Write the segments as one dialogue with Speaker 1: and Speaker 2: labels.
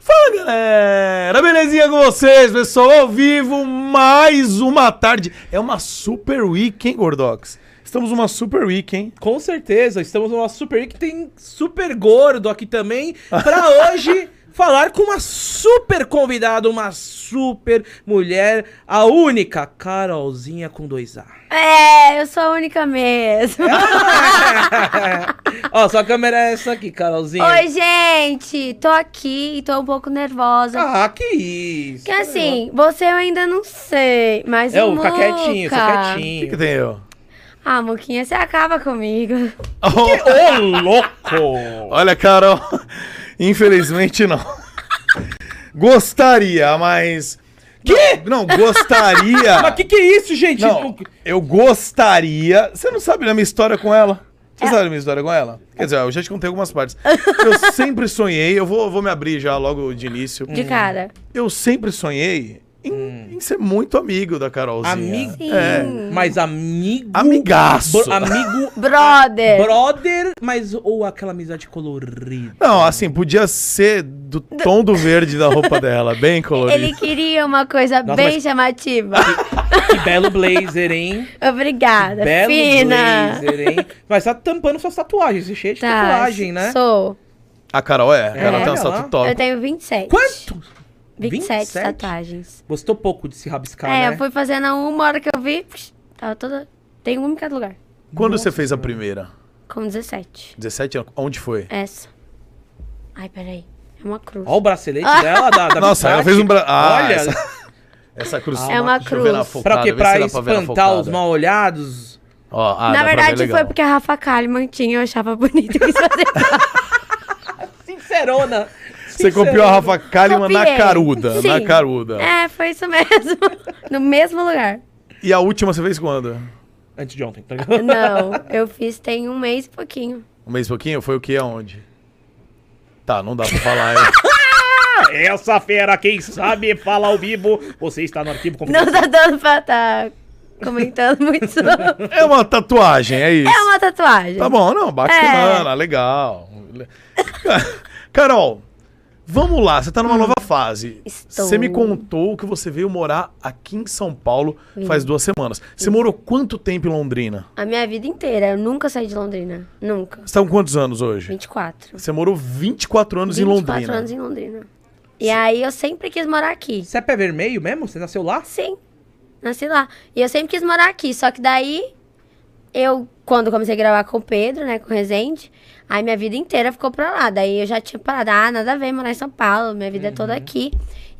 Speaker 1: Fala galera, belezinha com vocês, pessoal? Ao vivo, mais uma tarde. É uma super week, hein, Gordox? Estamos numa super week, hein?
Speaker 2: Com certeza, estamos numa Super Week, tem Super Gordo aqui também, pra hoje falar com uma super convidada, uma super mulher, a única, Carolzinha com 2A.
Speaker 3: É, eu sou a única mesmo.
Speaker 2: É Ó, sua câmera é essa aqui, Carolzinha.
Speaker 3: Oi, gente. Tô aqui e tô um pouco nervosa.
Speaker 2: Ah, que isso.
Speaker 3: Porque assim, você eu ainda não sei, mas
Speaker 2: É,
Speaker 3: o
Speaker 2: o fica quietinho, fica
Speaker 3: Muca-
Speaker 1: O que, que
Speaker 2: quietinho.
Speaker 1: tem eu?
Speaker 3: Ah, Muquinha, você acaba comigo.
Speaker 2: Ô, louco!
Speaker 1: Olha, Carol, infelizmente não. Gostaria, mas.
Speaker 2: Quê?
Speaker 1: Não, gostaria.
Speaker 2: Mas que que é isso, gente?
Speaker 1: Não, eu gostaria. Você não sabe da minha história com ela? Você
Speaker 2: É.
Speaker 1: sabe da minha história com ela? Quer dizer, eu já te contei algumas partes. Eu sempre sonhei, eu vou, vou me abrir já logo de início.
Speaker 3: De
Speaker 2: Hum.
Speaker 3: cara.
Speaker 1: Eu sempre sonhei em, em ser muito amigo da Carolzinha.
Speaker 2: Amigo?
Speaker 3: Sim.
Speaker 1: É.
Speaker 2: Mas amigo...
Speaker 1: Amigaço.
Speaker 2: Bro- Amigo...
Speaker 3: Brother.
Speaker 2: Brother, mas ou aquela amizade colorida.
Speaker 1: Não, assim, podia ser do tom do verde da roupa dela, bem colorido.
Speaker 3: Ele queria uma coisa
Speaker 2: Nossa,
Speaker 3: bem
Speaker 2: mas-
Speaker 3: chamativa.
Speaker 2: Que belo blazer, hein?
Speaker 3: Obrigada,
Speaker 2: Belo
Speaker 3: É fina.
Speaker 2: blazer, hein? Mas tá tampando suas tatuagens, você é cheia de
Speaker 3: Tá,
Speaker 2: tatuagem, né?
Speaker 3: Sou.
Speaker 1: A Carol é, ela tem
Speaker 3: olha
Speaker 1: uma
Speaker 2: lá.
Speaker 1: foto top.
Speaker 3: Eu tenho 27.
Speaker 2: Quanto?
Speaker 3: 27,
Speaker 2: 27?
Speaker 3: tatuagens.
Speaker 2: Gostou pouco de se rabiscar,
Speaker 3: é,
Speaker 2: né?
Speaker 3: eu fui fazendo uma hora que eu vi. psh, Tava toda. Tem uma em cada lugar.
Speaker 1: Quando você fez a primeira?
Speaker 3: Com 17.
Speaker 1: 17 anos? Onde foi?
Speaker 3: Essa. Ai, peraí. É uma cruz.
Speaker 2: Ó o bracelete dela, da, da
Speaker 1: Nossa, ela
Speaker 2: Versace.
Speaker 1: fez um bra... Ah,
Speaker 2: Olha,
Speaker 1: essa, essa cruz.
Speaker 3: É uma
Speaker 1: Deixa eu ver na
Speaker 3: cruz.
Speaker 1: focada,
Speaker 2: pra quê?
Speaker 1: vê se dá
Speaker 2: Pra
Speaker 1: ver na
Speaker 2: espantar os
Speaker 1: focada.
Speaker 2: mal-olhados?
Speaker 1: Ó, ah, dá
Speaker 3: Na
Speaker 1: pra ver
Speaker 3: verdade,
Speaker 1: legal.
Speaker 3: foi porque a Rafa Kalimann tinha, eu achava bonito e quis fazer.
Speaker 2: Sincerona.
Speaker 1: Você copiou a Rafa Kalimann na
Speaker 3: Copiei.
Speaker 1: caruda. Na
Speaker 3: Sim.
Speaker 1: caruda.
Speaker 3: é, foi isso mesmo. No mesmo lugar.
Speaker 1: E a última você fez quando?
Speaker 2: Antes de ontem, tá ligado?
Speaker 3: Não, eu fiz tem um mês e pouquinho.
Speaker 1: Um mês e pouquinho? Foi o que? Aonde? Tá, não dá pra falar. hein?
Speaker 2: Essa fera, quem sabe, fala ao vivo. Você está no arquivo
Speaker 3: Não
Speaker 2: confidencial.
Speaker 3: tá dando pra tá comentando muito sobre.
Speaker 1: É uma tatuagem, é isso.
Speaker 3: É uma tatuagem.
Speaker 1: Tá bom, não,
Speaker 3: É.
Speaker 1: bacana, legal. Carol, vamos lá, você tá numa nova fase.
Speaker 3: Hum. Estou.
Speaker 1: Você me contou que você veio morar aqui em São Paulo faz duas semanas. Você morou quanto tempo em Londrina?
Speaker 3: A minha vida inteira, eu nunca saí de Londrina. Nunca.
Speaker 1: Você tá com quantos anos hoje?
Speaker 3: 24.
Speaker 1: Você morou 24 anos em
Speaker 3: 24
Speaker 1: Londrina.
Speaker 3: anos em Londrina. E aí eu sempre quis morar aqui.
Speaker 2: Você é pé vermelho mesmo? Você nasceu lá?
Speaker 3: Sim, nasci lá. E eu sempre quis morar aqui, só que daí eu, quando comecei a gravar com o Pedro, né, com o Rezende, aí minha vida inteira ficou pra lá. Daí eu já tinha parado, ah, nada a ver morar em São Paulo, minha vida é toda aqui.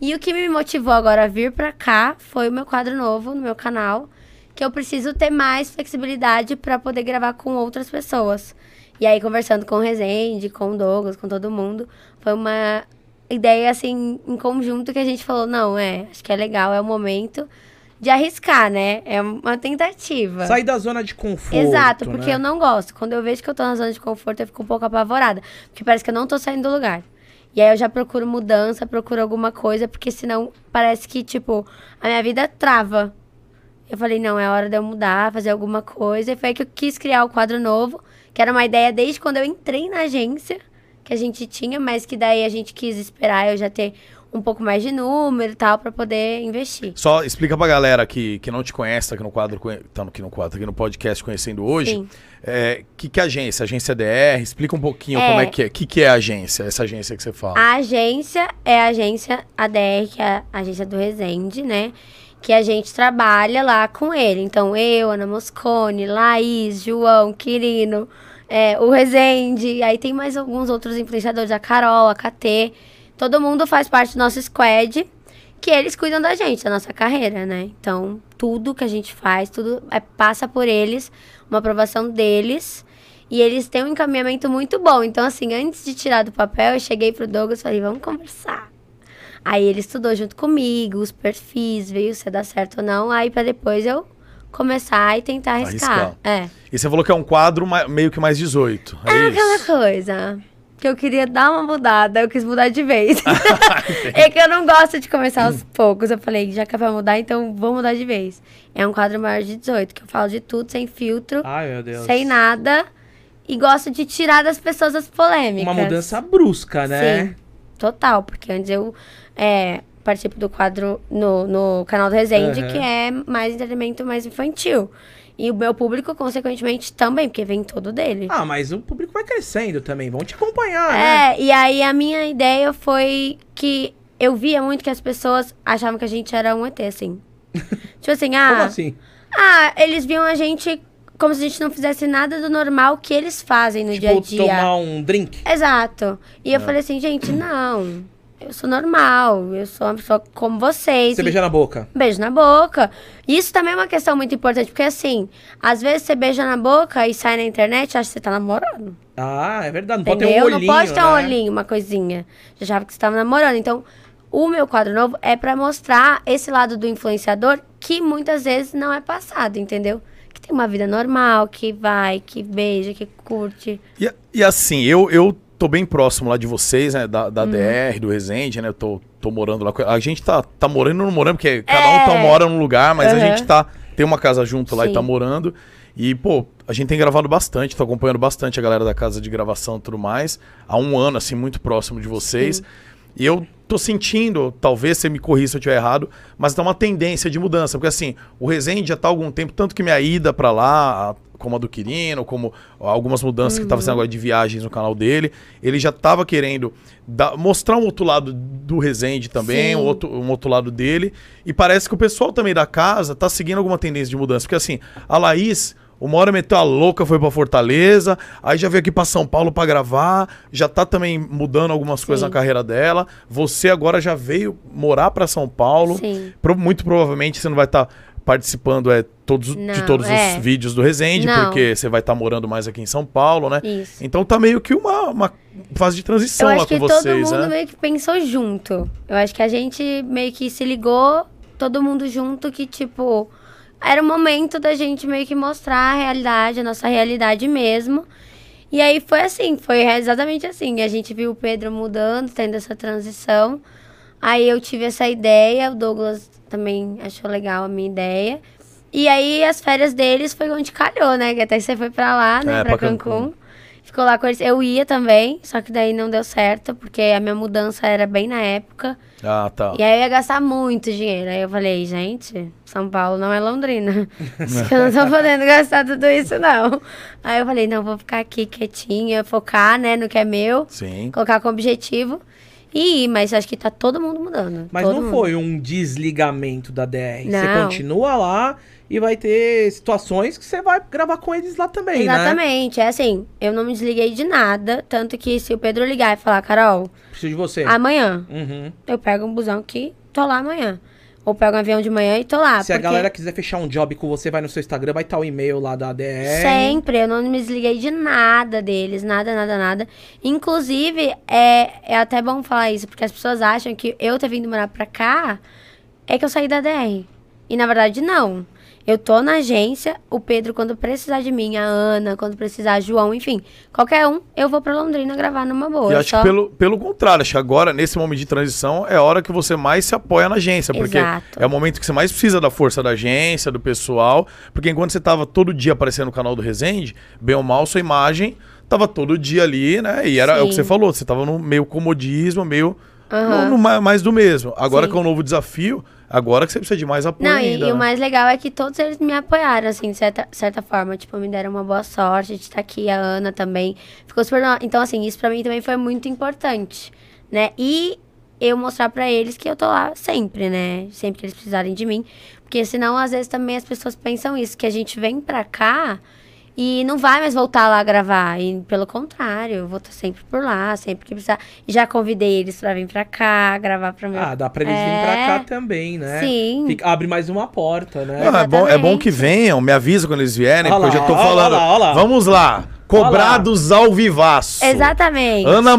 Speaker 3: E o que me motivou agora a vir pra cá foi o meu quadro novo no meu canal, que eu preciso ter mais flexibilidade pra poder gravar com outras pessoas. E aí, conversando com o Rezende, com o Douglas, com todo mundo, foi uma ideia, assim, em conjunto que a gente falou, não, é, acho que é legal, é o momento de arriscar, né? É uma tentativa.
Speaker 2: Sai da zona de conforto.
Speaker 3: Exato, porque
Speaker 2: né?
Speaker 3: eu não gosto. Quando eu vejo que eu tô na zona de conforto, eu fico um pouco apavorada. Porque parece que eu não tô saindo do lugar. E aí eu já procuro mudança, procuro alguma coisa, porque senão parece que, tipo, a minha vida trava. Eu falei, não, é hora de eu mudar, fazer alguma coisa. E foi aí que eu quis criar o quadro novo, que era uma ideia desde quando eu entrei na agência, que a gente tinha, mas que daí a gente quis esperar eu já ter um pouco mais de número e tal, pra poder investir.
Speaker 1: Só explica pra galera que, que não te conhece, tá aqui no quadro, conhe- tá aqui no quadro, tá aqui no podcast conhecendo hoje.
Speaker 3: Sim.
Speaker 1: É, que que é agência? Agência DR? Explica um pouquinho
Speaker 3: É.
Speaker 1: como é que é. Que que é a agência? Essa agência que você fala.
Speaker 3: A agência é a agência ADR, que é a agência do Resende, né? Que a gente trabalha lá com ele. Então, eu, Ana Moscone, Laís, João, Quirino, é, o Resende. Aí tem mais alguns outros influenciadores, a Carol, a KT. Todo mundo faz parte do nosso squad, que eles cuidam da gente, da nossa carreira, né? Então, tudo que a gente faz, tudo é- passa por eles, uma aprovação deles. E eles têm um encaminhamento muito bom. Então, assim, antes de tirar do papel, eu cheguei pro Douglas e falei, vamos conversar. Aí ele estudou junto comigo, os perfis, veio se dá certo ou não. Aí pra depois eu começar e tentar arriscar.
Speaker 1: Arriscar.
Speaker 3: É.
Speaker 1: E você falou que é um quadro ma- meio que mais 18. É
Speaker 3: É
Speaker 1: isso?
Speaker 3: aquela coisa que eu queria dar uma mudada, eu quis mudar de vez. é que eu não gosto de começar aos poucos. Eu falei, já que é pra mudar, então vou mudar de vez. É um quadro maior de 18, que eu falo de tudo, sem filtro,
Speaker 2: Ai, Ah, meu Deus.
Speaker 3: sem nada. E gosto de tirar das pessoas as polêmicas.
Speaker 2: Uma mudança brusca, né?
Speaker 3: Sim. total, porque antes eu é, participo do quadro no, no canal do Resende,
Speaker 1: Aham.
Speaker 3: que é mais entretenimento mais infantil. E o meu público, consequentemente, também, porque vem todo dele.
Speaker 2: Ah, mas o público vai crescendo também, vão te acompanhar, né?
Speaker 3: É, e aí a minha ideia foi que eu via muito que as pessoas achavam que a gente era um ET, assim. tipo assim, ah.
Speaker 2: Como assim?
Speaker 3: Ah, eles viam a gente como se a gente não fizesse nada do normal que eles fazem no dia a
Speaker 2: Tipo,
Speaker 3: dia.
Speaker 2: tomar um Ah. drink?
Speaker 3: Exato. E eu falei assim, gente, não. Eu sou normal, eu sou uma pessoa como vocês.
Speaker 2: Você
Speaker 3: e-
Speaker 2: beijar na boca.
Speaker 3: Beijo na boca. Isso também é uma questão muito importante, porque assim, às vezes você beija na boca e sai na internet e acha que você tá namorando.
Speaker 2: Ah, é verdade, não
Speaker 3: entendeu?
Speaker 2: pode ter um olhinho,
Speaker 3: não pode ter um
Speaker 2: né?
Speaker 3: olhinho, uma coisinha. Já achava que você tava namorando. Então, o meu quadro novo é pra mostrar esse lado do influenciador que muitas vezes não é passado, entendeu? Que tem uma vida normal, que vai, que beija, que curte.
Speaker 1: E, e assim, eu, eu tô bem próximo lá de vocês, né? Da, da
Speaker 3: Uhum.
Speaker 1: DR, do Resende, né? Eu tô, tô morando lá. com- A gente tá, tá morando ou não morando, porque cada um tá,
Speaker 3: É.
Speaker 1: mora num lugar, mas a
Speaker 3: Aham.
Speaker 1: gente tá. Tem uma casa junto lá e
Speaker 3: Sim.
Speaker 1: tá morando. E, pô, a gente tem gravado bastante, tô acompanhando bastante a galera da casa de gravação e tudo mais. Há um ano, assim, muito próximo de vocês. E eu tô sentindo, talvez você me corrija se eu estiver errado, mas tá uma tendência de mudança. Porque assim, o Resende já tá há algum tempo, tanto que minha ida pra lá, a- como a do Quirino, como algumas mudanças que tava sendo agora de viagens no canal dele, ele já tava querendo dar- mostrar um outro lado do Resende também, um
Speaker 3: Sim.
Speaker 1: outro, um outro lado dele. E parece que o pessoal também da casa tá seguindo alguma tendência de mudança. Porque assim, a Laís. Uma hora meteu a louca, foi pra Fortaleza, aí já veio aqui pra São Paulo pra gravar, já tá também mudando algumas coisas
Speaker 3: Sim.
Speaker 1: na carreira dela. Você agora já veio morar pra São Paulo.
Speaker 3: Sim.
Speaker 1: Pro- muito provavelmente você não vai estar participando é, todos, de
Speaker 3: Não,
Speaker 1: todos os
Speaker 3: é.
Speaker 1: vídeos do Resende,
Speaker 3: Não.
Speaker 1: porque você vai estar morando mais aqui em São Paulo, né?
Speaker 3: Isso.
Speaker 1: Então tá meio que uma, uma fase de transição
Speaker 3: eu
Speaker 1: lá
Speaker 3: acho que
Speaker 1: com vocês,
Speaker 3: todo mundo
Speaker 1: né?
Speaker 3: meio que pensou junto. Eu acho que a gente meio que se ligou, todo mundo junto, que tipo. Era o momento da gente meio que mostrar a realidade, a nossa realidade mesmo. E aí foi assim, foi exatamente assim. A gente viu o Pedro mudando, tendo essa transição. Aí eu tive essa ideia, o Douglas também achou legal a minha ideia. E aí as férias deles foi onde calhou, né? Que até você foi pra lá, né?
Speaker 1: É,
Speaker 3: pra,
Speaker 1: pra Cancún.
Speaker 3: Cancún. Ficou lá com eles. Eu ia também, só que daí não deu certo, porque a minha mudança era bem na época.
Speaker 1: Ah, tá.
Speaker 3: E aí eu ia gastar muito dinheiro. Aí eu falei, gente, São Paulo não é Londrina. Acho que eu não tô podendo gastar tudo isso, não. Aí eu falei, não, vou ficar aqui quietinha, focar, né, no que é meu,
Speaker 1: Sim.
Speaker 3: colocar como objetivo. E ir, mas acho que tá todo mundo mudando.
Speaker 2: Mas
Speaker 3: todo
Speaker 2: não
Speaker 3: mundo.
Speaker 2: foi um desligamento da DR. Você
Speaker 3: Não.
Speaker 2: continua lá e vai ter situações que você vai gravar com eles lá também, né?
Speaker 3: Exatamente, é assim, eu não me desliguei de nada, tanto que se o Pedro ligar e falar, Carol,
Speaker 2: Preciso de você.
Speaker 3: amanhã
Speaker 2: Uhum.
Speaker 3: eu pego um busão aqui, tô lá amanhã. Ou pego um avião de manhã e tô lá.
Speaker 2: Se a
Speaker 3: porque
Speaker 2: galera quiser fechar um job com você, vai no seu Instagram, vai estar o e-mail lá da DR.
Speaker 1: É,
Speaker 3: Sempre, eu não me desliguei de nada deles, nada, nada, nada. Inclusive, é, é até bom falar isso, porque as pessoas acham que eu ter vindo morar pra cá é que eu saí da DR. E na verdade, não. Eu tô na agência, o Pedro, quando precisar de mim, a Ana, quando precisar, João, enfim, qualquer um, eu vou pra Londrina gravar numa boa.
Speaker 1: E acho
Speaker 3: só-
Speaker 1: que pelo, pelo contrário, acho que agora, nesse momento de transição, é a hora que você mais se apoia na agência, porque
Speaker 3: Exato.
Speaker 1: é o momento que você mais precisa da força da agência, do pessoal, porque enquanto você tava todo dia aparecendo no canal do Resende, bem ou mal, sua imagem tava todo dia ali, né? E era é o que
Speaker 3: Sim.
Speaker 1: você falou, você tava no meio comodismo, meio
Speaker 3: Aham.
Speaker 1: no- no ma- mais do mesmo. Agora
Speaker 3: Sim.
Speaker 1: com o novo desafio, agora que você precisa de mais apoio
Speaker 3: Não, e-
Speaker 1: ainda.
Speaker 3: e, o
Speaker 1: né?
Speaker 3: mais legal é que todos eles me apoiaram, assim, de certa, certa forma. Tipo, me deram uma boa sorte de estar aqui, a Ana também. Ficou super. no- Então, assim, isso pra mim também foi muito importante, né? E eu mostrar pra eles que eu tô lá sempre, né? Sempre que eles precisarem de mim. Porque senão, às vezes, também as pessoas pensam isso, que a gente vem pra cá e não vai mais voltar lá gravar. E pelo contrário, eu vou estar sempre por lá, sempre que precisar. E já convidei eles pra vir pra cá, gravar pra mim.
Speaker 2: Ah, dá pra eles virem pra
Speaker 3: É.
Speaker 2: cá também, né?
Speaker 3: Sim.
Speaker 2: Fica- abre mais uma porta, né?
Speaker 1: Ah, é, bom, é bom
Speaker 3: Exatamente.
Speaker 1: que venham, me avisa quando eles vierem,
Speaker 2: Olha
Speaker 1: porque né? eu
Speaker 2: lá,
Speaker 1: já tô
Speaker 2: olha lá,
Speaker 1: falando.
Speaker 2: olha lá, olha lá.
Speaker 1: Vamos lá, cobrados ao vivaço.
Speaker 3: Exatamente.
Speaker 1: Ana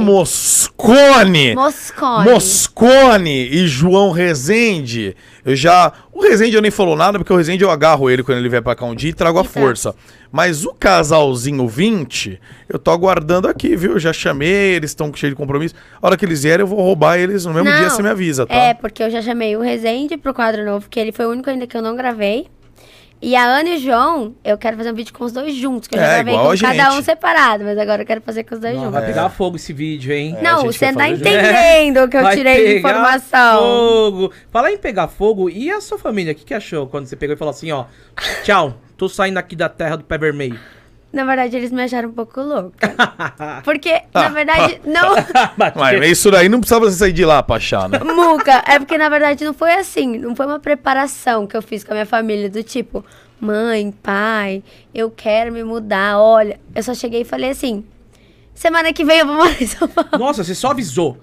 Speaker 1: Moscone.
Speaker 3: Moscone.
Speaker 1: É. Moscone e João Rezende. Eu já. O Rezende eu nem falou nada, porque o Rezende eu agarro ele quando ele vier pra cá um dia e trago a
Speaker 3: Exato.
Speaker 1: força. Mas o casalzinho 20, eu tô aguardando aqui, viu? Eu já chamei, eles estão cheios de compromisso. A hora que eles vierem, eu vou roubar eles no mesmo
Speaker 3: Não,
Speaker 1: dia, você me avisa, tá?
Speaker 3: É, porque eu já chamei o Rezende pro quadro novo, que ele foi o único ainda que eu não gravei. E a Ana e o João, eu quero fazer um vídeo com os dois juntos, que eu
Speaker 1: É,
Speaker 3: já gravei
Speaker 1: igual
Speaker 3: com
Speaker 1: a
Speaker 3: cada
Speaker 1: gente.
Speaker 3: um separado, mas agora eu quero fazer com os dois
Speaker 2: Não,
Speaker 3: juntos.
Speaker 2: vai pegar fogo esse vídeo, hein? É,
Speaker 1: É, a
Speaker 3: Não,
Speaker 1: gente
Speaker 3: você
Speaker 1: vai
Speaker 3: tá
Speaker 1: fazer junto.
Speaker 3: entendendo o que eu
Speaker 2: Vai
Speaker 3: tirei de
Speaker 2: pegar
Speaker 3: informação.
Speaker 2: Fogo. Falar em pegar fogo, e a sua família? O que, que achou quando você pegou e falou assim, ó, tchau, tô saindo aqui da terra do pé vermelho?
Speaker 3: Na verdade, eles me acharam um pouco louca. Porque,
Speaker 1: Tá,
Speaker 3: na verdade, não.
Speaker 1: Mas isso daí não precisava você sair de lá pra achar, né?
Speaker 3: Muca, é porque na verdade não foi assim, não foi uma preparação que eu fiz com a minha família, do tipo, mãe, pai, eu quero me mudar, olha. Eu só cheguei e falei assim, semana que vem eu vou morar em São Paulo.
Speaker 2: Nossa, você só avisou.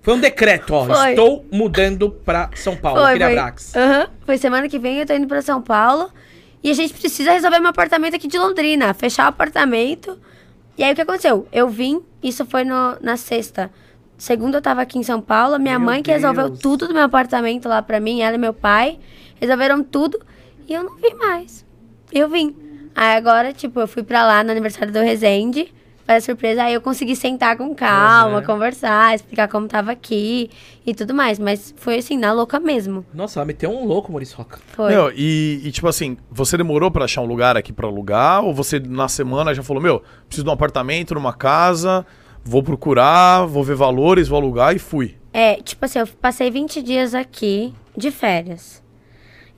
Speaker 2: Foi um decreto, ó.
Speaker 3: Foi.
Speaker 2: Estou mudando pra São Paulo,
Speaker 3: foi, foi.
Speaker 2: Brax.
Speaker 3: Aham, foi semana que vem eu tô indo pra São Paulo e a gente precisa resolver meu apartamento aqui de Londrina, fechar o apartamento. E aí o que aconteceu? Eu vim, isso foi no- na sexta. Segunda eu tava aqui em São Paulo, a minha
Speaker 2: Meu
Speaker 3: mãe que resolveu
Speaker 2: Deus.
Speaker 3: tudo do meu apartamento lá pra mim, ela e meu pai, resolveram tudo e eu não vim mais. Eu vim. Aí agora, tipo, eu fui pra lá no aniversário do Rezende, foi a surpresa, aí eu consegui sentar com calma,
Speaker 2: Uhum.
Speaker 3: conversar, explicar como tava aqui e tudo mais, mas foi assim, na louca mesmo.
Speaker 2: Nossa, meteu um louco, Maurício Roca.
Speaker 3: Foi.
Speaker 1: Meu, e, e, tipo assim, você demorou pra achar um lugar aqui pra alugar? Ou você na semana já falou, meu, preciso de um apartamento, numa casa, vou procurar, vou ver valores, vou alugar e fui.
Speaker 3: É, tipo assim, eu passei 20 dias aqui de férias.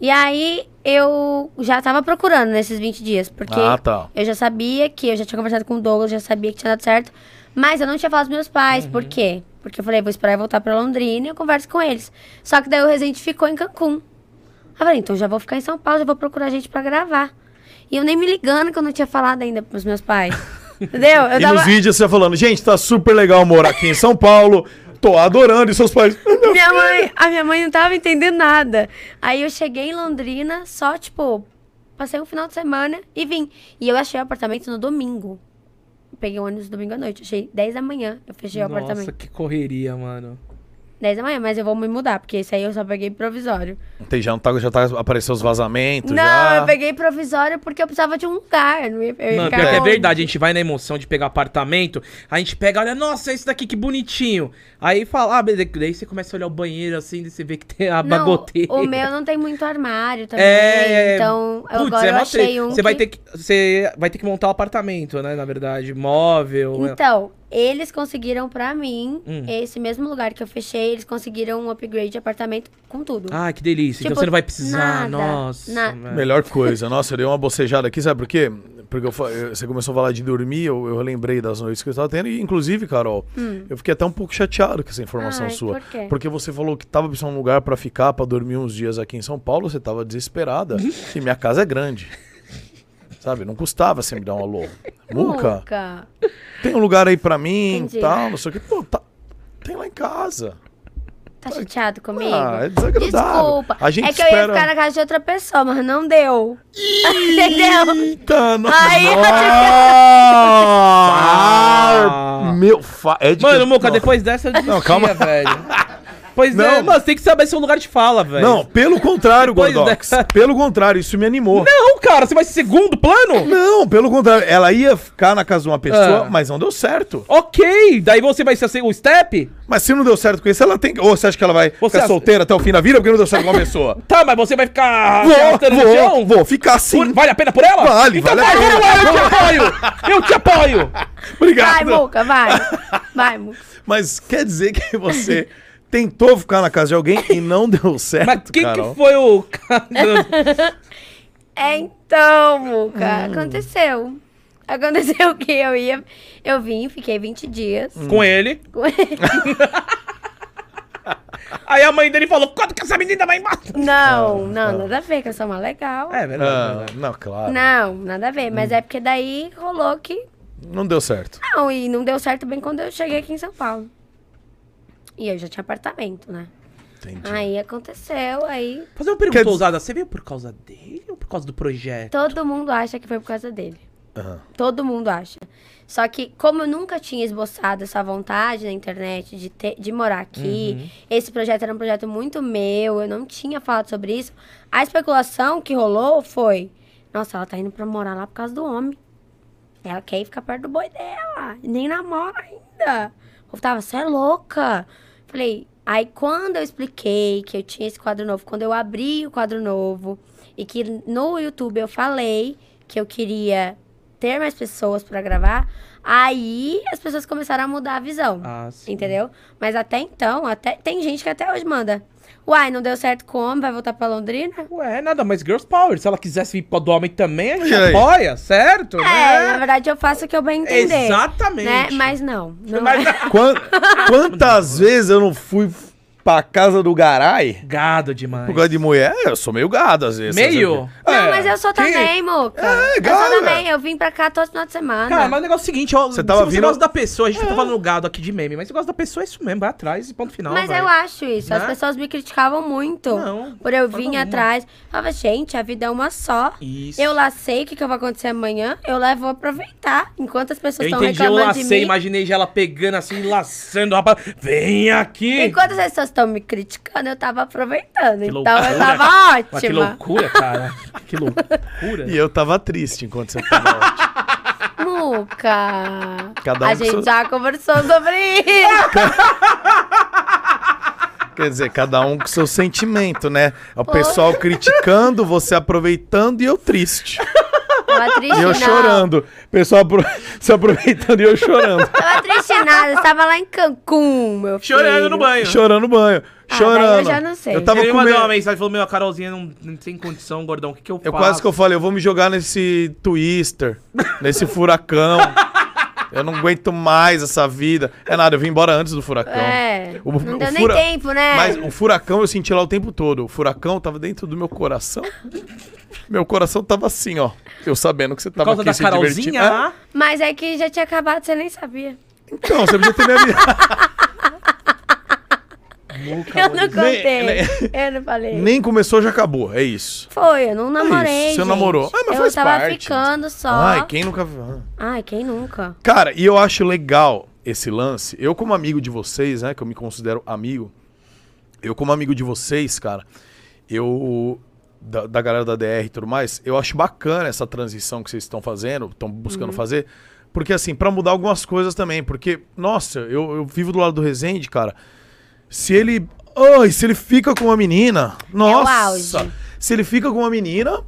Speaker 3: E aí eu já tava procurando nesses 20 dias, porque
Speaker 1: Ah, tá.
Speaker 3: eu já sabia que eu já tinha conversado com o Douglas, já sabia que tinha dado certo, mas eu não tinha falado pros meus pais,
Speaker 1: Uhum.
Speaker 3: por quê? Porque eu falei, vou esperar eu voltar pra Londrina e eu converso com eles. Só que daí o Residente ficou em Cancún. Aí Eu falei, então já vou ficar em São Paulo, já vou procurar gente pra gravar. E eu nem me ligando que eu não tinha falado ainda pros meus pais. Entendeu? Eu
Speaker 1: e nos vídeos você falando, gente, tá super legal morar aqui em São Paulo, tô adorando, e seus pais. "Hum,
Speaker 3: minha mãe, a minha mãe não tava entendendo nada. Aí eu cheguei em Londrina, só tipo, passei um final de semana e vim. E eu achei o apartamento no domingo. Peguei o ônibus domingo à noite, achei 10 da manhã. Eu fechei o
Speaker 2: Nossa,
Speaker 3: apartamento.
Speaker 2: que correria, mano.
Speaker 3: 10 da manhã, mas eu vou me mudar, porque esse aí eu só peguei provisório.
Speaker 1: Tem, já, não tá, já tá, apareceu os vazamentos,
Speaker 3: não,
Speaker 1: já.
Speaker 3: eu peguei provisório porque eu precisava de um lugar. Não ia, eu ia
Speaker 2: Mano,
Speaker 3: ficar
Speaker 2: pior que é
Speaker 3: longe.
Speaker 2: verdade, a gente vai na emoção de pegar apartamento, a gente pega, olha, nossa, esse daqui que bonitinho. Aí fala, ah, beleza, daí você começa a olhar o banheiro assim, daí você vê que tem a
Speaker 3: Não,
Speaker 2: bagoteira.
Speaker 3: o meu não tem muito armário também.
Speaker 2: É,
Speaker 3: então, eu agora eu
Speaker 2: mó
Speaker 3: achei
Speaker 2: treta.
Speaker 3: um.
Speaker 2: Você vai ter
Speaker 3: que-
Speaker 2: que você vai ter que montar o apartamento, né, na verdade, móvel. né?
Speaker 3: Então, eles conseguiram pra mim,
Speaker 2: Hum.
Speaker 3: esse mesmo lugar que eu fechei, eles conseguiram um upgrade de apartamento com tudo.
Speaker 2: Ah, que delícia. então
Speaker 3: Tipo,
Speaker 2: você não vai precisar,
Speaker 3: nada,
Speaker 2: nossa.
Speaker 3: na-
Speaker 2: mano.
Speaker 1: Melhor coisa. Nossa, eu dei uma bocejada aqui, sabe por quê? Porque eu fa- eu- você começou a falar de dormir, eu, eu lembrei das noites que eu estava tendo. E, inclusive, Carol, eu fiquei até um pouco chateado com essa informação
Speaker 3: Hum. Ai,
Speaker 1: sua.
Speaker 3: por quê?
Speaker 1: Porque você falou que estava precisando de um lugar para ficar, para dormir uns dias aqui em São Paulo, você estava desesperada. e minha casa é grande. Sabe? Não custava você me dar um alô. Nunca.
Speaker 3: Nunca.
Speaker 1: Tem um lugar aí para mim e
Speaker 3: Entendi.
Speaker 1: tal, não sei o quê. Pô, tá- tem lá em casa.
Speaker 3: Tá chateado comigo?
Speaker 1: Ah, é desagradável.
Speaker 3: Desculpa.
Speaker 1: A gente
Speaker 3: é que eu ia
Speaker 1: espera-
Speaker 3: ficar na casa de outra pessoa, mas não deu. Entendeu?
Speaker 1: Eita, no...
Speaker 3: Aí eu
Speaker 1: Ah,
Speaker 2: Ah.
Speaker 1: Meu, fa... é de
Speaker 2: Mano,
Speaker 1: que-
Speaker 2: Muca,
Speaker 1: Nossa.
Speaker 2: depois dessa eu desistia,
Speaker 1: Não, calma.
Speaker 2: velho. Pois
Speaker 1: Não.
Speaker 2: é, mano, você tem que saber seu lugar de fala, velho.
Speaker 1: Não, pelo contrário,
Speaker 2: Depois
Speaker 1: Gordox.
Speaker 2: dessa-
Speaker 1: Pelo contrário, isso me animou.
Speaker 2: Não, cara, você vai ser segundo plano?
Speaker 1: Não, pelo contrário. Ela ia ficar na casa de uma pessoa,
Speaker 2: Ah.
Speaker 1: mas não deu certo.
Speaker 2: Ok, daí você vai ser assim, o step?
Speaker 1: Mas se não deu certo com isso, ela tem. que- Ou você acha que ela vai
Speaker 2: Você
Speaker 1: ficar
Speaker 2: acha-
Speaker 1: solteira até o fim da vida porque não deu certo com uma pessoa?
Speaker 2: Tá, mas você vai ficar se arrastando no
Speaker 1: vou,
Speaker 2: chão?
Speaker 1: vou, vou ficar assim.
Speaker 2: Por- Vale a pena por ela?
Speaker 1: Vale,
Speaker 2: então
Speaker 1: vale a
Speaker 2: vai, vai, eu te apoio! Eu te apoio!
Speaker 3: Vai,
Speaker 1: Obrigado.
Speaker 3: Muca, vai. Vai, Muca.
Speaker 1: mas quer dizer que você tentou ficar na casa de alguém e não deu certo.
Speaker 2: Mas quem
Speaker 1: Carol.
Speaker 2: que foi o cara?
Speaker 3: É, então, Muca,
Speaker 2: Hum.
Speaker 3: aconteceu. Aconteceu que eu ia. Eu vim, fiquei 20 dias.
Speaker 2: com ele?
Speaker 3: com ele.
Speaker 2: Aí a mãe dele falou, quando que essa menina vai embora? Ah,
Speaker 3: Não, não, nada a ver, que eu sou uma legal.
Speaker 2: É
Speaker 1: Ah,
Speaker 2: verdade.
Speaker 1: não, claro.
Speaker 3: Não, nada a ver. Mas é porque daí rolou que.
Speaker 1: Não deu certo.
Speaker 3: Não, e não deu certo bem quando eu cheguei aqui em São Paulo. E eu já tinha apartamento, né?
Speaker 1: Entendi.
Speaker 3: Aí aconteceu, aí.
Speaker 2: Fazer uma pergunta
Speaker 1: Quer dizer-
Speaker 2: ousada, você veio por causa dele ou por causa do projeto?
Speaker 3: Todo mundo acha que foi por causa dele.
Speaker 1: Aham.
Speaker 3: Todo mundo acha. Só que, como eu nunca tinha esboçado essa vontade na internet de, ter, de morar aqui,
Speaker 2: Uhum.
Speaker 3: esse projeto era um projeto muito meu, eu não tinha falado sobre isso. A especulação que rolou foi: nossa, ela tá indo pra morar lá por causa do homem. Ela quer ir ficar perto do boi dela. e Nem namora ainda. Eu tava, você é louca. Falei, aí quando eu expliquei que eu tinha esse quadro novo, quando eu abri o quadro novo E que no YouTube eu falei que eu queria ter mais pessoas pra gravar. Aí as pessoas começaram a mudar a visão.
Speaker 2: Ah, sim.
Speaker 3: Entendeu? Mas até então, até tem gente que até hoje manda. Uai, não deu certo com o homem, vai voltar pra Londrina?
Speaker 2: Ué, nada, mas Girls Power, se ela quisesse vir pro do homem também, a gente
Speaker 1: E aí?
Speaker 2: apoia, certo? Né?
Speaker 3: É, na verdade eu faço o que eu bem entender.
Speaker 2: Exatamente.
Speaker 3: Né? Mas não. não
Speaker 2: Mas-
Speaker 3: é.
Speaker 1: Quan- quantas vezes eu não fui pra casa do Garay
Speaker 2: Gado demais.
Speaker 1: por causa de mulher? Eu sou meio gado às vezes.
Speaker 2: Meio?
Speaker 3: Não,
Speaker 1: É,
Speaker 3: mas eu sou
Speaker 2: que- É,
Speaker 3: também, Moca. eu
Speaker 1: gado,
Speaker 3: sou também, eu vim pra cá todo final de semana.
Speaker 2: Cara, mas o negócio é o seguinte, ó,
Speaker 1: Você tava
Speaker 2: se você
Speaker 1: vindo-
Speaker 2: gosta da pessoa, a gente
Speaker 3: É.
Speaker 2: tá falando gado aqui de meme, mas se gosta da pessoa, é isso mesmo, vai atrás e ponto final,
Speaker 3: Mas
Speaker 2: velho.
Speaker 3: eu acho isso. As
Speaker 2: Né?
Speaker 3: pessoas me criticavam muito
Speaker 2: Não,
Speaker 3: por eu
Speaker 2: forma
Speaker 3: vir
Speaker 2: alguma.
Speaker 3: atrás. Falava, gente, a vida é uma só.
Speaker 2: Isso.
Speaker 3: Eu lá sei o que, que vai acontecer amanhã, eu lá vou aproveitar. Enquanto as pessoas
Speaker 2: Eu
Speaker 3: estão
Speaker 2: entendi, eu
Speaker 3: reclamando de
Speaker 2: lacei,
Speaker 3: mim.
Speaker 2: imaginei já ela pegando assim, laçando, rapaz. Vem aqui!
Speaker 3: Enquanto as pessoas estão me criticando, eu tava aproveitando.
Speaker 2: Que
Speaker 3: então
Speaker 2: loucura.
Speaker 3: eu tava
Speaker 2: Mas que
Speaker 3: ótima.
Speaker 2: loucura, cara. que loucura.
Speaker 1: E eu tava triste enquanto você tava.
Speaker 3: Nunca.
Speaker 1: Cada um com
Speaker 3: a gente
Speaker 1: seus-
Speaker 3: já conversou sobre isso.
Speaker 1: Quer dizer, cada um com seu sentimento, né? O pessoal criticando, você aproveitando e eu triste.
Speaker 3: Tava triste,
Speaker 1: E eu
Speaker 3: não.
Speaker 1: chorando. O pessoal apro- se aproveitando e eu chorando.
Speaker 3: Tava triste nada, eu tava lá em Cancún, meu filho.
Speaker 2: Chorando no banho.
Speaker 1: Chorando no banho.
Speaker 3: Ah,
Speaker 1: Chorando.
Speaker 3: daí eu já não sei.
Speaker 1: Eu tava
Speaker 2: Ele
Speaker 1: com
Speaker 2: mandou
Speaker 1: medo.
Speaker 2: uma mensagem, falou, meu, a Carolzinha não, não tem condição, gordão, o que que eu faço?
Speaker 1: Eu quase que eu falei, eu vou me jogar nesse twister, nesse furacão. eu não aguento mais essa vida. É nada, eu vim embora antes do furacão.
Speaker 3: É.
Speaker 1: O-
Speaker 3: não
Speaker 1: o
Speaker 3: deu
Speaker 1: fura-
Speaker 3: nem tempo, né?
Speaker 1: Mas o furacão eu senti lá o tempo todo. O furacão tava dentro do meu coração. meu coração tava assim, ó. Eu sabendo que você
Speaker 2: Por
Speaker 1: tava
Speaker 2: causa
Speaker 1: aqui
Speaker 2: da
Speaker 1: se divertindo.
Speaker 2: Carolzinha,
Speaker 1: Ah,
Speaker 3: Mas é que já tinha acabado, você nem sabia.
Speaker 1: Então, você podia ter me avisado.
Speaker 3: Eu não contei.
Speaker 1: nem-
Speaker 3: eu não falei.
Speaker 1: Nem começou, já acabou. É isso.
Speaker 3: Foi, eu não namorei.
Speaker 1: isso, você
Speaker 3: gente.
Speaker 1: namorou. Ah, mas
Speaker 3: eu
Speaker 1: faz
Speaker 3: tava
Speaker 1: parte.
Speaker 3: ficando só.
Speaker 1: Ai, quem nunca... Ah.
Speaker 3: Ai, quem nunca?
Speaker 1: Cara, e eu acho legal esse lance. Eu, como amigo de vocês, né? Que eu me considero amigo. Eu, como amigo de vocês, cara, eu. Da, da galera da DR e tudo mais, eu acho bacana essa transição que vocês estão fazendo, estão buscando fazer. Porque, assim, pra mudar algumas coisas também. Porque, nossa, eu, eu vivo do lado do Resende, cara. Se ele. Ai, se ele fica com uma menina. Nossa!
Speaker 3: auge.
Speaker 1: Se ele fica com uma menina.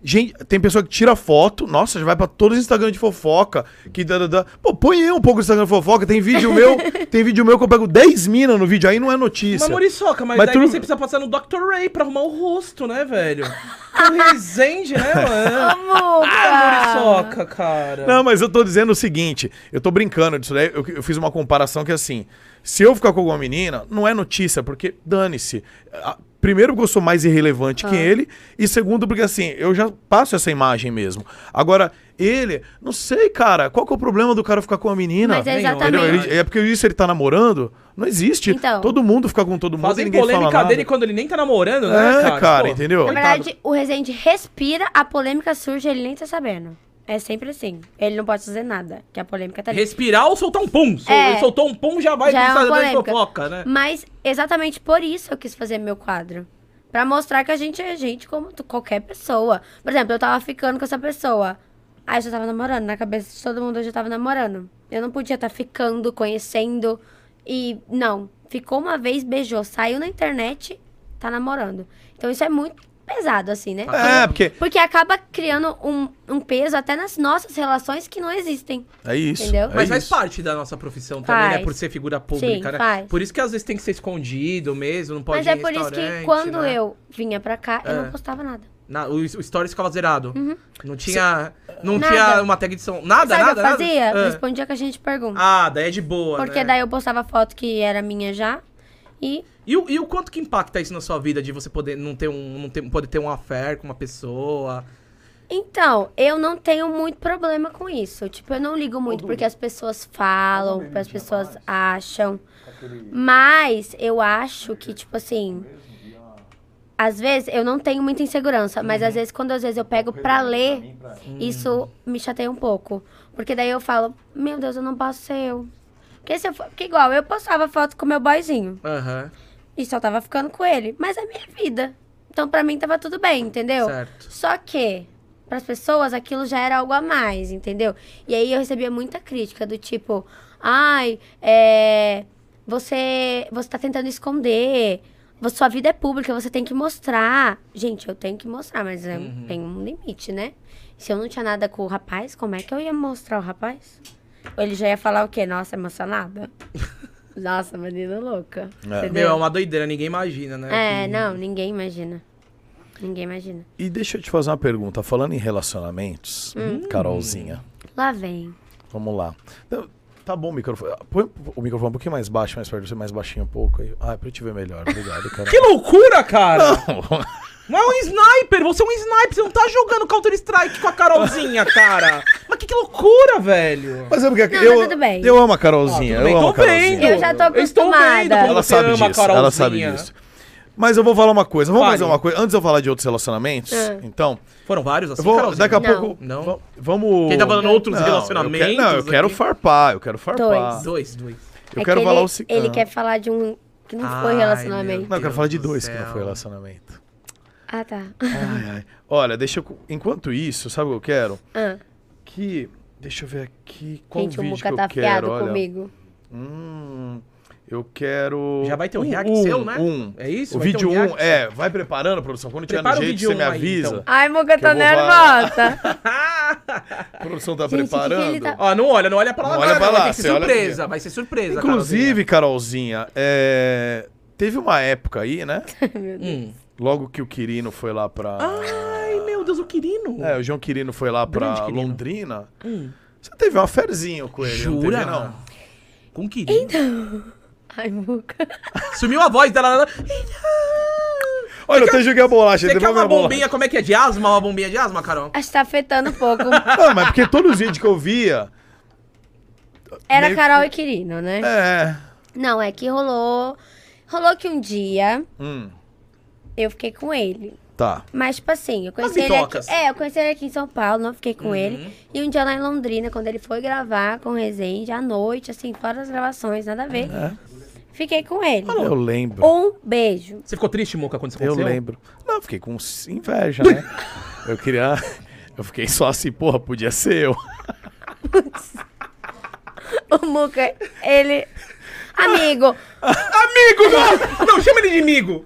Speaker 1: Gente, tem pessoa que tira foto, nossa, já vai pra todos os Instagram de fofoca, que dá, dá, dá. Pô, põe eu um pouco no Instagram de fofoca, tem vídeo meu, tem vídeo meu que eu pego 10 minas no vídeo, aí não é notícia.
Speaker 2: Mas Muriçoca, mas,
Speaker 1: Mas
Speaker 2: daí
Speaker 1: tudo-
Speaker 2: você precisa passar no Dr. Ray pra arrumar o rosto, né, velho? O Resende, né, mano? Ah,
Speaker 3: Nunca!
Speaker 2: Muriçoca, cara.
Speaker 1: Não, mas eu tô dizendo o seguinte, eu tô brincando disso daí, eu, eu fiz uma comparação que assim, se eu ficar com alguma menina, não é notícia, porque dane-se. Ah, Primeiro porque eu sou mais irrelevante que ele, e segundo porque assim, eu já passo essa imagem mesmo. Agora, ele, não sei, cara, qual que é o problema do cara ficar com uma menina?
Speaker 3: Mas é
Speaker 2: Nenhum,
Speaker 1: Entendeu?
Speaker 3: exatamente.
Speaker 1: Ele- é porque isso ele tá namorando? Não existe.
Speaker 3: Então.
Speaker 1: todo mundo fica com todo mundo e
Speaker 2: Fazem
Speaker 1: ninguém fala
Speaker 2: polêmica
Speaker 1: nada.
Speaker 2: dele quando ele nem tá namorando, né,
Speaker 1: É,
Speaker 2: cara?
Speaker 1: cara,
Speaker 2: Pô,
Speaker 1: entendeu?
Speaker 3: Na
Speaker 2: coitado.
Speaker 3: verdade, o Rezende respira, a polêmica surge, ele nem tá sabendo. É sempre assim. Ele não pode fazer nada, que a polêmica tá ali.
Speaker 2: Respirar ou soltar um pum? Sol-
Speaker 3: É.
Speaker 2: Ele soltou um pum, já vai
Speaker 3: Já é
Speaker 2: pro
Speaker 3: uma
Speaker 2: Instagram de
Speaker 3: polêmica. Hum.
Speaker 2: fofoca, né?
Speaker 3: Mas exatamente por isso eu quis fazer meu quadro. Pra mostrar que a gente é gente como tu- qualquer pessoa. Por exemplo, eu tava ficando com essa pessoa. Aí eu já tava namorando. Na cabeça de todo mundo eu já tava namorando. Eu não podia estar ficando, conhecendo. E não. Ficou uma vez, beijou, saiu na internet, tá namorando. Então isso é muito pesado, assim, né?
Speaker 1: É, porque
Speaker 3: Porque acaba criando um, um peso até nas nossas relações que não existem.
Speaker 1: é isso.
Speaker 3: Entendeu?
Speaker 1: é
Speaker 2: Mas faz
Speaker 1: isso.
Speaker 2: parte da nossa profissão também, né?
Speaker 3: Faz.
Speaker 2: Por ser figura pública,
Speaker 3: Sim,
Speaker 2: né?
Speaker 3: faz.
Speaker 2: Por isso que às vezes tem que ser escondido mesmo, não pode
Speaker 3: Mas
Speaker 2: ir
Speaker 3: é
Speaker 2: em
Speaker 3: por isso que
Speaker 2: restaurante,
Speaker 3: quando
Speaker 2: né?
Speaker 3: eu vinha pra cá, eu
Speaker 2: É.
Speaker 3: não postava nada.
Speaker 2: Na- o, o Stories ficava zerado. Não tinha. Não
Speaker 3: Uhum. Nada.
Speaker 2: tinha uma tag de som. Nada,
Speaker 3: Sabe o
Speaker 2: nada,
Speaker 3: que eu
Speaker 2: nada.
Speaker 3: fazia?
Speaker 2: Ah.
Speaker 3: Respondia que a gente pergunta.
Speaker 2: Ah, daí é de boa.
Speaker 3: porque
Speaker 2: né?
Speaker 3: daí eu postava foto que era minha já. E
Speaker 2: E o, e o quanto que impacta isso na sua vida de você poder não ter um. Não ter, poder ter um affair com uma pessoa.
Speaker 3: então, eu não tenho muito problema com isso. Tipo, eu não ligo muito
Speaker 2: Uhum.
Speaker 3: porque as pessoas falam, porque as pessoas acham. Mas eu acho que, tipo assim. Às vezes eu não tenho muita insegurança, mas
Speaker 2: Uhum.
Speaker 3: às vezes quando às vezes eu pego pra ler, isso me chateia um pouco. Porque daí eu falo, meu Deus, eu não posso ser eu. Porque, se eu for- porque igual, eu postava foto com meu boyzinho.
Speaker 2: Aham.
Speaker 3: E só tava ficando com ele. Mas é minha vida. Então pra mim tava tudo bem, entendeu?
Speaker 2: Certo.
Speaker 3: Só que, pras pessoas, aquilo já era algo a mais, entendeu? E aí eu recebia muita crítica do tipo, ai, é. Você, você tá tentando esconder. vo- sua vida é pública, você tem que mostrar. Gente, eu tenho que mostrar, mas eu tenho um limite, né? Se eu não tinha nada com o rapaz, como é que eu ia mostrar o rapaz? Ou ele já ia falar o quê? Nossa, emocionada? Nossa, menina louca.
Speaker 1: É.
Speaker 3: Entendeu?
Speaker 2: Meu, é uma doideira, ninguém imagina, né?
Speaker 3: É, não, ninguém imagina. Ninguém imagina.
Speaker 1: E deixa eu te fazer uma pergunta. Falando em relacionamentos,
Speaker 3: Hum.
Speaker 1: Carolzinha,
Speaker 3: Lá vem.
Speaker 1: vamos lá. Não, Tá bom o microfone. Põe o microfone um pouquinho mais baixo, mais perto de você, mais baixinho um pouco. aí. Ah, é pra eu te ver melhor. Obrigado, cara.
Speaker 2: Que loucura, cara! Não é um sniper, você é um sniper, você não tá jogando Counter-Strike com a Carolzinha, cara! Mas que, que loucura, velho!
Speaker 1: Mas é porque
Speaker 3: Não,
Speaker 1: eu,
Speaker 3: mas tudo bem.
Speaker 1: eu amo a Carolzinha.
Speaker 2: Ah, tudo bem,
Speaker 1: eu amo a
Speaker 2: tô bem,
Speaker 1: Carolzinha.
Speaker 3: Eu já tô
Speaker 2: Eu estou vendo
Speaker 3: acostumada.
Speaker 2: como
Speaker 1: Ela
Speaker 2: você
Speaker 1: sabe
Speaker 2: ama a
Speaker 1: disso, ela sabe
Speaker 2: Carolzinha.
Speaker 1: disso. Mas eu vou falar uma coisa. Vamos
Speaker 2: Fale.
Speaker 1: fazer uma coisa. Antes de eu falar de outros relacionamentos,
Speaker 3: É.
Speaker 1: então.
Speaker 2: Foram vários assim,
Speaker 1: Eu vou,
Speaker 2: Carolzinha?
Speaker 1: daqui a
Speaker 3: Não.
Speaker 1: pouco.
Speaker 2: Não.
Speaker 1: va- Vamos.
Speaker 2: Quem tá falando outros
Speaker 1: Não, eu
Speaker 2: relacionamentos
Speaker 1: quero- não, eu
Speaker 2: aqui?
Speaker 1: quero farpar, eu quero farpar.
Speaker 3: Dois.
Speaker 2: Dois, dois.
Speaker 1: Eu
Speaker 3: É
Speaker 1: quero
Speaker 3: que
Speaker 1: falar
Speaker 3: ele,
Speaker 1: o seguinte. Ah.
Speaker 3: Ele quer falar de um que não foi
Speaker 2: Ai,
Speaker 3: relacionamento.
Speaker 1: Não, eu quero falar de
Speaker 2: Deus do
Speaker 1: dois que não foi
Speaker 2: céu.
Speaker 1: relacionamento.
Speaker 3: Ah, tá.
Speaker 1: Ai, ai. Olha, deixa eu. Enquanto isso, sabe o que eu quero?
Speaker 3: Ah,
Speaker 1: Que. Deixa eu ver aqui. Qual
Speaker 3: gente, o
Speaker 1: vídeo
Speaker 3: Muca
Speaker 1: que eu
Speaker 3: tá
Speaker 1: quero?
Speaker 3: afiado
Speaker 1: Olha.
Speaker 3: comigo.
Speaker 1: Hum, eu quero.
Speaker 2: Já vai ter um react
Speaker 1: um,
Speaker 2: seu, né?
Speaker 1: Um.
Speaker 2: É isso?
Speaker 1: O
Speaker 2: Vai ter
Speaker 1: vídeo
Speaker 2: um
Speaker 1: 1,
Speaker 2: react
Speaker 1: um, é, vai preparando, produção. Quando tiver no
Speaker 2: Prepara o
Speaker 1: jeito,
Speaker 2: vídeo
Speaker 1: você me
Speaker 2: um aí,
Speaker 1: avisa.
Speaker 2: então.
Speaker 3: Ai, Muca, eu
Speaker 1: Que eu
Speaker 3: tô
Speaker 1: vou
Speaker 3: nervosa.
Speaker 1: A produção tá
Speaker 3: Gente, o que que ele
Speaker 1: preparando.
Speaker 3: tá-
Speaker 2: Ó, não olha, não olha pra lá,
Speaker 1: Não olha
Speaker 2: não,
Speaker 1: pra lá,
Speaker 2: vai ser
Speaker 1: você olha
Speaker 2: surpresa,
Speaker 1: aqui,
Speaker 2: vai ser surpresa.
Speaker 1: Inclusive, Carolzinha, é, teve uma época aí, né?
Speaker 3: Meu Deus.
Speaker 2: Carolzinha. Hum.
Speaker 1: Logo que o Quirino foi lá
Speaker 2: Ah.
Speaker 1: pra.
Speaker 2: Ai, meu Deus, o Quirino.
Speaker 1: É, o João Quirino foi lá pra
Speaker 2: Grande Quirino.
Speaker 1: Londrina.
Speaker 2: Hum.
Speaker 1: Você teve uma ferzinha com ele, não
Speaker 2: Jura?
Speaker 1: teve, não?
Speaker 2: Com o Quirino.
Speaker 3: Ai, Muca.
Speaker 2: Sumiu a voz dela. ela-
Speaker 1: Olha, eu até joguei a bolacha.
Speaker 2: Você quer
Speaker 1: devolve
Speaker 2: é uma
Speaker 1: a bolacha.
Speaker 2: bombinha, como é que é? De asma? Uma bombinha de asma, Carol?
Speaker 3: Acho que tá afetando um pouco.
Speaker 1: Não, mas porque todos os vídeos que eu via.
Speaker 3: Era
Speaker 1: Meio
Speaker 3: Carol e Quirino, né?
Speaker 1: É.
Speaker 3: Não, é que rolou. Rolou que um dia
Speaker 1: Hum,
Speaker 3: eu fiquei com ele.
Speaker 1: tá.
Speaker 3: Mas, tipo assim, eu conheci
Speaker 2: Umas
Speaker 3: ele. Aqui,
Speaker 2: bitocas.
Speaker 3: é, eu conheci ele aqui em São Paulo, não fiquei com
Speaker 1: Uhum.
Speaker 3: ele.
Speaker 2: Uhum.
Speaker 3: E um dia lá em Londrina, quando ele foi gravar com o Resende, à noite, assim, fora das gravações, nada a ver.
Speaker 1: É.
Speaker 3: Fiquei com ele.
Speaker 2: Hum.
Speaker 1: Eu lembro.
Speaker 3: Um beijo.
Speaker 2: Você ficou triste, Moca, quando isso
Speaker 1: Eu
Speaker 2: aconteceu?
Speaker 1: lembro. Não, fiquei com inveja, né? eu queria. Eu fiquei só assim, porra, podia ser eu.
Speaker 3: O Muca, ele. Amigo,
Speaker 2: Amigo, não! Não, chama ele de amigo.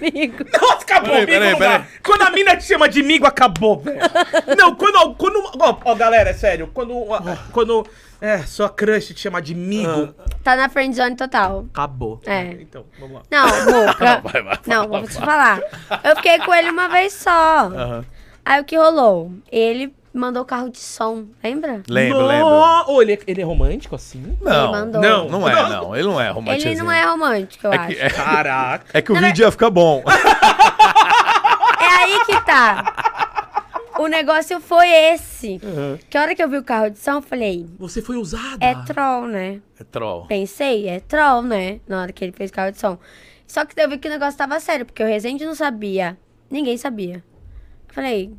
Speaker 3: amigo.
Speaker 2: Nossa, acabou,
Speaker 1: Peraí,
Speaker 2: amigo,
Speaker 1: peraí,
Speaker 2: não dá.
Speaker 1: peraí.
Speaker 2: Quando a mina te chama de amigo, acabou, velho. Não, quando... quando ó, ó, galera, é sério. Quando... ó, quando é, sua crush te chama de amigo,
Speaker 1: Ah.
Speaker 3: Tá na friend zone total.
Speaker 2: acabou.
Speaker 3: É.
Speaker 2: Então, vamos lá.
Speaker 3: Não,
Speaker 1: Vai,
Speaker 3: Muca.
Speaker 1: vai, vai,
Speaker 3: Não, vou te falar. Eu fiquei com ele uma vez só. Aí o que rolou? Ele mandou o carro de som, lembra?
Speaker 1: Lembro,
Speaker 2: No-
Speaker 1: lembro.
Speaker 2: Ô, ele, é- ele é romântico assim?
Speaker 1: Não,
Speaker 3: Ele mandou.
Speaker 1: não, não é, não. Ele não é
Speaker 3: Ele
Speaker 1: romantizado.
Speaker 3: não é romântico, eu
Speaker 1: É
Speaker 3: acho.
Speaker 1: que,
Speaker 3: É...
Speaker 1: é,
Speaker 2: Caraca.
Speaker 1: é que o vídeo ia ficar bom. é.
Speaker 3: É aí que tá. O negócio foi esse. Que a hora que eu vi o carro de som, eu falei,
Speaker 2: Você foi usada.
Speaker 1: Ah.
Speaker 3: é troll, né?
Speaker 1: É troll.
Speaker 3: Pensei, é troll, né? Na hora que ele fez o carro de som. Só que eu vi que o negócio tava sério, porque o Rezende não sabia. Ninguém sabia. Falei,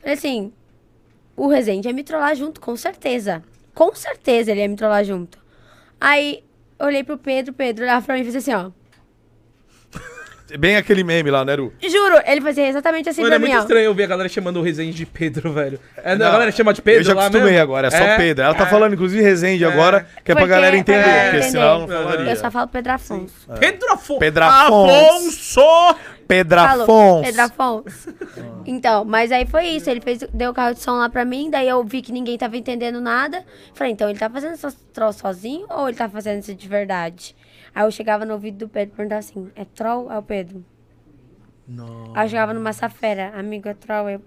Speaker 3: falei assim, o Rezende ia me trollar junto, com certeza. Com certeza ele ia me trollar junto. Aí, eu olhei pro Pedro, Pedro olhava pra mim e fez assim, ó.
Speaker 1: Bem aquele meme lá, né, Eru?
Speaker 3: Juro, ele fazia exatamente assim
Speaker 2: Mano,
Speaker 3: pra
Speaker 2: é
Speaker 3: mim,
Speaker 2: muito
Speaker 3: ó.
Speaker 2: estranho eu ver a galera chamando o Rezende de Pedro, velho. É,
Speaker 1: Não,
Speaker 2: a galera chama de Pedro
Speaker 1: Eu já
Speaker 2: lá
Speaker 1: acostumei
Speaker 2: mesmo?
Speaker 1: agora, é só Pedro. Ela tá
Speaker 2: é.
Speaker 1: falando, inclusive, Resende agora, que é pra
Speaker 3: Porque-
Speaker 1: galera entender,
Speaker 3: pra galera
Speaker 1: porque
Speaker 3: entender.
Speaker 1: senão não
Speaker 2: Eu
Speaker 1: falaria.
Speaker 3: Eu só falo Pedro Afonso.
Speaker 2: Pedro Afonso.
Speaker 1: Pedro Afonso.
Speaker 2: Afonso.
Speaker 3: Falou,
Speaker 1: Pedrafons.
Speaker 3: Pedro Afonso. então, mas aí foi isso. Ele fez, deu o carro de som lá pra mim, daí eu vi que ninguém tava entendendo nada. Falei, então ele tá fazendo essas troll sozinho ou ele tá fazendo isso de verdade? Aí eu chegava no ouvido do Pedro e perguntava assim: é troll? É o Pedro.
Speaker 2: Não.
Speaker 3: Aí eu chegava no Massafera, amigo, é troll. Eu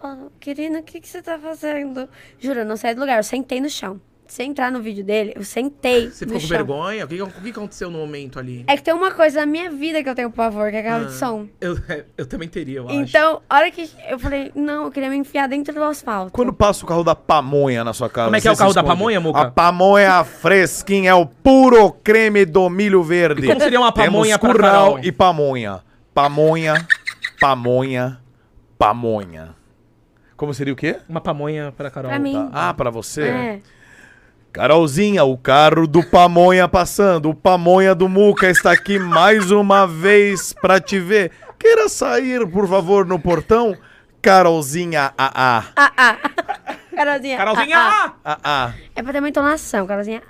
Speaker 3: falava, querido, o que, que você tá fazendo? Juro, eu não saí do lugar, eu sentei no chão. Se entrar no vídeo dele, eu sentei.
Speaker 2: Você
Speaker 3: no
Speaker 2: ficou com
Speaker 3: chão.
Speaker 2: vergonha? O que, o que aconteceu no momento ali?
Speaker 3: É que tem uma coisa na minha vida que eu tenho pavor, que é carro de
Speaker 2: Ah.
Speaker 3: som.
Speaker 2: Eu, é, eu também teria, eu acho.
Speaker 3: Então, a hora que eu falei, não, eu queria me enfiar dentro do asfalto.
Speaker 1: Quando passa o carro da pamonha na sua casa.
Speaker 2: Como é que é
Speaker 1: você
Speaker 2: o carro
Speaker 1: se
Speaker 2: da
Speaker 1: esconde?
Speaker 2: pamonha, Muca?
Speaker 1: A pamonha fresquinha, é o puro creme do milho verde.
Speaker 2: E como seria uma pamonha pra um?
Speaker 1: Temos curral
Speaker 2: Carol?
Speaker 1: e pamonha. Pamonha, pamonha, pamonha. Como seria o quê?
Speaker 2: Uma pamonha pra Carol.
Speaker 3: Pra mim.
Speaker 1: Tá. Ah, pra você?
Speaker 3: É.
Speaker 1: Carolzinha, o carro do Pamonha passando. O Pamonha do Muca está aqui mais uma vez pra te ver. Queira sair, por favor, no portão? Carolzinha, a a
Speaker 3: Ah, ah. Carolzinha.
Speaker 2: Carolzinha!
Speaker 3: ah, ah.
Speaker 1: a a.
Speaker 3: É pra ter uma entonação, Carolzinha.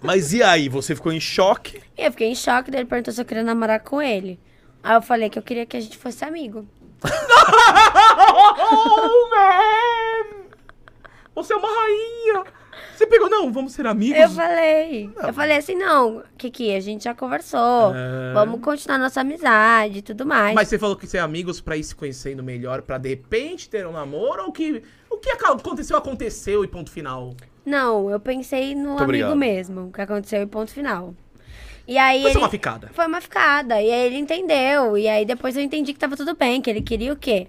Speaker 1: Mas e aí? Você ficou em choque?
Speaker 3: E eu fiquei em choque, daí ele perguntou se eu queria namorar com ele. Aí eu falei que eu queria que a gente fosse amigo.
Speaker 2: Oh, man! Você é uma rainha! Você pegou, não, vamos ser amigos?
Speaker 3: Eu falei. Eu falei assim, não, Kiki, a gente já conversou. Vamos continuar nossa amizade e tudo mais.
Speaker 2: É. Mas você falou que ser amigos pra ir se conhecendo melhor, pra de repente ter um namoro, ou que o que aca- aconteceu, aconteceu e ponto final?
Speaker 3: Não, eu pensei no amigo
Speaker 1: obrigado.
Speaker 3: mesmo, que aconteceu e ponto final. E aí
Speaker 2: Foi só
Speaker 3: ele...
Speaker 2: uma ficada.
Speaker 3: Foi uma ficada. E aí ele entendeu. E aí depois eu entendi que tava tudo bem, que ele queria o quê?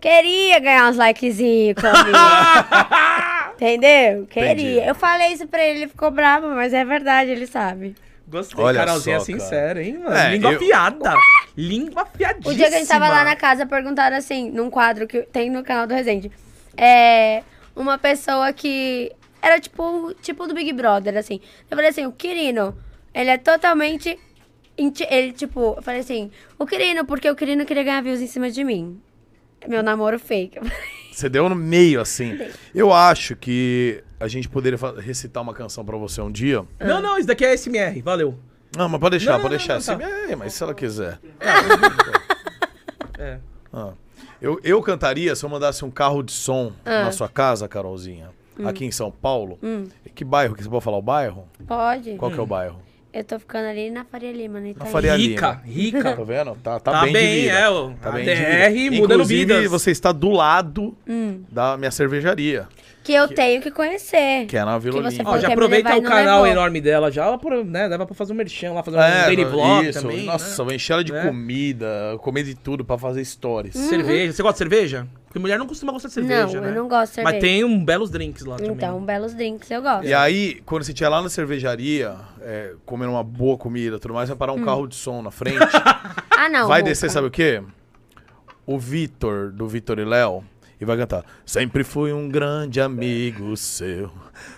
Speaker 3: Queria ganhar uns likezinhos comigo. Entendeu? Queria.
Speaker 1: Entendi.
Speaker 3: Eu falei isso pra ele, ele ficou bravo, mas é verdade, ele sabe.
Speaker 2: Gostei,
Speaker 1: Olha
Speaker 2: Carolzinha
Speaker 1: só, cara.
Speaker 2: sincera, hein, mano?
Speaker 1: É,
Speaker 2: Língua
Speaker 1: eu-
Speaker 2: afiada. Língua afiadíssima.
Speaker 3: O dia que a gente tava lá na casa, perguntaram assim, num quadro que tem no canal do Resende. É. Uma pessoa que era tipo tipo do Big Brother, assim. Eu falei assim, o Quirino, ele é totalmente. inti- Ele, tipo, eu falei assim, o Quirino, porque o Quirino queria ganhar views em cima de mim. Meu namoro fake.
Speaker 1: Você deu no meio, assim. Eu acho que a gente poderia fa- recitar uma canção pra você um dia.
Speaker 2: Não, não, isso daqui é SMR, valeu.
Speaker 1: Não, mas pode deixar,
Speaker 2: Não, não,
Speaker 1: pode deixar.
Speaker 2: não, tá. não,
Speaker 1: assim. É, mas se ela quiser.
Speaker 2: É.
Speaker 1: Ah. Eu, eu cantaria se eu mandasse um carro de som
Speaker 2: Ah.
Speaker 1: na sua casa, Carolzinha,
Speaker 2: Hum.
Speaker 1: aqui em São Paulo. Que bairro? Que você pode falar o bairro?
Speaker 3: Pode?
Speaker 1: Qual que
Speaker 2: Hum.
Speaker 1: é o bairro?
Speaker 3: Eu tô ficando ali na Faria Lima, né?
Speaker 1: Na Faria Lima.
Speaker 2: rica, rica.
Speaker 1: Tá vendo? Tá,
Speaker 2: Tá
Speaker 1: bem,
Speaker 2: bem,
Speaker 1: de vida.
Speaker 2: é, o-
Speaker 1: Tá
Speaker 2: a
Speaker 1: bem
Speaker 2: DR
Speaker 1: de vida.
Speaker 2: muda no
Speaker 1: Inclusive,
Speaker 2: Bidas.
Speaker 1: você está do lado
Speaker 2: Hum.
Speaker 1: da minha cervejaria,
Speaker 3: Que eu tenho que conhecer.
Speaker 1: que é na Vila
Speaker 3: Que você
Speaker 1: Olímpia.
Speaker 2: Ó,
Speaker 3: Porque
Speaker 2: já
Speaker 3: me
Speaker 2: aproveita
Speaker 3: levar e
Speaker 2: o
Speaker 3: não
Speaker 2: canal
Speaker 3: levou.
Speaker 2: enorme dela já, ela, por- né, dava pra fazer um merchan lá, fazer um daily vlog
Speaker 1: É, isso.
Speaker 2: também. né?
Speaker 1: Nossa, vou encher ela de
Speaker 2: É.
Speaker 1: comida, comer de tudo pra fazer stories.
Speaker 2: Cerveja. Você gosta de cerveja? Porque mulher não costuma gostar de cerveja,
Speaker 3: Uhum. não,
Speaker 2: né?
Speaker 3: eu não gosto de cerveja.
Speaker 2: Mas tem um belos drinks lá também.
Speaker 3: Então, belos drinks eu gosto.
Speaker 1: E aí, quando você estiver lá na cervejaria, é, comendo uma boa comida e tudo mais, vai parar
Speaker 2: Hum.
Speaker 1: um carro de som na frente.
Speaker 3: Ah, não.
Speaker 1: vai
Speaker 3: nunca.
Speaker 1: descer, sabe o quê? O Vitor, do Vitor e Léo, e vai cantar. Sempre fui um grande amigo seu.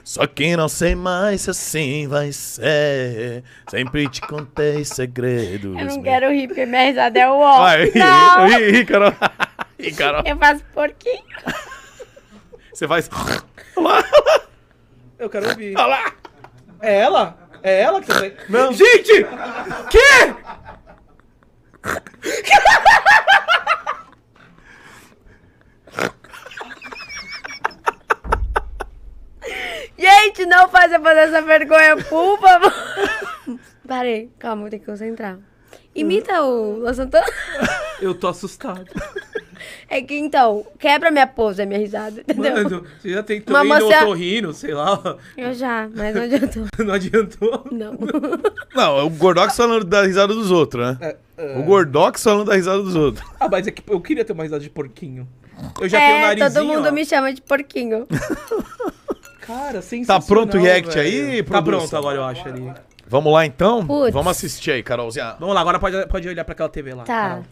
Speaker 1: Só que não sei mais se assim vai ser. Sempre te contei segredos.
Speaker 3: Eu
Speaker 1: meus."
Speaker 3: não quero rir, porque minha risada é o ó.
Speaker 1: Vai, ri,
Speaker 3: Não,
Speaker 1: ri, ri, Carol. Ri, Carol.
Speaker 3: eu faço porquinho.
Speaker 1: Você faz.
Speaker 2: Eu quero ouvir.
Speaker 1: Olha lá.
Speaker 2: É ela? É ela que você tem? Não. Gente! Que?
Speaker 3: Gente, não faça fazer essa vergonha, por favor. Parei, calma, eu tenho que concentrar. Imita o Luan Santana.
Speaker 2: Eu tô assustado.
Speaker 3: É que então, quebra minha pose, a minha risada, entendeu?
Speaker 2: Mano, você já tentou
Speaker 3: Mas
Speaker 2: ir no
Speaker 3: você-
Speaker 2: otorrino, sei lá.
Speaker 3: Eu já, mas onde eu tô?
Speaker 2: Não adiantou.
Speaker 3: Não.
Speaker 1: Não, é o Gordox falando da risada dos outros, né?
Speaker 2: É,
Speaker 1: O Gordox falando da risada dos outros.
Speaker 2: Ah, mas é que eu queria ter uma risada de porquinho. Eu já
Speaker 1: um
Speaker 2: tenho o
Speaker 3: é,
Speaker 2: narizinho.
Speaker 3: todo mundo
Speaker 2: ó.
Speaker 3: me chama de porquinho.
Speaker 2: Cara,
Speaker 1: Tá
Speaker 2: sensacional,
Speaker 1: pronto o react
Speaker 2: velho.
Speaker 1: aí,
Speaker 2: Tá
Speaker 1: produção?
Speaker 2: pronto agora, eu acho, ali.
Speaker 3: Tá.
Speaker 1: Vamos lá então?
Speaker 3: Putz.
Speaker 1: Vamos assistir aí, Carolzinha.
Speaker 2: Vamos lá, agora pode, pode olhar pra aquela TV lá.
Speaker 3: Tá.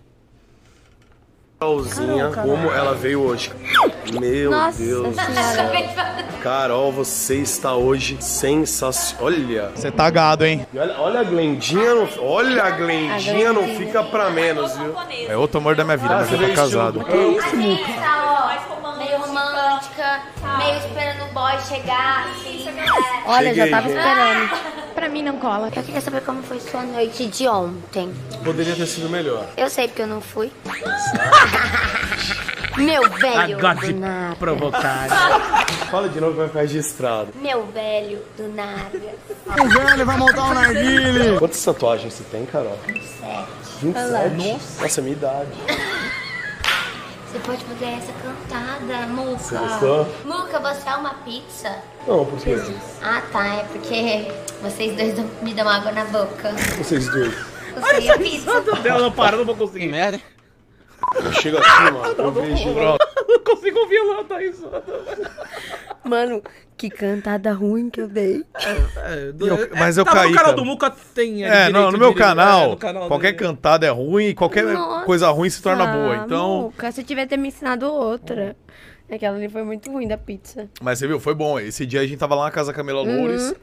Speaker 1: Carolzinha, como ela veio hoje. Meu
Speaker 3: Nossa
Speaker 1: Deus.
Speaker 3: senhora.
Speaker 1: Carol, você está hoje sensacional. Olha.
Speaker 4: Você tá gado, hein?
Speaker 1: E Olha, olha a Glendinha, não- olha a Glendinha, não fica pra menos, viu? É outro amor da minha vida, mas eu tô casado.
Speaker 5: meio romântica, meio esperando o boy chegar, assim,
Speaker 3: Olha,
Speaker 1: Cheguei,
Speaker 3: já tava
Speaker 1: gente.
Speaker 3: esperando.
Speaker 5: Pra mim não cola.
Speaker 3: Eu queria saber como foi sua noite de ontem.
Speaker 1: Poderia ter sido melhor.
Speaker 3: Eu sei porque eu não fui. Meu velho
Speaker 2: Tá, Agora de
Speaker 3: do nada.
Speaker 2: provocar.
Speaker 1: Fala de novo, vai ficar registrado.
Speaker 3: Meu velho do nada.
Speaker 4: O velho vai montar um
Speaker 3: Hum.
Speaker 4: narguile.
Speaker 1: Quantas tatuagens você tem, Carol? 27. 27? Nossa, é minha idade.
Speaker 5: Você pode fazer essa cantada, Muca. Você
Speaker 1: gostou?
Speaker 5: Muca, você é uma pizza?
Speaker 1: Não, por quê?
Speaker 5: Ah, tá, é porque vocês dois dão- me dão água na boca.
Speaker 1: Vocês dois.
Speaker 5: Você e a pizza.
Speaker 2: Ela não para, não vou conseguir.
Speaker 4: merda.
Speaker 1: Eu chego aqui, mano, eu vejo...
Speaker 2: Não consigo ouvir ela tá risada.
Speaker 3: Mano, que cantada ruim que eu dei.
Speaker 1: Eu- É, mas eu
Speaker 2: tá,
Speaker 1: caí,
Speaker 2: No canal
Speaker 1: cara.
Speaker 2: do Muca tem. ali
Speaker 1: É,
Speaker 2: direito,
Speaker 1: não, no meu
Speaker 2: direito, é,
Speaker 1: canal,
Speaker 2: no canal
Speaker 1: qualquer
Speaker 2: dele.
Speaker 1: cantada é ruim e qualquer
Speaker 3: Nossa,
Speaker 1: coisa ruim se torna boa.
Speaker 3: Ah,
Speaker 1: Então,
Speaker 3: Muca, se tiver ter me ensinado outra. Aquela ali foi muito ruim da pizza.
Speaker 1: mas você viu, foi bom. Esse dia a gente tava lá na casa da Camila
Speaker 3: Uhum.
Speaker 1: Loures.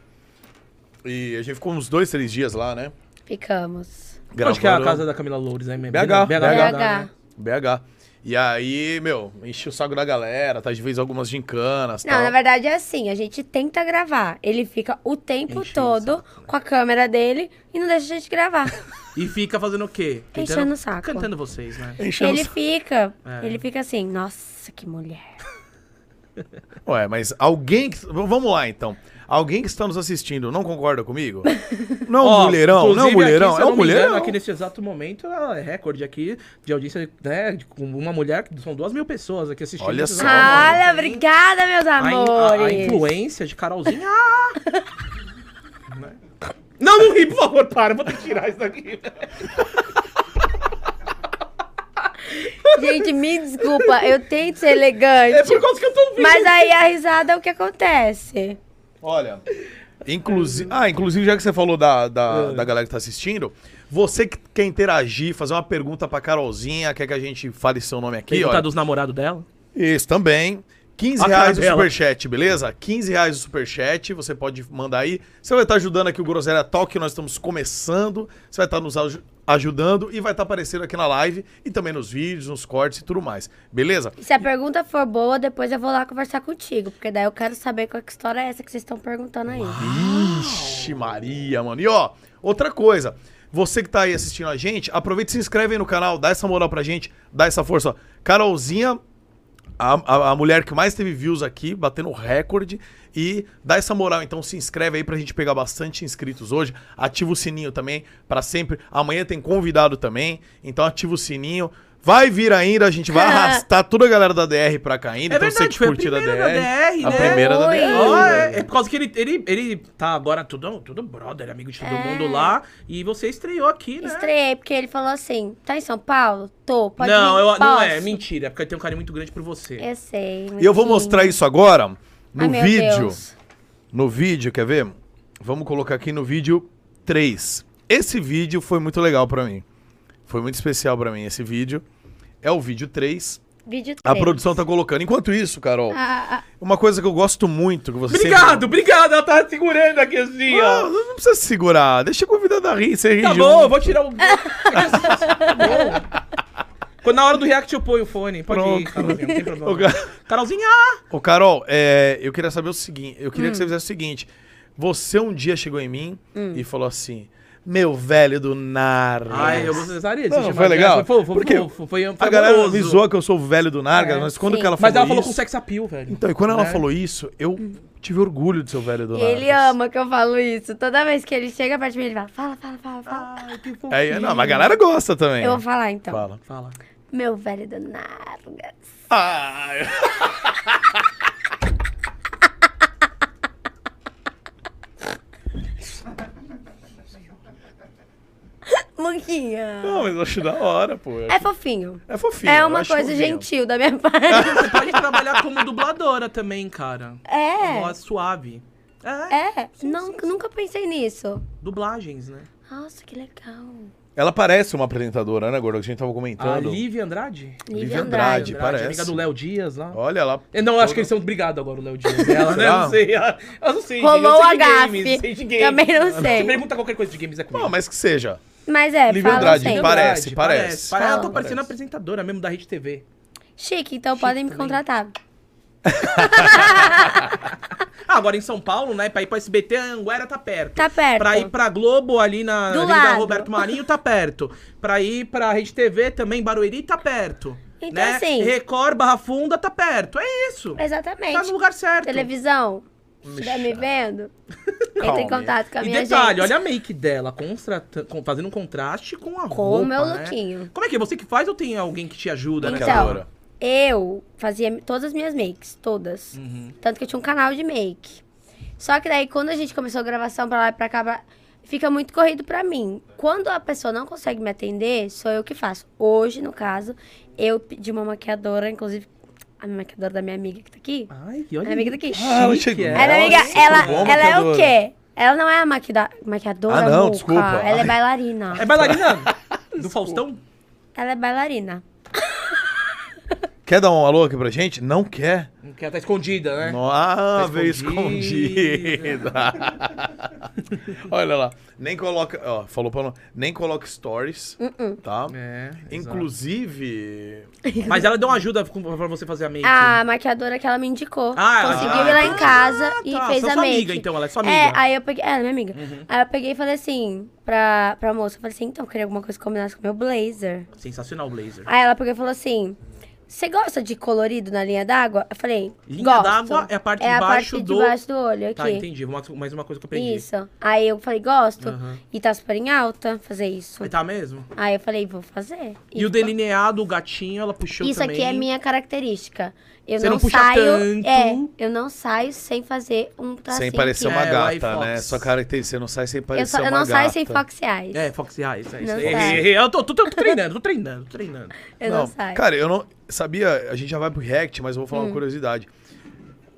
Speaker 1: E a gente ficou uns dois, três dias lá, né?
Speaker 3: Ficamos.
Speaker 2: é Onde que é a casa da Camila Loures, né?
Speaker 1: BH,
Speaker 3: BH.
Speaker 1: BH. E aí, meu, enche o saco da galera, tá? Às vezes algumas gincanas,
Speaker 3: Não,
Speaker 1: tal.
Speaker 3: na verdade é assim, a gente tenta gravar. Ele fica o
Speaker 2: Enchendo
Speaker 3: tempo
Speaker 2: o
Speaker 3: todo com a câmera dele e não deixa a gente gravar.
Speaker 2: E fica fazendo o quê?
Speaker 3: Enchendo o saco.
Speaker 2: Cantando vocês, né?
Speaker 1: Enchendo
Speaker 3: ele
Speaker 1: o
Speaker 3: fica,
Speaker 2: É.
Speaker 3: ele fica assim, nossa, que mulher.
Speaker 1: Ué, mas alguém que. v- Vamos lá então. Alguém que está nos assistindo não concorda comigo? Não, é um
Speaker 2: Ó,
Speaker 1: mulherão, não,
Speaker 2: inclusive,
Speaker 1: mulherão.
Speaker 2: aqui, se
Speaker 1: é
Speaker 2: eu
Speaker 1: um
Speaker 2: não me engano,
Speaker 1: mulherão.
Speaker 2: Aqui nesse exato momento é recorde aqui de audiência, né? de- Com uma mulher, que são duas mil pessoas aqui assistindo.
Speaker 1: Olha
Speaker 2: esse
Speaker 1: só,
Speaker 2: exato momento,
Speaker 3: Olha,
Speaker 2: hein?
Speaker 3: obrigada, meus
Speaker 2: A, in- a, a
Speaker 3: amores.
Speaker 2: influência de Carolzinha. Né? não, não ri, por favor, para, vou ter que tirar isso daqui.
Speaker 3: Gente, me desculpa, eu tento ser elegante.
Speaker 2: É por causa que eu tô
Speaker 3: Mas aí a risada é o que acontece.
Speaker 1: Olha. Inclusive, ah, inclusive, já que você falou da,
Speaker 2: É.
Speaker 1: da, da galera que tá assistindo, você que quer interagir, fazer uma pergunta pra Carolzinha, quer que a gente fale seu nome aqui, ó.
Speaker 2: Perguntar dos namorados dela.
Speaker 1: Isso também. 15
Speaker 2: A cara
Speaker 1: reais o
Speaker 2: dela.
Speaker 1: superchat, beleza? 15 reais o superchat, você pode mandar aí. Você vai estar ajudando aqui o Groselha Talk, que nós estamos começando. Você vai estar nos aj- ajudando e vai estar aparecendo aqui na live e também nos vídeos, nos cortes e tudo mais, beleza?
Speaker 3: Se a pergunta for boa, depois eu vou lá conversar contigo. Porque daí eu quero saber qual que história é essa que vocês estão perguntando aí.
Speaker 1: Ixi, Maria, mano. E ó, outra coisa. Você que tá aí assistindo a gente, aproveita e se inscreve aí no canal, dá essa moral pra gente, dá essa força. ó. Carolzinha, a, a- a mulher que mais teve views aqui, batendo recorde. E dá essa moral, então se inscreve aí pra gente pegar bastante inscritos hoje. Ativa o sininho também, pra sempre. Amanhã tem convidado também, então ativa o sininho. Vai vir ainda, a gente vai
Speaker 3: Ah.
Speaker 1: arrastar toda a galera da DR pra cá ainda.
Speaker 2: É
Speaker 1: então
Speaker 2: verdade,
Speaker 1: você
Speaker 2: foi
Speaker 1: que curtiu
Speaker 2: a
Speaker 1: da DR.
Speaker 2: primeira da DR,
Speaker 1: a
Speaker 2: né?
Speaker 1: primeira da
Speaker 3: Foi.
Speaker 1: DR.
Speaker 2: Ó,
Speaker 1: velho.
Speaker 2: é, é por causa que ele, ele, ele tá agora tudo, tudo brother, amigo de todo
Speaker 3: É.
Speaker 2: mundo lá. E você estreou aqui, né?
Speaker 3: Estreiei, porque ele falou assim: tá em São Paulo? Tô, pode
Speaker 2: não,
Speaker 3: vir,
Speaker 2: eu, não é,
Speaker 3: posso?"
Speaker 2: mentira, porque eu tenho um carinho muito grande por você.
Speaker 3: Eu sei.
Speaker 1: E eu vou
Speaker 3: mentira.
Speaker 1: mostrar isso agora no
Speaker 3: Ai, meu
Speaker 1: vídeo.
Speaker 3: Deus.
Speaker 1: No vídeo, quer ver? Vamos colocar aqui no vídeo 3. Esse vídeo foi muito legal pra mim. Foi muito especial pra mim esse vídeo. É o vídeo 3.
Speaker 3: Vídeo
Speaker 1: A
Speaker 3: três.
Speaker 1: produção tá colocando. Enquanto isso, Carol,
Speaker 3: Ah, ah,
Speaker 1: uma coisa que eu gosto muito que você
Speaker 2: Obrigado, obrigado, ela tá segurando aqui assim,
Speaker 1: sempre...
Speaker 2: ó.
Speaker 1: Não, não precisa se segurar. Deixa a convidada rir, você ri
Speaker 2: Tá
Speaker 1: junto.
Speaker 2: bom, eu vou tirar o. tá bom. Quando na hora do react eu ponho o fone. Pode ir,
Speaker 1: Pronto.
Speaker 2: Carolzinha, não tem problema.
Speaker 1: O cara-
Speaker 2: Carolzinha!
Speaker 1: Ô, Carol, é, eu queria saber o seguinte. Eu
Speaker 3: Hum.
Speaker 1: queria que você fizesse o seguinte. Você um dia chegou em mim e falou assim... Meu velho do Nara.
Speaker 2: Ai, eu vou cessar isso.
Speaker 1: Não, foi legal?
Speaker 2: Foi, foi,
Speaker 1: Porque
Speaker 2: foi, foi, foi
Speaker 1: A galera
Speaker 2: amoroso.
Speaker 1: me zoa que eu sou o velho do Nargas,
Speaker 2: É,
Speaker 1: mas quando
Speaker 3: sim.
Speaker 1: que ela falou
Speaker 2: Mas ela falou
Speaker 1: isso...
Speaker 2: com sex appeal, velho.
Speaker 1: Então, e quando ela
Speaker 2: né?
Speaker 1: falou isso, eu tive orgulho de ser o velho do
Speaker 3: E
Speaker 1: Nargas.
Speaker 3: ele ama que eu falo isso. Toda vez que ele chega perto de mim, ele fala: fala, fala, fala, fala.
Speaker 2: Ai, que fofinho.
Speaker 1: Aí, É, não, mas a galera gosta também.
Speaker 3: eu vou falar então.
Speaker 1: É, Fala.
Speaker 2: Fala.
Speaker 3: Meu velho do Narga.
Speaker 1: Ah,
Speaker 3: Manquinha.
Speaker 1: não, mas eu acho da hora, pô.
Speaker 3: É fofinho.
Speaker 1: É fofinho.
Speaker 3: É
Speaker 1: eu
Speaker 3: uma
Speaker 1: acho
Speaker 3: coisa
Speaker 1: fofinho.
Speaker 3: gentil da minha parte.
Speaker 2: Você pode trabalhar como dubladora também, cara.
Speaker 3: É.
Speaker 2: Voz suave. É,
Speaker 3: É, não, nunca pensei nisso.
Speaker 2: dublagens, né?
Speaker 3: Nossa, que legal.
Speaker 1: Ela parece uma apresentadora, né, Gordo? Que a gente tava
Speaker 2: A
Speaker 1: comentando.
Speaker 2: Lívia Andrade?
Speaker 1: Lívia
Speaker 3: Lívia
Speaker 1: Andrade.
Speaker 3: Andrade.
Speaker 1: parece.
Speaker 2: Amiga do Léo Dias lá.
Speaker 1: Olha lá.
Speaker 2: É, Não, eu acho que eles são brigados agora, o Léo Dias dela, né?
Speaker 1: Será?
Speaker 2: Não sei. ah, Eu não sei. gente,
Speaker 3: Rolou
Speaker 2: eu
Speaker 3: a
Speaker 2: sei de games, sei de
Speaker 3: gafe.
Speaker 2: games.
Speaker 3: Também não
Speaker 2: Se
Speaker 3: sei.
Speaker 2: pergunta qualquer coisa de games é comigo.
Speaker 1: Não, mas que seja.
Speaker 3: Mas é,
Speaker 1: Lívia
Speaker 3: fala
Speaker 1: Andrade,
Speaker 3: sempre.
Speaker 1: parece. parece.
Speaker 2: parece. parece. Ela tá
Speaker 3: Fala.
Speaker 2: parecendo
Speaker 1: Parece.
Speaker 2: apresentadora mesmo da Rede TV.
Speaker 3: Chique, então podem me contratar.
Speaker 2: Ah, agora em São Paulo, né? Pra ir pra SBT, Anguera tá perto.
Speaker 3: Tá perto.
Speaker 2: Pra ir pra Globo, ali na
Speaker 3: Do
Speaker 2: Avenida
Speaker 3: lado.
Speaker 2: Roberto Marinho, tá perto. Pra ir pra Rede TV também, Barueri, tá perto.
Speaker 3: Então,
Speaker 2: né?
Speaker 3: assim-
Speaker 2: Record, Barra Funda, tá perto. É isso. Tá no
Speaker 3: Exatamente.
Speaker 2: lugar certo.
Speaker 3: Televisão, se estiver me vendo, entra em
Speaker 1: Calma.
Speaker 3: contato com a
Speaker 2: E
Speaker 3: minha
Speaker 2: detalhe,
Speaker 3: gente.
Speaker 2: olha a make dela, constrata- com- fazendo um contraste com a
Speaker 3: Com
Speaker 2: roupa,
Speaker 3: o meu
Speaker 2: né?
Speaker 3: lookinho.
Speaker 2: Como é que é? Você que faz ou tem alguém que te ajuda?
Speaker 3: Então,
Speaker 2: naquela
Speaker 1: hora.
Speaker 3: Eu fazia todas as minhas makes, todas.
Speaker 2: Uhum.
Speaker 3: Tanto que eu tinha um canal de make. Só que daí, quando a gente começou a gravação pra lá e pra cá, pra- fica muito corrido pra mim. Quando a pessoa não consegue me atender, sou eu que faço. Hoje, no caso, eu pedi uma maquiadora, inclusive a minha maquiadora da minha amiga que tá aqui.
Speaker 2: Ai, que olha
Speaker 3: Minha amiga daqui.
Speaker 1: Ah, ela chegou.
Speaker 2: é.
Speaker 3: Ela, amiga,
Speaker 1: Nossa,
Speaker 3: ela,
Speaker 1: boa
Speaker 3: ela é o
Speaker 1: maquiadora.
Speaker 3: quê? Ela não é a maquida- maquiadora,
Speaker 1: Ah, não,
Speaker 3: Muca.
Speaker 1: desculpa.
Speaker 3: Ela é
Speaker 1: Ai.
Speaker 3: bailarina.
Speaker 2: É bailarina do Faustão?
Speaker 3: Ela é bailarina.
Speaker 1: Quer dar um alô aqui pra gente? Não quer.
Speaker 2: Não quer, tá escondida, né?
Speaker 1: No- Ah,
Speaker 2: Tá
Speaker 1: veio
Speaker 2: escondida.
Speaker 1: escondida. Olha lá. Nem coloca. Ó, falou pra não. Nem coloca stories.
Speaker 3: Uh-uh.
Speaker 1: Tá?
Speaker 2: É, exato.
Speaker 1: Inclusive.
Speaker 2: Mas ela deu uma ajuda com- pra você fazer a make.
Speaker 3: A maquiadora que ela me indicou.
Speaker 2: Ah, ela-
Speaker 3: conseguiu
Speaker 1: ah,
Speaker 3: ir lá em casa e
Speaker 2: tá,
Speaker 3: fez
Speaker 2: são
Speaker 3: a
Speaker 2: sua
Speaker 3: make.
Speaker 2: amiga, então, ela é sua
Speaker 3: É,
Speaker 2: amiga. Uhum.
Speaker 3: aí eu peguei. Ela é minha amiga. Aí eu peguei e falei assim pra, pra moça, eu falei assim, então, eu queria alguma coisa que combinasse com o meu blazer.
Speaker 2: Sensacional o blazer.
Speaker 3: Aí ela pegou e falou assim: Você gosta de colorido na linha d'água? Eu falei:
Speaker 2: Linha
Speaker 3: Gosto.
Speaker 2: d'água é a parte
Speaker 3: é
Speaker 2: de
Speaker 3: a
Speaker 2: baixo
Speaker 3: parte
Speaker 2: do-
Speaker 3: de baixo do olho aqui.
Speaker 2: Tá, entendi. Uma- Mais uma coisa que eu aprendi.
Speaker 3: Isso. Aí eu falei: Gosto.
Speaker 2: Aham.
Speaker 3: E tá super em alta fazer isso.
Speaker 2: Aí tá mesmo?
Speaker 3: Aí eu falei: Vou fazer.
Speaker 2: E o delineado, o gatinho, ela puxou
Speaker 3: Isso
Speaker 2: também.
Speaker 3: aqui é minha característica. Eu
Speaker 2: Você não puxa
Speaker 3: saio.
Speaker 2: tanto.
Speaker 3: É, eu não saio sem fazer um
Speaker 1: sem
Speaker 3: tracinho.
Speaker 1: parecer
Speaker 3: aqui.
Speaker 1: uma
Speaker 2: É, o
Speaker 1: gata,
Speaker 2: iFox.
Speaker 1: né? Sua característica. Você não sai sem
Speaker 3: Eu,
Speaker 1: parecer
Speaker 3: só- eu
Speaker 1: uma
Speaker 3: não
Speaker 1: gata.
Speaker 3: saio sem fox eyes.
Speaker 2: É, Fox Eyes, é isso.
Speaker 3: Não
Speaker 2: aí.
Speaker 3: sai.
Speaker 2: Errei, errei. Eu tô, tô, tô treinando, tô treinando, tô treinando.
Speaker 3: Eu não, saio. Hum.
Speaker 1: Cara, eu não. Sabia, a gente já vai pro React, mas eu vou falar uma curiosidade.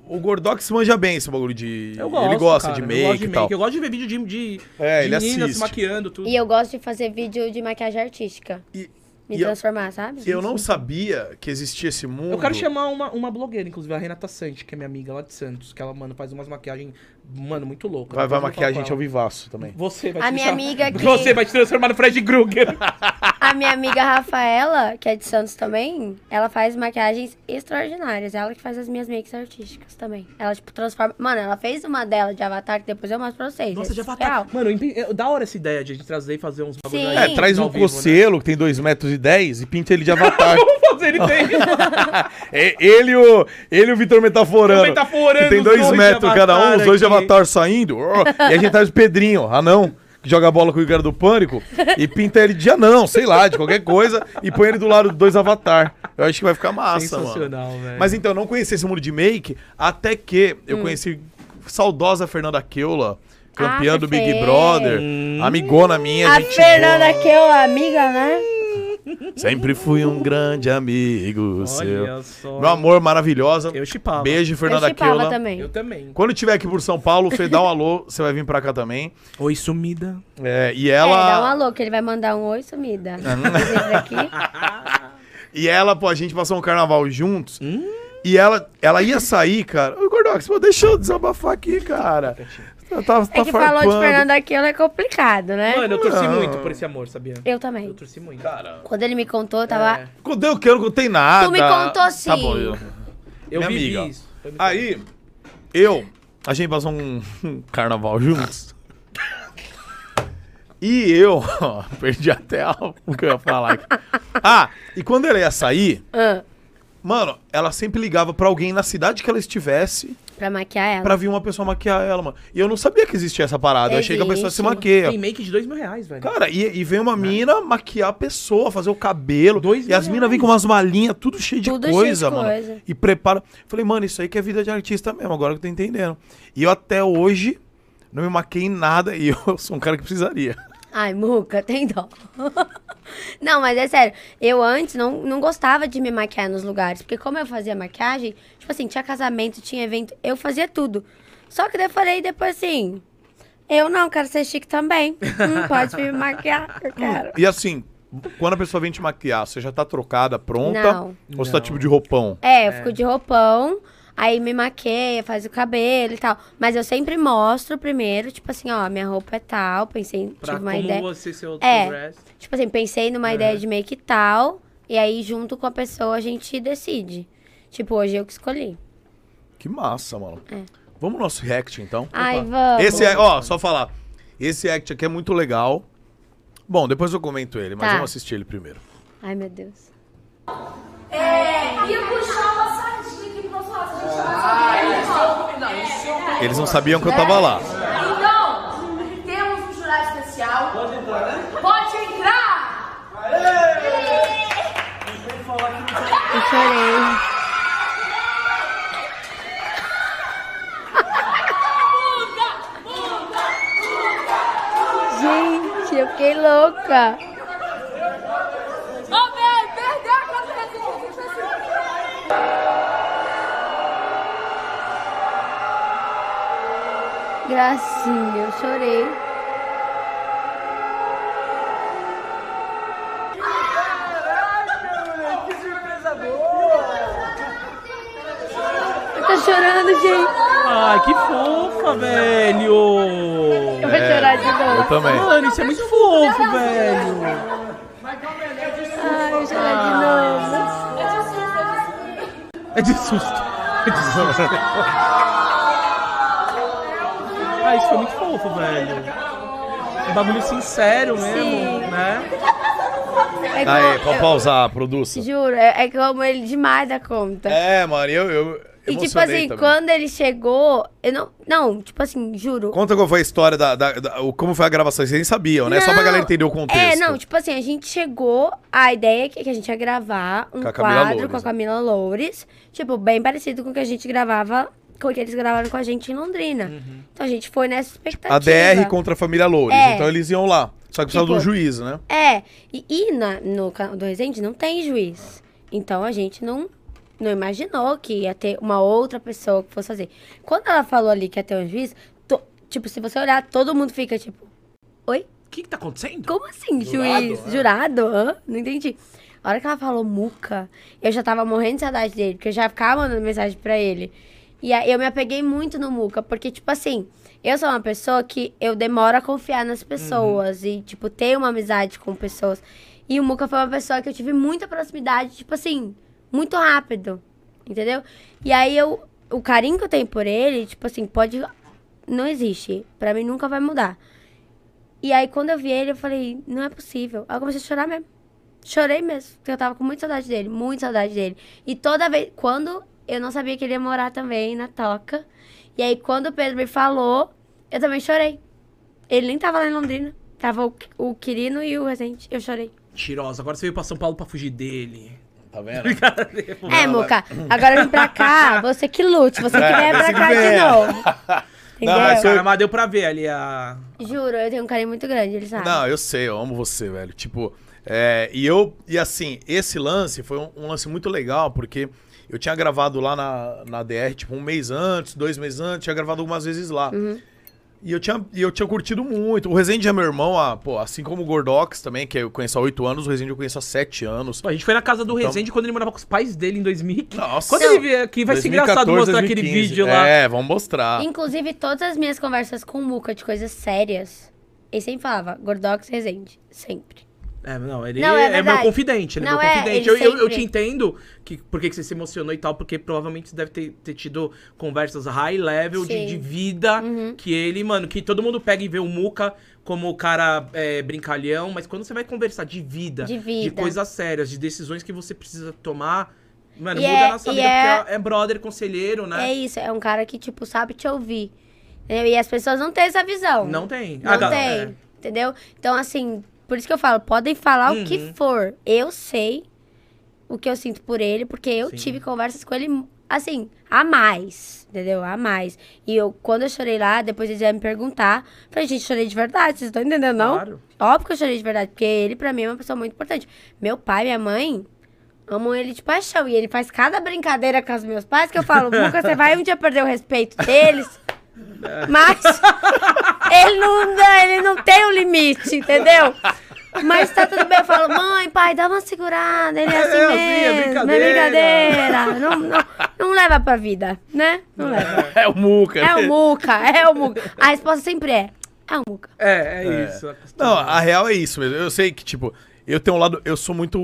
Speaker 1: O Gordox manja bem esse bagulho de.
Speaker 2: Eu gosto,
Speaker 1: ele gosta
Speaker 2: cara,
Speaker 1: de
Speaker 2: eu
Speaker 1: make
Speaker 2: gosto de
Speaker 1: e tal.
Speaker 2: Eu gosto de ver vídeo de, de,
Speaker 1: É,
Speaker 2: de
Speaker 1: ele
Speaker 2: meninas
Speaker 1: assiste.
Speaker 2: se maquiando, tudo.
Speaker 3: E eu gosto de fazer vídeo de maquiagem artística.
Speaker 1: E-
Speaker 3: Me
Speaker 1: e eu-
Speaker 3: transformar, sabe?
Speaker 1: Eu não sabia que existia esse mundo.
Speaker 2: Eu quero chamar uma, uma blogueira, inclusive, a Renata Sante, que é minha amiga lá de Santos, que ela, mano, faz umas maquiagens, mano, muito louca.
Speaker 1: Vai, vai
Speaker 2: Depois eu
Speaker 1: maquiar a
Speaker 2: falo com
Speaker 1: gente ao
Speaker 2: ela.
Speaker 1: vivaço também.
Speaker 2: Você vai
Speaker 3: A
Speaker 2: se
Speaker 3: minha
Speaker 2: chamar-
Speaker 3: amiga que-
Speaker 2: Você vai se transformar no Fred Krueger.
Speaker 3: A minha amiga Rafaela, que é de Santos também, ela faz maquiagens extraordinárias. Ela que faz as minhas makes artísticas também. Ela, tipo, transforma. Mano, ela fez uma dela de avatar que depois eu mostro pra vocês.
Speaker 2: Nossa,
Speaker 3: É
Speaker 2: já
Speaker 3: surreal.
Speaker 2: tá. Mano, impe- é da hora essa ideia de a gente trazer e fazer uns bagulho
Speaker 3: Sim.
Speaker 1: É,
Speaker 2: aí,
Speaker 1: traz
Speaker 2: ao
Speaker 1: um
Speaker 2: vivo,
Speaker 1: coceiro que tem 2 metros e 10 e pinta ele de avatar.
Speaker 2: Né? Vamos fazer ele tem.
Speaker 1: É, ele e o, ele, e o Vitor Metaforano.
Speaker 2: O Metaforano,
Speaker 1: Que tem
Speaker 2: os
Speaker 1: 2
Speaker 2: dois
Speaker 1: metros
Speaker 2: de
Speaker 1: cada um, os
Speaker 2: avatar
Speaker 1: dois de
Speaker 2: aqui.
Speaker 1: avatar saindo. ó, E a gente traz o Pedrinho, anão, que joga bola com o cara do Pânico, e pinta ele de anão, sei lá, de qualquer coisa, e põe ele do lado dos dois avatar. Eu acho que vai ficar massa, mano.
Speaker 2: Sensacional, é. velho.
Speaker 1: Mas então, eu não conheci esse mundo de make, até que eu conheci saudosa Fernanda Keula, campeã
Speaker 3: Hum. Ah,
Speaker 1: do Big
Speaker 3: perfeito.
Speaker 1: Brother, amigona minha,
Speaker 3: A
Speaker 1: gente
Speaker 3: Fernanda,
Speaker 1: boa.
Speaker 3: que é uma amiga, né?
Speaker 1: Sempre fui um grande amigo seu.
Speaker 2: só.
Speaker 1: é. Meu amor, maravilhosa.
Speaker 2: Eu chipava.
Speaker 1: Beijo,
Speaker 3: Eu
Speaker 1: Fernanda
Speaker 3: chipava
Speaker 1: Keula.
Speaker 3: É também.
Speaker 2: Eu também.
Speaker 1: Quando tiver aqui por São Paulo, Fê, dá um alô, você vai vir pra cá também.
Speaker 2: Oi, sumida.
Speaker 1: É, e
Speaker 3: É, dá um
Speaker 1: ela. É.
Speaker 3: alô, que ele vai mandar um oi sumida. Esse
Speaker 1: Tá
Speaker 3: daqui.
Speaker 1: e ela, pô, a gente passou um carnaval juntos.
Speaker 2: Hum?
Speaker 1: E ela, ela ia sair, cara. Ô, Gordox, pô, deixa eu desabafar aqui, cara. Tá, tá,
Speaker 3: É
Speaker 1: tá
Speaker 3: que falou de
Speaker 1: farpando.
Speaker 3: Fernanda Aquilo é complicado, né?
Speaker 2: Mano, eu torci
Speaker 1: Não.
Speaker 2: muito por esse amor, sabia?
Speaker 3: Eu
Speaker 2: Eu
Speaker 3: também.
Speaker 2: torci muito.
Speaker 3: Quando ele me contou, eu tava.
Speaker 2: É.
Speaker 1: Quando eu quero, não contei nada.
Speaker 3: Tu me contou
Speaker 1: Tá
Speaker 3: sim.
Speaker 1: bom, eu.
Speaker 2: Eu
Speaker 1: Minha
Speaker 2: vivi
Speaker 1: amiga.
Speaker 2: isso. Foi muito bom.
Speaker 1: Aí, eu, a gente passou um, um carnaval juntos. E eu, ó, perdi até a- o que eu ia falar aqui. Ah, e quando ela ia sair,
Speaker 3: Ah,
Speaker 1: mano, ela sempre ligava pra alguém na cidade que ela estivesse
Speaker 3: pra maquiar ela.
Speaker 1: pra vir uma pessoa maquiar ela, mano. E eu não sabia que existia essa parada. Eu achei que a pessoa se
Speaker 3: Existe.
Speaker 1: maquia.
Speaker 2: Tem make de dois mil reais, velho.
Speaker 1: Cara, e, e vem uma mina maquiar a pessoa, fazer o cabelo.
Speaker 2: Dois
Speaker 1: e as
Speaker 2: mil
Speaker 1: minas vêm com umas malinhas, tudo cheio de
Speaker 3: Tudo cheio
Speaker 1: coisa,
Speaker 3: de
Speaker 1: mano.
Speaker 3: coisa.
Speaker 1: E prepara. Falei, mano, isso aí que é vida de artista mesmo, agora que eu tô entendendo. E eu até hoje não me maquei em nada e eu sou um cara que precisaria.
Speaker 3: Ai, Muca, tem dó. não, mas é sério. Eu antes não, não gostava de me maquiar nos lugares. Porque como eu fazia maquiagem, tipo assim, tinha casamento, tinha evento, eu fazia tudo. Só que daí eu falei depois assim, eu não, quero ser chique também. Hum, pode me maquiar, eu quero.
Speaker 1: E assim, quando a pessoa vem te maquiar, você já tá trocada, pronta?
Speaker 3: Não.
Speaker 1: Ou você tá tipo de roupão?
Speaker 3: É, eu fico de roupão, aí me maqueia, faz o cabelo e tal. Mas eu sempre mostro primeiro, tipo assim, ó, minha roupa é tal, pensei,
Speaker 2: Pra
Speaker 3: tive uma
Speaker 2: como
Speaker 3: ideia.
Speaker 2: você se
Speaker 3: É.
Speaker 2: dress.
Speaker 3: Tipo assim, pensei numa ideia de make tal, e aí junto com a pessoa a gente decide. Tipo, hoje eu que escolhi.
Speaker 1: Que massa, mano. Vamos no nosso react, então?
Speaker 3: É. Ai, vamos.
Speaker 1: Esse, é- ó, só falar. Esse act aqui é muito legal. Bom, depois eu comento ele, mas
Speaker 3: Tá.
Speaker 1: vamos assistir ele primeiro.
Speaker 3: Ai, meu Deus.
Speaker 6: Ah, é.
Speaker 1: Eles não sabiam que eu tava lá.
Speaker 6: Então, temos um jurado especial. Pode entrar, né? Pode entrar!
Speaker 3: Eu chorei. Gente, eu fiquei louca.
Speaker 6: Ô, velho, perdeu a casa recente.
Speaker 3: Gracinha, eu chorei.
Speaker 7: Caraca, moleque, que surpresa boa!
Speaker 3: chorando, gente.
Speaker 2: Ai, que fofa, velho!
Speaker 7: Eu
Speaker 1: É.
Speaker 7: vou chorar de
Speaker 1: Eu
Speaker 7: novo.
Speaker 1: também.
Speaker 2: Mano, isso é muito fofo, velho!
Speaker 3: é Ai, eu chorar de novo.
Speaker 2: É de susto. É de susto. Ah, isso foi muito fofo, velho. Um bagulho sincero mesmo,
Speaker 3: Sim.
Speaker 2: né?
Speaker 3: É que
Speaker 1: Aí,
Speaker 3: eu-
Speaker 1: pode pausar, produça.
Speaker 3: eu- Juro, é, é que eu amo ele demais da conta.
Speaker 1: É, mano, eu. eu
Speaker 3: e tipo
Speaker 1: emocionei
Speaker 3: assim,
Speaker 1: também.
Speaker 3: quando ele chegou, eu não. Não, tipo assim, juro.
Speaker 1: Conta qual foi a história da, da- da- o- como foi a gravação. Vocês nem sabiam, né? Só pra
Speaker 3: Não,
Speaker 1: galera entender o contexto.
Speaker 3: É, não, tipo assim, a gente chegou, a ideia é que, que a gente ia gravar um
Speaker 1: Com a Camila
Speaker 3: quadro
Speaker 1: Loures,
Speaker 3: com a
Speaker 1: né?
Speaker 3: Camila Loures, tipo, bem parecido com o que a gente gravava, com o que eles gravaram com a gente em Londrina. Então a gente foi nessa expectativa.
Speaker 1: Uhum. a DR contra a família Loures.
Speaker 3: É.
Speaker 1: Então eles iam lá. Só que precisava de um
Speaker 3: Tipo-
Speaker 1: juízo, né?
Speaker 3: É, e, e na, no ca- do Resende não tem juiz. Então a gente não, não imaginou que ia ter uma outra pessoa que fosse fazer. Quando ela falou ali que ia ter um juiz, to- tipo, se você olhar, todo mundo fica tipo, oi?
Speaker 2: O que que tá acontecendo?
Speaker 3: Como assim, juiz? Jurado? Hã? Não entendi. A hora que ela falou muca, eu já tava morrendo de saudade dele, porque eu já ficava mandando mensagem pra ele. E aí eu me apeguei muito no Muca, porque, tipo assim, eu sou uma pessoa que eu demoro a confiar nas pessoas e, tipo, ter uma amizade com pessoas. E o Muca foi uma pessoa que eu tive muita proximidade, tipo assim, muito rápido. Entendeu? E aí eu. O carinho que eu tenho por ele, tipo assim, pode. Não existe. Pra mim nunca vai mudar. E aí, quando eu vi ele, eu falei, não é possível. Aí eu comecei a chorar mesmo. Chorei mesmo, porque eu tava com muita saudade dele, muita saudade dele. E toda vez, quando eu não sabia que ele ia morar também na Toca, e aí quando o Pedro me falou, eu também chorei. Ele nem tava lá em Londrina, tava o, o Quirino e o Resente, eu chorei.
Speaker 2: Mentirosa, agora você veio pra São Paulo pra fugir dele.
Speaker 1: Tá vendo?
Speaker 3: é, Muca, agora vem pra cá, você que lute, você que
Speaker 1: É,
Speaker 3: vem
Speaker 1: você que
Speaker 3: pra cá de
Speaker 1: venha.
Speaker 3: novo. Entendeu?
Speaker 1: mas eu-
Speaker 2: Cara, mas deu pra ver ali a...
Speaker 3: Juro, eu tenho um carinho muito grande, ele sabe.
Speaker 1: Não, eu sei, eu amo você, velho. Tipo, é, e eu, e assim, esse lance foi um, um lance muito legal, porque eu tinha gravado lá na, na DR, tipo, um mês antes, dois meses antes, tinha gravado algumas vezes lá.
Speaker 3: Uhum.
Speaker 1: E eu, tinha, e eu tinha curtido muito. O Rezende é meu irmão, ah, pô, assim como o Gordox também, que eu conheço há oito anos, o Rezende eu conheço há sete anos.
Speaker 2: Pô, A gente foi na casa do
Speaker 1: Então-
Speaker 2: Rezende quando ele morava com os pais dele em 2015.
Speaker 1: Nossa.
Speaker 2: Quando ele vier aqui, vai ser engraçado
Speaker 1: 2014,
Speaker 2: mostrar aquele
Speaker 1: 2015.
Speaker 2: vídeo lá.
Speaker 1: É, vamos
Speaker 2: Ah.
Speaker 1: mostrar.
Speaker 3: Inclusive, todas as minhas conversas com o Muca de coisas sérias, ele sempre falava Gordox Resende, sempre.
Speaker 2: É, não, ele
Speaker 3: Não, é
Speaker 2: é, meu
Speaker 3: verdade.
Speaker 2: confidente, ele é meu
Speaker 3: Não, é,
Speaker 2: confidente.
Speaker 3: ele
Speaker 2: eu, eu, eu
Speaker 3: sempre-
Speaker 2: te entendo que, por que que você se emocionou e tal, porque provavelmente você deve ter, ter tido conversas high level de,
Speaker 3: Sim. Uhum.
Speaker 2: de vida que ele, mano, que todo mundo pega e vê o Muca como o cara é, brincalhão, mas quando você vai conversar É. de vida,
Speaker 3: De vida.
Speaker 2: coisas sérias, de decisões que você precisa tomar, mano,
Speaker 3: E
Speaker 2: muda
Speaker 3: é-
Speaker 2: a nossa
Speaker 3: e
Speaker 2: vida,
Speaker 3: é-
Speaker 2: porque é brother, conselheiro,
Speaker 3: É
Speaker 2: né?
Speaker 3: isso, é um cara que, tipo, sabe te ouvir. entendeu? E as pessoas não têm essa visão.
Speaker 2: Não tem.
Speaker 3: Não
Speaker 2: Ah, gal-
Speaker 3: tem,
Speaker 2: é.
Speaker 3: entendeu? Então, assim, por isso que eu falo, podem falar o
Speaker 2: Uhum.
Speaker 3: que for. Eu sei o que eu sinto por ele, porque eu
Speaker 2: Sim.
Speaker 3: tive conversas com ele, assim, a mais, entendeu? A mais. E eu, quando eu chorei lá, depois eles iam me perguntar, falei, gente, chorei de verdade, vocês estão entendendo, não?
Speaker 2: Claro.
Speaker 3: Óbvio que eu chorei de verdade, porque ele, pra mim, é uma pessoa muito importante. Meu pai, minha mãe, amam ele de paixão. E ele faz cada brincadeira com os meus pais que eu falo, Lucas, você vai um dia perder o respeito deles. Mas ele não, ele não tem um limite, entendeu? Mas tá tudo bem. Eu falo, mãe, pai, dá uma segurada. Ele é assim
Speaker 2: É, assim, é
Speaker 3: mesmo. não
Speaker 2: brincadeira."
Speaker 3: é brincadeira. Não, não, não leva pra vida, né? Não leva.
Speaker 1: É o Muca.
Speaker 3: É o Muca, é o Muca. A resposta sempre é, é o Muca.
Speaker 2: É, é isso.
Speaker 1: Não, a real é isso mesmo. Eu sei que, tipo, eu tenho um lado. Eu sou muito.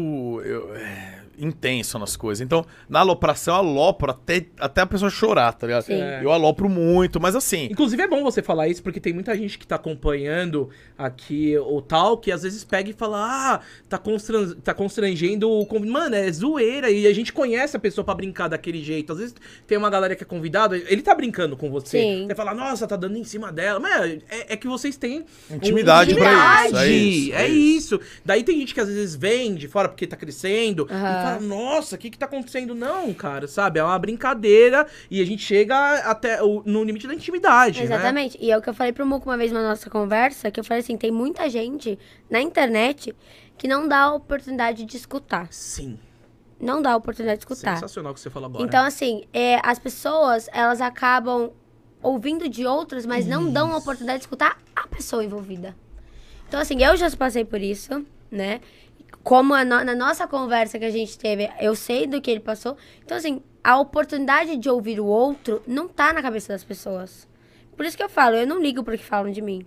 Speaker 1: eu- é, intenso nas coisas. Então, na alopração, eu alopro até, até a pessoa chorar, tá ligado?
Speaker 3: Sim.
Speaker 1: Eu alopro muito, mas assim.
Speaker 2: Inclusive é bom você falar isso, porque tem muita gente que tá acompanhando aqui o tal, que às vezes pega e fala, ah, tá, constran tá constrangendo o convidado. Mano, é zoeira, e a gente conhece a pessoa pra brincar daquele jeito. Às vezes tem uma galera que é convidada, ele tá brincando com você.
Speaker 3: Sim.
Speaker 2: Você fala, nossa, tá dando em cima dela. Mas é, é que vocês têm... um-
Speaker 1: Intimidade
Speaker 3: pra
Speaker 2: intimidade.
Speaker 1: isso, é isso,
Speaker 2: É
Speaker 1: é
Speaker 2: isso. Daí tem gente que às vezes vem de fora porque tá crescendo e
Speaker 3: Aham.
Speaker 2: fala, nossa, o que que tá acontecendo? Não, cara, sabe? É uma brincadeira e a gente chega até o- no limite da intimidade, né?
Speaker 3: Exatamente. E é o que eu falei pro Muco uma vez na nossa conversa, que eu falei assim, tem muita gente na internet que não dá a oportunidade de escutar.
Speaker 2: Sim.
Speaker 3: Não dá a oportunidade de escutar.
Speaker 2: Sensacional o que você falou agora.
Speaker 3: Então, assim, é, as pessoas, elas acabam ouvindo de outras, mas não dão a oportunidade de escutar a pessoa envolvida. Então, assim, eu já passei por isso, né? Como a no- na nossa conversa que a gente teve, eu sei do que ele passou. Então, assim, a oportunidade de ouvir o outro não tá na cabeça das pessoas. Por isso que eu falo, eu não ligo pro que falam de mim.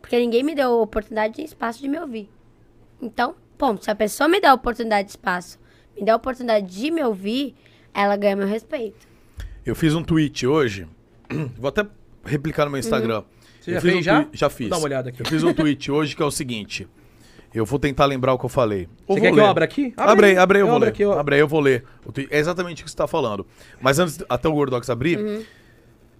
Speaker 3: Porque ninguém me deu oportunidade nem espaço de me ouvir. Então, ponto. Se a pessoa me der oportunidade de espaço, me der oportunidade de me ouvir, ela ganha meu respeito.
Speaker 1: Eu fiz um tweet hoje, vou até replicar no meu Instagram.
Speaker 2: Uhum. Você
Speaker 1: Eu
Speaker 2: já
Speaker 1: fiz
Speaker 2: fez
Speaker 1: um
Speaker 2: já?
Speaker 1: twi- Já fiz.
Speaker 2: Dá uma olhada aqui.
Speaker 1: Eu fiz um tweet hoje que é o seguinte. Eu vou tentar lembrar o que eu falei. Ou
Speaker 2: Você
Speaker 1: vou
Speaker 2: quer que eu
Speaker 1: ler.
Speaker 2: abra aqui? Abre
Speaker 1: Abre
Speaker 2: aí.
Speaker 1: aí, abre aí, eu,
Speaker 2: Eu
Speaker 1: vou
Speaker 2: abro
Speaker 1: ler.
Speaker 2: aqui, ó.
Speaker 1: Abre aí, eu vou ler. O tweet- É exatamente o que você tá falando. Mas antes, até o Gordox abrir,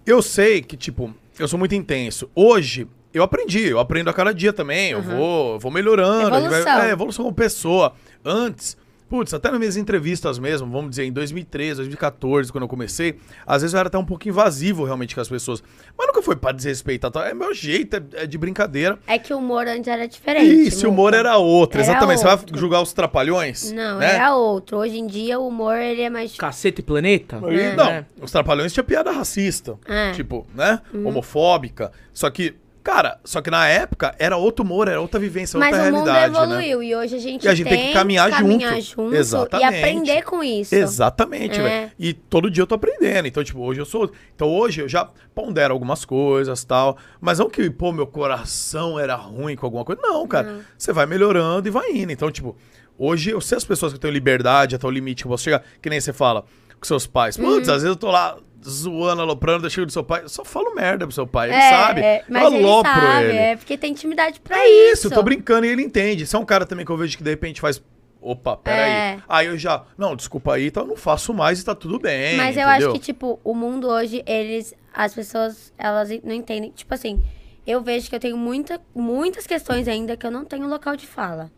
Speaker 1: eu sei que, tipo, eu sou muito intenso. Hoje, eu aprendi, eu aprendo a cada dia também. Eu vou, eu vou melhorando. a gente vai-
Speaker 3: Evolução.
Speaker 1: é, evolução como pessoa. Antes, putz, até nas minhas entrevistas mesmo, vamos dizer, em 2013, 2014, quando eu comecei, às vezes eu era até um pouco invasivo realmente com as pessoas. Mas nunca foi pra desrespeitar. tá? É meu jeito, é- é de brincadeira.
Speaker 3: É que o humor antes era diferente. né?
Speaker 1: Isso, o humor
Speaker 3: Muca.
Speaker 1: era outro,
Speaker 3: Era
Speaker 1: exatamente. Você
Speaker 3: outro.
Speaker 1: vai julgar os trapalhões?
Speaker 3: Não, é
Speaker 1: né?
Speaker 3: era outro. Hoje em dia o humor ele é mais.
Speaker 2: Cacete Planeta?
Speaker 1: E, Não, os trapalhões tinha piada racista.
Speaker 3: É.
Speaker 1: Tipo, né? Homofóbica. Só que, cara, só que na época era outro humor, era outra vivência,
Speaker 3: Mas
Speaker 1: outra
Speaker 3: o mundo
Speaker 1: realidade. né?
Speaker 3: evoluiu e hoje a gente,
Speaker 1: E a gente tem que caminhar
Speaker 3: caminhar
Speaker 1: junto.
Speaker 3: junto e
Speaker 1: Exatamente.
Speaker 3: aprender com isso.
Speaker 1: Exatamente,
Speaker 3: É.
Speaker 1: velho. E todo dia eu tô aprendendo. Então, tipo, hoje eu sou. Então, hoje eu já pondero algumas coisas tal. Mas não que, pô, meu coração era ruim com alguma coisa. Não, cara. Você vai melhorando e vai indo. Então, tipo, hoje eu sei as pessoas que eu tenho liberdade até o limite que eu posso chegar. Que nem você fala com seus
Speaker 3: Hum.
Speaker 1: pais. Putz, às vezes eu tô lá. Zoando, aloprando, eu chego do seu pai. Eu só falo merda pro seu pai, ele
Speaker 3: É,
Speaker 1: sabe.
Speaker 3: é, mas
Speaker 1: eu
Speaker 3: ele
Speaker 1: alopro
Speaker 3: sabe,
Speaker 1: ele.
Speaker 3: é porque tem intimidade pra
Speaker 1: É
Speaker 3: isso.
Speaker 1: isso, eu tô brincando e ele entende. Isso é um cara também que eu vejo que de repente faz. Opa, peraí.
Speaker 3: É.
Speaker 1: Aí eu já. Não, desculpa aí, então eu não faço mais e tá tudo bem.
Speaker 3: Mas eu
Speaker 1: entendeu?
Speaker 3: acho que, tipo, o mundo hoje, eles. As pessoas, elas não entendem. Tipo assim, eu vejo que eu tenho muita, muitas questões ainda que eu não tenho local de fala.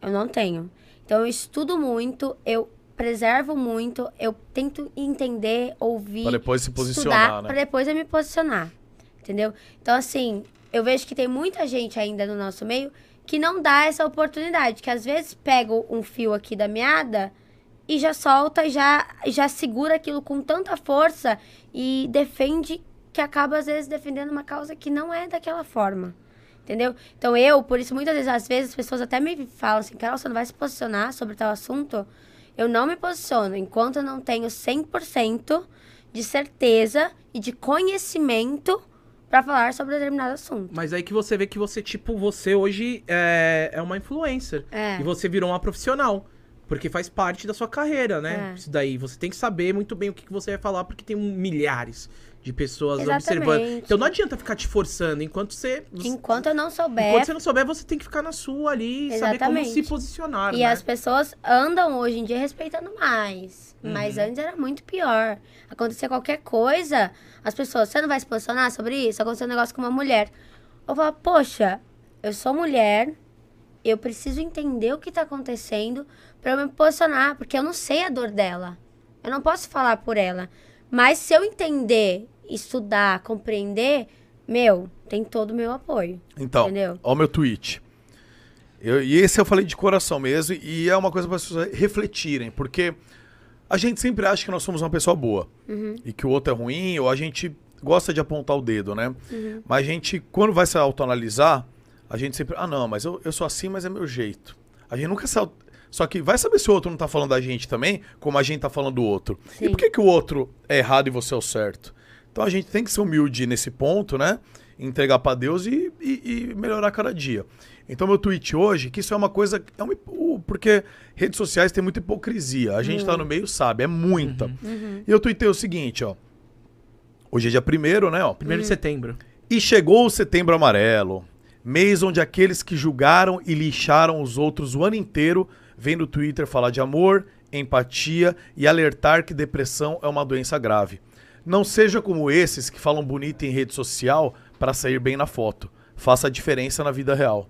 Speaker 3: Eu não tenho. Então eu estudo muito, eu preservo muito, eu tento entender, ouvir.
Speaker 1: Pra depois se
Speaker 3: estudar
Speaker 1: posicionar,
Speaker 3: pra
Speaker 1: né?
Speaker 3: depois eu me posicionar. Entendeu? Então, assim, eu vejo que tem muita gente ainda no nosso meio que não dá essa oportunidade. Que às vezes pega um fio aqui da meada e já solta, e já, e já segura aquilo com tanta força e defende que acaba, às vezes, defendendo uma causa que não é daquela forma. Entendeu? Então eu, por isso, muitas vezes, às vezes, as pessoas até me falam assim, Carol, você não vai se posicionar sobre tal assunto? Eu não me posiciono enquanto eu não tenho 100% de certeza e de conhecimento pra falar sobre determinado assunto.
Speaker 2: Mas aí que você vê que você, tipo, você hoje é, é uma influencer.
Speaker 3: É.
Speaker 2: E você virou uma profissional. Porque faz parte da sua carreira, né?
Speaker 3: É.
Speaker 2: Isso daí. Você tem que saber muito bem o que que você vai falar, porque tem um- milhares de pessoas
Speaker 3: Exatamente.
Speaker 2: observando. Então não adianta ficar te forçando. Enquanto você.
Speaker 3: Enquanto eu não souber,
Speaker 2: enquanto você não souber, você tem que ficar na sua ali e saber como
Speaker 3: Exatamente.
Speaker 2: se posicionar.
Speaker 3: E
Speaker 2: né?
Speaker 3: as pessoas andam hoje em dia respeitando mais. Mas antes era muito pior. Acontecer qualquer coisa, as pessoas, você não vai se posicionar sobre isso? Aconteceu um negócio com uma mulher. Eu falo, poxa, eu sou mulher, eu preciso entender o que tá acontecendo pra eu me posicionar, porque eu não sei a dor dela. Eu não posso falar por ela. Mas se eu entender, estudar, compreender, meu, tem todo o meu apoio.
Speaker 1: Então,
Speaker 3: Entendeu?
Speaker 1: ó o meu tweet. Eu- e esse eu falei de coração mesmo, e é uma coisa para as pessoas refletirem, porque a gente sempre acha que nós somos uma pessoa boa
Speaker 3: Uhum.
Speaker 1: e que o outro é ruim, ou a gente gosta de apontar o dedo, né?
Speaker 3: Uhum.
Speaker 1: Mas a gente, quando vai se autoanalisar, a gente sempre. Ah, não, mas eu, eu sou assim, mas é meu jeito. A gente nunca se. au- Só que vai saber se o outro não tá falando da gente também, como a gente tá falando do outro. E
Speaker 3: Sim.
Speaker 1: por que, que o outro é errado e você é o certo? Então a gente tem que ser humilde nesse ponto, né? Entregar pra Deus e, e- e melhorar cada dia. Então meu tweet hoje, que isso é uma coisa, é uma, hip- uh, porque redes sociais tem muita hipocrisia. A gente tá no meio, sabe, é muita. E eu tuitei o seguinte, ó. Hoje é dia primeiro, né, ó.
Speaker 3: Hum.
Speaker 2: Primeiro de setembro.
Speaker 1: E chegou o Setembro Amarelo, mês onde aqueles que julgaram e lixaram os outros o ano inteiro vêm no Twitter falar de amor, empatia e alertar que depressão é uma doença grave. Não seja como esses que falam bonito em rede social para sair bem na foto. Faça a diferença na vida real.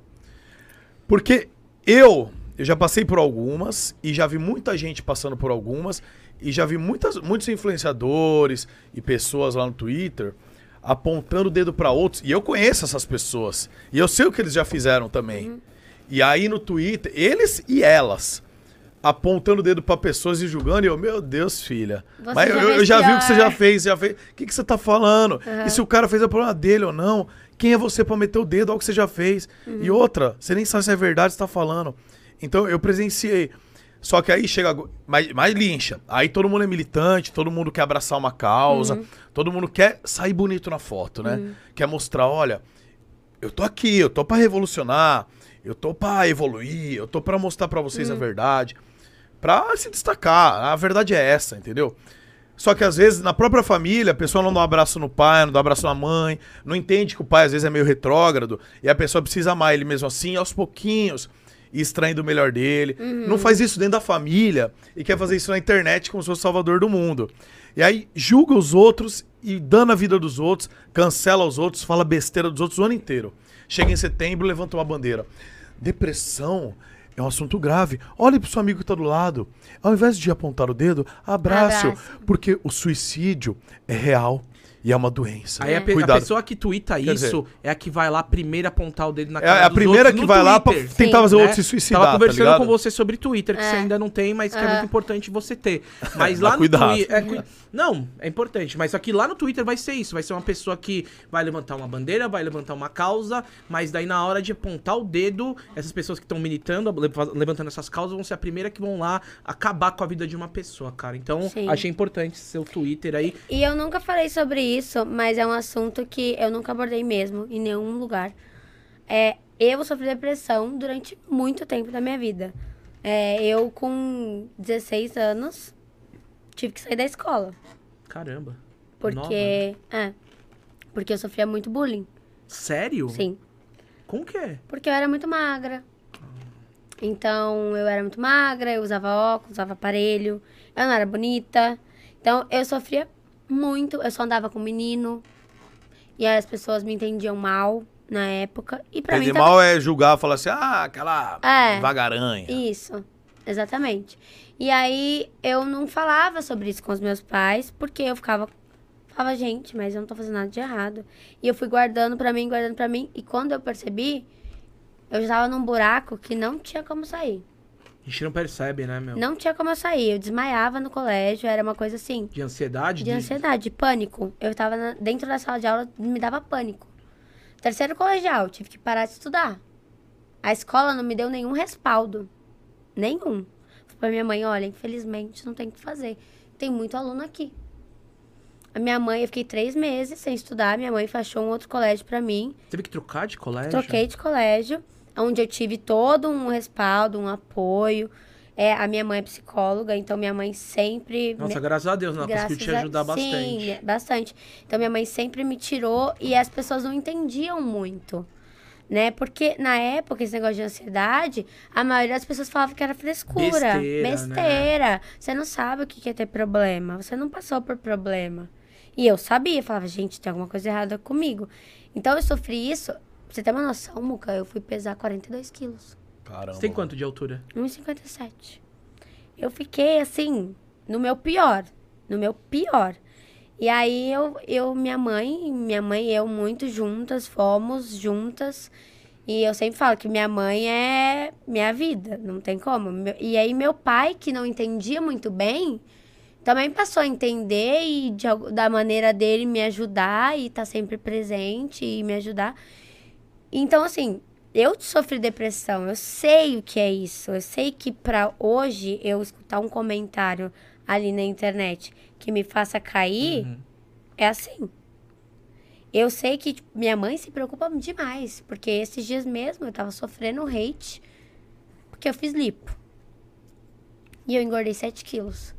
Speaker 1: Porque eu, eu já passei por algumas e já vi muita gente passando por algumas e já vi muitas, muitos influenciadores e pessoas lá no Twitter apontando o dedo pra outros. E eu conheço essas pessoas. E eu sei o que eles já fizeram também.
Speaker 3: Uhum.
Speaker 1: E aí no Twitter, eles e elas apontando o dedo pra pessoas e julgando. E eu, meu Deus, filha.
Speaker 3: Você
Speaker 1: mas
Speaker 3: já
Speaker 1: eu, eu
Speaker 3: fez
Speaker 1: já vi o que você
Speaker 3: pior."
Speaker 1: já fez, já fez. O que, que você tá falando? E se o cara fez a problema dele ou não? Quem é você pra meter o dedo? Olha o que você já fez. E outra, você nem sabe se é verdade, você tá falando. Então eu presenciei. Só que aí chega. Mas, mas lincha. Aí todo mundo é militante, todo mundo quer abraçar uma causa, todo mundo quer sair bonito na foto, né? Quer mostrar, olha, eu tô aqui, eu tô pra revolucionar, eu tô pra evoluir, eu tô pra mostrar pra vocês a verdade, pra se destacar. A verdade é essa, entendeu? Só que às vezes na própria família, a pessoa não dá um abraço no pai, não dá um abraço na mãe, não entende que o pai às vezes é meio retrógrado e a pessoa precisa amar ele mesmo assim, aos pouquinhos, e extraindo o melhor dele. Não faz isso dentro da família e quer fazer isso na internet como se fosse o salvador do mundo. E aí julga os outros e dana a vida dos outros, cancela os outros, fala besteira dos outros o ano inteiro. Chega em setembro, levanta uma bandeira. Depressão é um assunto grave. Olhe pro seu amigo que tá do lado. Ao invés de apontar o dedo, abraço.
Speaker 3: Abraço.
Speaker 1: Porque o suicídio é real e é uma doença.
Speaker 2: Aí a, pe- a
Speaker 1: Cuidado.
Speaker 2: pessoa que tuita
Speaker 1: Quer
Speaker 2: isso é a que vai lá primeiro apontar o dedo na
Speaker 1: É
Speaker 2: cara
Speaker 1: a
Speaker 2: dos
Speaker 1: primeira
Speaker 2: outros
Speaker 1: que
Speaker 2: no
Speaker 1: vai lá pra
Speaker 2: Twitter.
Speaker 1: tentar fazer o
Speaker 2: né?
Speaker 1: outro se suicidar.
Speaker 2: Tava
Speaker 1: tá
Speaker 2: conversando
Speaker 1: ligado?
Speaker 2: com você sobre Twitter, que você ainda não tem, mas que é, muito importante você ter. Mas lá no
Speaker 1: cuidado.
Speaker 2: Twitter. é, cui- não, é importante. Mas só que lá no Twitter vai ser isso. Vai ser uma pessoa que vai levantar uma bandeira, vai levantar uma causa, mas daí na hora de apontar o dedo, essas pessoas que estão militando, leva- levantando essas causas, vão ser a primeira que vão lá acabar com a vida de uma pessoa, cara. Então,
Speaker 3: Sim.
Speaker 2: achei importante seu Twitter aí.
Speaker 3: E eu nunca falei sobre isso, mas é um assunto que eu nunca abordei mesmo, em nenhum lugar. É, eu sofri depressão durante muito tempo da minha vida. É, eu, com 16 anos, tive que sair da escola.
Speaker 2: Caramba. Nova, né?
Speaker 3: Porque. É, porque eu sofria muito bullying.
Speaker 2: Sério? é?
Speaker 3: Sim.
Speaker 2: Com o quê?
Speaker 3: Porque eu era muito magra. Então, eu era muito magra, eu usava óculos, usava aparelho, eu não era bonita. Então, eu sofria muito, eu só andava com menino. E aí as pessoas me entendiam mal na época. E pra
Speaker 1: Entender
Speaker 3: mim tá
Speaker 1: mal é julgar, falar assim, ah, aquela
Speaker 3: É.
Speaker 1: vagaranha.
Speaker 3: Isso, exatamente. E aí eu não falava sobre isso com os meus pais, porque eu ficava. Falava, gente, mas eu não tô fazendo nada de errado. E eu fui guardando pra mim, guardando pra mim. E quando eu percebi, eu já tava num buraco que não tinha como sair.
Speaker 2: A gente não percebe, né, meu?
Speaker 3: Não tinha como eu sair. Eu desmaiava no colégio, era uma coisa assim.
Speaker 2: De ansiedade?
Speaker 3: De ansiedade, de pânico. Eu tava na- dentro da sala de aula, me dava pânico. Terceiro colegial, tive que parar de estudar. A escola não me deu nenhum respaldo. Nenhum. Falei pra minha mãe, olha, infelizmente não tem o que fazer. Tem muito aluno aqui. A minha mãe, eu fiquei três meses sem estudar. Minha mãe achou um outro colégio pra mim.
Speaker 2: Teve que trocar de colégio?
Speaker 3: Troquei de colégio, onde eu tive todo um respaldo, um apoio. É, a minha mãe é psicóloga, então minha mãe sempre. me-
Speaker 2: Nossa, graças a Deus, Napa,
Speaker 3: Graças
Speaker 2: conseguiu te
Speaker 3: a-
Speaker 2: ajudar bastante.
Speaker 3: Sim, é, bastante. Então minha mãe sempre me tirou e as pessoas não entendiam muito. Né? Porque na época, esse negócio de ansiedade, a maioria das pessoas falava que era frescura.
Speaker 2: Besteira, né?
Speaker 3: besteira. Você não sabe o que que é ter problema. Você não passou por problema. E eu sabia, falava, gente, tem alguma coisa errada comigo. Então eu sofri isso. Pra você ter uma noção, Muca, eu fui pesar 42 quilos.
Speaker 1: Caramba.
Speaker 2: Você tem quanto de altura?
Speaker 3: 1,57. Eu fiquei assim, no meu pior. No meu pior. E aí eu, eu minha mãe, minha mãe e eu muito juntas, fomos juntas. E eu sempre falo que minha mãe é minha vida, não tem como. Meu- E aí meu pai, que não entendia muito bem, também passou a entender e de algu- da maneira dele me ajudar e estar sempre presente e me ajudar. Então, assim, eu sofri depressão, eu sei o que é isso. Eu sei que pra hoje eu escutar um comentário ali na internet que me faça cair, é assim. Eu sei que tipo, minha mãe se preocupa demais, porque esses dias mesmo eu tava sofrendo um hate porque eu fiz lipo. E eu engordei 7 quilos.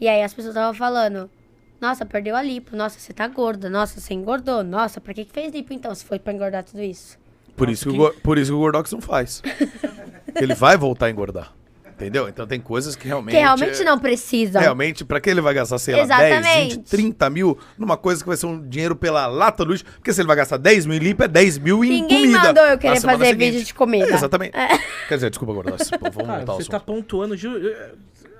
Speaker 3: E aí as pessoas estavam falando: Nossa, perdeu a lipo, nossa, você tá gorda, nossa, você engordou, nossa, pra que, que fez lipo então se foi pra engordar tudo isso?
Speaker 1: Por isso, que o, go- por isso que o Gordox não faz. ele vai voltar a engordar. Entendeu? Então tem coisas que realmente.
Speaker 3: Que
Speaker 2: é-
Speaker 3: realmente não precisam.
Speaker 1: Realmente, pra que ele vai gastar, sei lá, 10, 20,
Speaker 3: Exatamente.
Speaker 1: 30 mil numa coisa que vai ser um dinheiro pela lata do lixo? Porque se ele vai gastar 10 mil em limpa, é 10 mil em
Speaker 3: Ninguém
Speaker 1: comida.
Speaker 3: mandou eu
Speaker 1: na
Speaker 3: querer
Speaker 1: semana
Speaker 3: fazer
Speaker 1: seguinte.
Speaker 3: vídeo de comida.
Speaker 1: É, exatamente. Quer dizer, desculpa, Gordox. Pô, Vamos
Speaker 2: Cara,
Speaker 1: voltar ao
Speaker 2: você
Speaker 1: assunto.
Speaker 2: tá pontuando... Ju...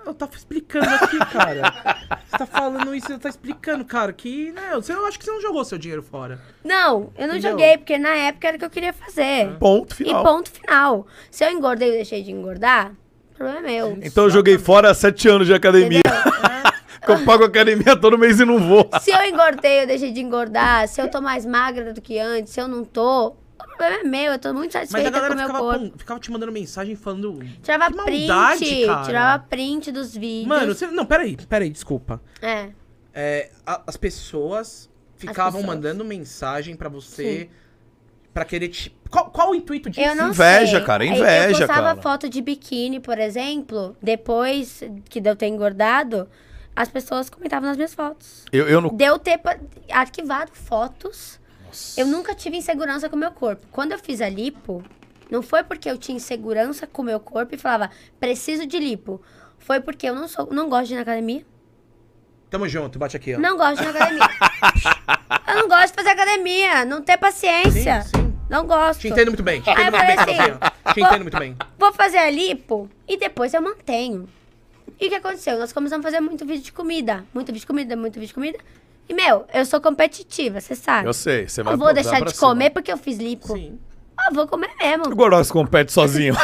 Speaker 2: Eu tava explicando aqui, cara. você tá falando isso, você tá explicando, cara, que... Né, você, eu acho que você não jogou seu dinheiro fora.
Speaker 3: Não, eu
Speaker 2: Entendeu?
Speaker 3: não
Speaker 2: Ah.
Speaker 3: joguei, porque na época era o que eu queria fazer.
Speaker 1: Ponto final.
Speaker 3: E ponto final. Se eu engordei ou deixei de engordar, o problema é meu.
Speaker 1: Então eu joguei fora 7 anos de academia. que eu pago academia todo mês e não vou.
Speaker 3: Se eu engordei ou deixei de engordar, se eu tô mais magra do que antes, se eu não tô, o problema problema é meu, eu tô muito
Speaker 2: Mas a
Speaker 3: satisfeita com
Speaker 2: galera
Speaker 3: o meu
Speaker 2: ficava,
Speaker 3: corpo.
Speaker 2: pon- ficava te mandando mensagem falando.
Speaker 3: Tirava
Speaker 2: Que maldade,
Speaker 3: print,
Speaker 2: cara.
Speaker 3: tirava print dos vídeos.
Speaker 2: Mano, você. Não, peraí, peraí, desculpa.
Speaker 3: É.
Speaker 2: É, a- as pessoas ficavam
Speaker 3: pessoas.
Speaker 2: mandando mensagem pra você. Pra querer te. Qual, qual o intuito disso?
Speaker 3: Eu não
Speaker 1: Inveja,
Speaker 3: sei. É,
Speaker 1: cara,
Speaker 3: Eu- Eu
Speaker 1: inveja,
Speaker 3: postava
Speaker 1: cara.
Speaker 3: foto de biquíni, por exemplo, depois que deu ter engordado, as pessoas comentavam nas minhas fotos.
Speaker 1: Eu, eu no.
Speaker 3: Deu ter pa- arquivado fotos. Eu nunca tive insegurança com o meu corpo. Quando eu fiz a lipo, não foi porque eu tinha insegurança com o meu corpo e falava, preciso de lipo. Foi porque eu não sou, não gosto de ir na academia.
Speaker 2: Tamo junto, bate aqui, ó.
Speaker 3: Não gosto de ir na academia. eu não gosto de fazer academia. Não ter paciência.
Speaker 2: Sim, sim.
Speaker 3: Não gosto.
Speaker 2: Te entendo muito bem. Te
Speaker 3: Ah,
Speaker 2: entendo
Speaker 3: eu
Speaker 2: muito bem,
Speaker 3: falei assim,
Speaker 2: Sozinha. Te entendo muito bem.
Speaker 3: Vou fazer a lipo e depois eu mantenho. E o que aconteceu? Nós começamos a fazer muito vídeo de comida. Muito vídeo de comida, muito vídeo de comida. E, meu, eu sou competitiva, você sabe.
Speaker 1: Eu sei, você vai
Speaker 3: Não vou
Speaker 1: pra-
Speaker 3: deixar
Speaker 1: pra
Speaker 3: de
Speaker 1: cima.
Speaker 3: comer porque eu fiz lipo.
Speaker 2: Sim.
Speaker 3: Ah, vou comer
Speaker 1: O
Speaker 3: mesmo.
Speaker 1: Gorox compete sozinho.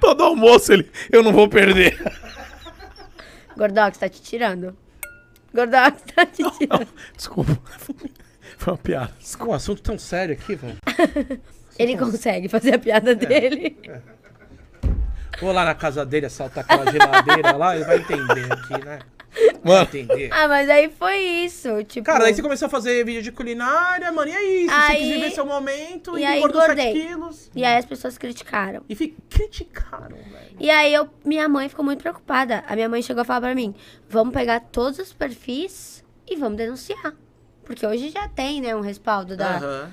Speaker 1: Todo almoço ele. Eu não vou perder.
Speaker 3: Gordox, tá te tirando. Gordox, tá te tirando.
Speaker 1: Desculpa. Foi uma piada.
Speaker 2: Um assunto tão sério aqui, velho.
Speaker 3: Ele consegue fazer a
Speaker 2: É.
Speaker 3: piada dele.
Speaker 2: Vou lá na casa dele assaltar aquela geladeira lá, ele vai entender aqui, né? Vai
Speaker 1: Mano.
Speaker 2: entender.
Speaker 3: Ah, mas aí foi isso. Tipo,
Speaker 2: Cara, daí você começou a fazer vídeo de culinária, mano, e é isso. Você
Speaker 3: Aí-
Speaker 2: quis viver seu momento
Speaker 3: e
Speaker 2: e,
Speaker 3: aí
Speaker 2: engordou 7
Speaker 3: engordei.
Speaker 2: quilos.
Speaker 3: E aí as pessoas criticaram.
Speaker 2: E fi- criticaram, velho.
Speaker 3: E aí eu, minha mãe ficou muito preocupada. A minha mãe chegou a falar pra mim: vamos pegar todos os perfis e vamos denunciar. Porque hoje já tem, né, um respaldo da.
Speaker 2: Aham.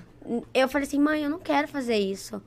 Speaker 3: Eu falei assim, mãe, eu não quero fazer isso.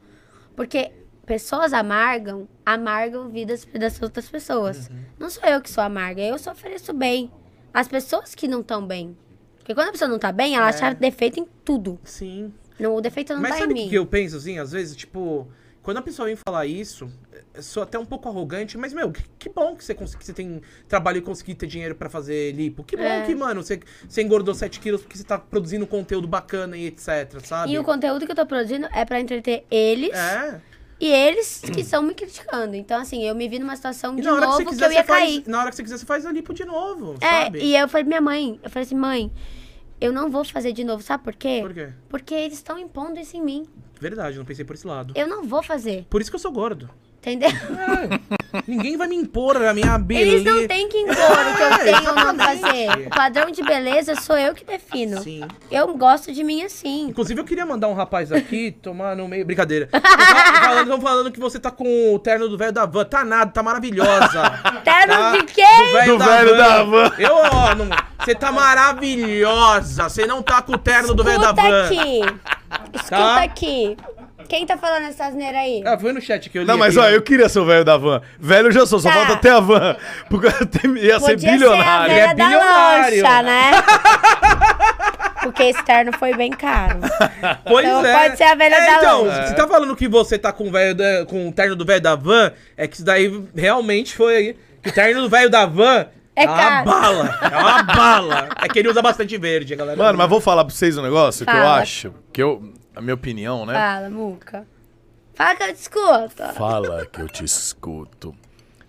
Speaker 3: Porque pessoas amargam, amargam vidas das outras pessoas.
Speaker 2: Uhum.
Speaker 3: Não sou eu que sou amarga, eu só ofereço bem. As pessoas que não estão bem. Porque quando a pessoa não tá bem, ela acha defeito em tudo.
Speaker 2: Sim.
Speaker 3: Não, o defeito não
Speaker 2: É. Mas
Speaker 3: tá em
Speaker 2: sabe o
Speaker 3: mim.
Speaker 2: que eu penso, assim, às vezes, tipo, quando a pessoa vem falar isso, eu sou até um pouco arrogante, mas, meu, que, que bom que você, cons- que você tem trabalho e conseguir ter dinheiro pra fazer lipo. Que bom
Speaker 3: É.
Speaker 2: que, mano, você, você engordou 7 quilos porque você tá produzindo conteúdo bacana e etc, sabe?
Speaker 3: E o conteúdo que eu tô produzindo é pra entreter eles.
Speaker 2: É.
Speaker 3: E eles que estão me criticando. Então, assim, eu me vi numa situação
Speaker 2: E
Speaker 3: de
Speaker 2: na hora
Speaker 3: novo
Speaker 2: que
Speaker 3: que,
Speaker 2: você quiser,
Speaker 3: eu ia
Speaker 2: você
Speaker 3: cair.
Speaker 2: faz. Na hora que você quiser, você faz a lipo de novo,
Speaker 3: É,
Speaker 2: sabe?
Speaker 3: e eu falei pra minha mãe, eu falei assim, mãe, eu não vou fazer de novo, sabe por quê?
Speaker 2: Por quê?
Speaker 3: Porque eles estão impondo isso em mim.
Speaker 2: Verdade, eu não pensei por esse lado.
Speaker 3: Eu não vou fazer,
Speaker 2: Por isso que eu sou gordo.
Speaker 3: entendeu?
Speaker 2: Ninguém vai me impor a minha
Speaker 3: Eles
Speaker 2: beleza.
Speaker 3: não têm que impor o que eu
Speaker 2: É,
Speaker 3: tenho ou não
Speaker 2: exatamente.
Speaker 3: fazer. O padrão de beleza sou eu que defino.
Speaker 2: Sim.
Speaker 3: Eu gosto de mim assim.
Speaker 2: Inclusive, eu queria mandar um rapaz aqui tomar no meio. Brincadeira. Estão falando que você tá com o terno do velho da van. Tá nada, tá maravilhosa.
Speaker 3: Terno
Speaker 2: Tá.
Speaker 3: de quem?
Speaker 1: Do velho da van.
Speaker 2: Eu, ó, não- você tá maravilhosa. Você não tá com o terno do velho da
Speaker 3: Escuta
Speaker 2: van.
Speaker 3: aqui.
Speaker 2: Tá.
Speaker 3: Escuta aqui. Quem tá falando essas asneira aí?
Speaker 2: Ah, foi no chat que eu li.
Speaker 1: Não, mas
Speaker 2: aqui,
Speaker 1: ó,
Speaker 2: né?
Speaker 1: eu queria ser o velho da van. Velho eu já sou, só
Speaker 3: Tá.
Speaker 1: falta até a van. Porque eu te- ia ser
Speaker 3: Podia
Speaker 1: bilionário.
Speaker 3: Ser a
Speaker 2: É
Speaker 3: velha da
Speaker 2: bilionário.
Speaker 3: lancha, né? Porque esse terno foi bem caro.
Speaker 2: Pois
Speaker 3: Então,
Speaker 2: é.
Speaker 3: pode ser a velha
Speaker 2: É,
Speaker 3: da
Speaker 2: Então,
Speaker 3: lancha.
Speaker 2: se tá falando que você tá com o, velho da- com o terno do velho da van, é que isso daí realmente foi aí. Que o terno do velho da van
Speaker 3: É
Speaker 2: uma
Speaker 3: caro.
Speaker 2: bala. É uma bala. É que ele usa bastante verde, galera.
Speaker 1: Mano, mas vou falar pra vocês um negócio que eu
Speaker 3: Fala.
Speaker 1: acho. Que eu. A minha opinião, né?
Speaker 3: Fala, Muca. Fala que eu te escuto.
Speaker 1: Fala que eu te escuto.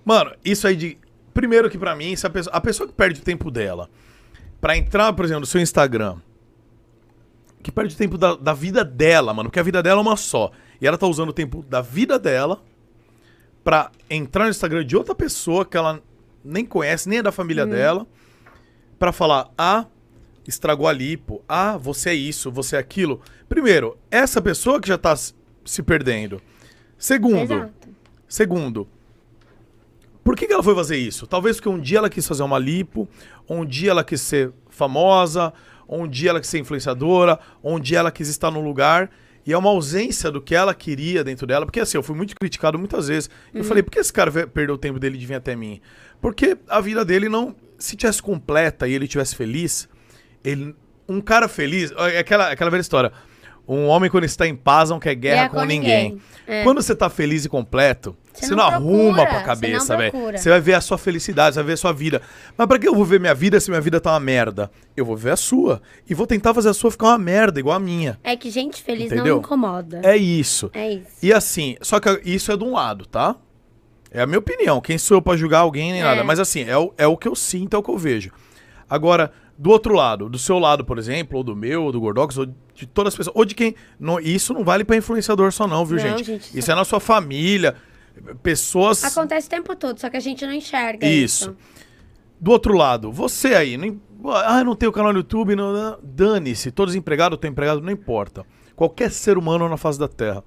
Speaker 1: Mano, isso aí de. Primeiro que pra mim, se a, pessoa, a pessoa que perde o tempo dela pra entrar, por exemplo, no seu Instagram, que perde o tempo da, da vida dela, mano, porque a vida dela é uma só. E ela tá usando o tempo da vida dela pra entrar no Instagram de outra pessoa que ela nem conhece, nem é da família dela, pra falar: ah, estragou a lipo, ah, você é isso, você é aquilo. Primeiro, essa pessoa que já tá s- se perdendo. Segundo.
Speaker 3: Exato.
Speaker 1: Segundo, por que, que ela foi fazer isso? Talvez porque um dia ela quis fazer uma lipo, um dia ela quis ser famosa, um dia ela quis ser influenciadora, um dia ela quis estar num lugar. E é uma ausência do que ela queria dentro dela. Porque assim, eu fui muito criticado muitas vezes. Eu falei, por que esse cara ve- perdeu o tempo dele de vir até mim? Porque a vida dele não. Se tivesse completa e ele tivesse feliz, ele. Um cara feliz. é Aquela, aquela velha história. Um homem, quando está em paz, não quer guerra
Speaker 3: Guerra
Speaker 1: com,
Speaker 3: com
Speaker 1: ninguém.
Speaker 3: ninguém. É.
Speaker 1: Quando você tá feliz e completo, você,
Speaker 3: Você
Speaker 1: não,
Speaker 3: não
Speaker 1: arruma
Speaker 3: procura,
Speaker 1: pra
Speaker 3: você
Speaker 1: cabeça,
Speaker 3: não
Speaker 1: velho.
Speaker 3: procura.
Speaker 1: Você vai ver a sua felicidade, você vai ver a sua vida. Mas pra que eu vou ver minha vida se minha vida tá uma merda? Eu vou ver a sua. E vou tentar fazer a sua ficar uma merda, igual a minha.
Speaker 3: É que gente feliz
Speaker 1: Entendeu?
Speaker 3: não incomoda.
Speaker 1: É isso.
Speaker 3: É isso.
Speaker 1: E assim, só que isso é de um lado, tá? É a minha opinião. Quem sou eu pra julgar alguém nem
Speaker 3: É.
Speaker 1: nada. Mas assim, é o, é o que eu sinto, é o que eu vejo. Agora, do outro lado, do seu lado, por exemplo, ou do meu, ou do Gordox, ou de todas as pessoas, ou de quem. não- isso não vale pra influenciador só, não, viu,
Speaker 3: Não,
Speaker 1: gente?
Speaker 3: gente, isso
Speaker 1: Isso é na sua família, pessoas.
Speaker 3: Acontece o tempo todo, só que a gente não enxerga
Speaker 1: Isso.
Speaker 3: isso.
Speaker 1: Do outro lado, você aí, não, im- ah, eu não tenho canal no YouTube, não, não, dane-se, todos empregados, tem empregado, não importa. Qualquer ser humano na face da Terra.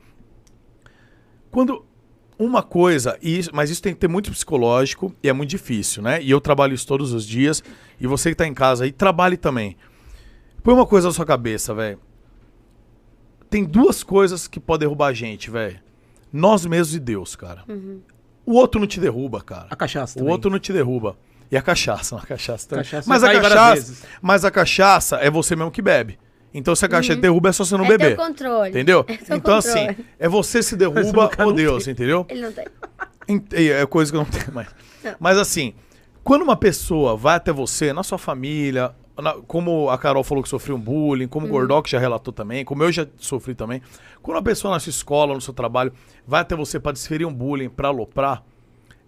Speaker 1: Quando uma coisa, e isso- mas isso tem que ter muito psicológico e é muito difícil, né? E eu trabalho isso todos os dias, e você que tá em casa aí, trabalhe também. Põe uma coisa na sua cabeça, velho. Tem duas coisas que podem derrubar a gente, velho. Nós mesmos e Deus, cara. O outro não te derruba, cara.
Speaker 2: A cachaça
Speaker 1: O
Speaker 2: também.
Speaker 1: outro não te derruba. E a cachaça, a cachaça também.
Speaker 2: Cachaça
Speaker 1: mas,
Speaker 2: eu
Speaker 1: a
Speaker 2: caí várias
Speaker 1: cachaça
Speaker 2: vezes.
Speaker 1: mas a cachaça é você mesmo que bebe. Então se a cachaça te derruba é só você não
Speaker 3: É
Speaker 1: beber.
Speaker 3: teu controle.
Speaker 1: Entendeu?
Speaker 3: É teu
Speaker 1: então
Speaker 3: controle.
Speaker 1: assim, é você se
Speaker 2: Essa
Speaker 1: derruba
Speaker 2: boca
Speaker 1: ou
Speaker 2: não
Speaker 1: Deus, entendeu?
Speaker 3: Ele não tem.
Speaker 1: Ent- e É coisa que eu não tenho mais. Mas assim, quando uma pessoa vai até você, na sua família, na- como a Carol falou que sofreu um bullying, como o Gordox já relatou também, como eu já sofri também, quando uma pessoa na sua escola, no seu trabalho, vai até você pra desferir um bullying, pra aloprar,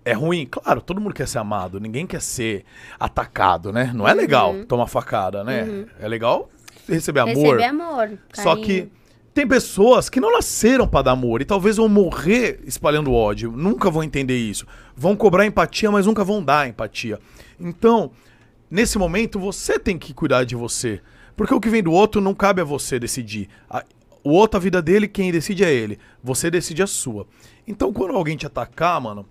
Speaker 1: é ruim? Claro, todo mundo quer ser amado, ninguém quer ser atacado, né? Não é legal tomar facada, né? É legal receber amor.
Speaker 3: Receber amor.
Speaker 1: Só
Speaker 3: carinho.
Speaker 1: que tem pessoas que não nasceram pra dar amor e talvez vão morrer espalhando ódio. Nunca vão entender isso. Vão cobrar empatia, mas nunca vão dar empatia. Então, nesse momento, você tem que cuidar de você. Porque o que vem do outro não cabe a você decidir. A- o outro, a vida dele, quem decide é ele. Você decide a sua. Então, quando alguém te atacar, mano,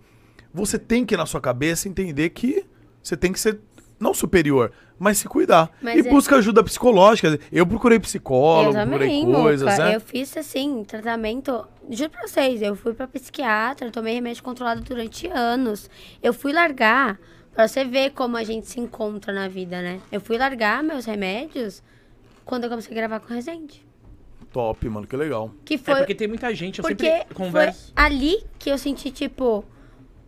Speaker 1: você tem que, na sua cabeça, entender que você tem que ser, não superior, mas se cuidar.
Speaker 3: Mas
Speaker 1: e
Speaker 3: é-
Speaker 1: busca ajuda psicológica. Eu procurei psicólogo,
Speaker 3: eu
Speaker 1: procurei
Speaker 3: também,
Speaker 1: coisas,
Speaker 3: Muca.
Speaker 1: né?
Speaker 3: Eu fiz, assim, tratamento... Juro pra vocês, eu fui pra psiquiatra, eu tomei remédio controlado durante anos. Eu fui largar, pra você ver como a gente se encontra na vida, né? Eu fui largar meus remédios quando eu comecei a gravar com o Resende.
Speaker 1: Top, mano, que legal.
Speaker 3: Que
Speaker 2: É
Speaker 3: foi...
Speaker 2: porque tem muita gente, eu
Speaker 3: porque
Speaker 2: sempre converso.
Speaker 3: foi ali que eu senti, tipo...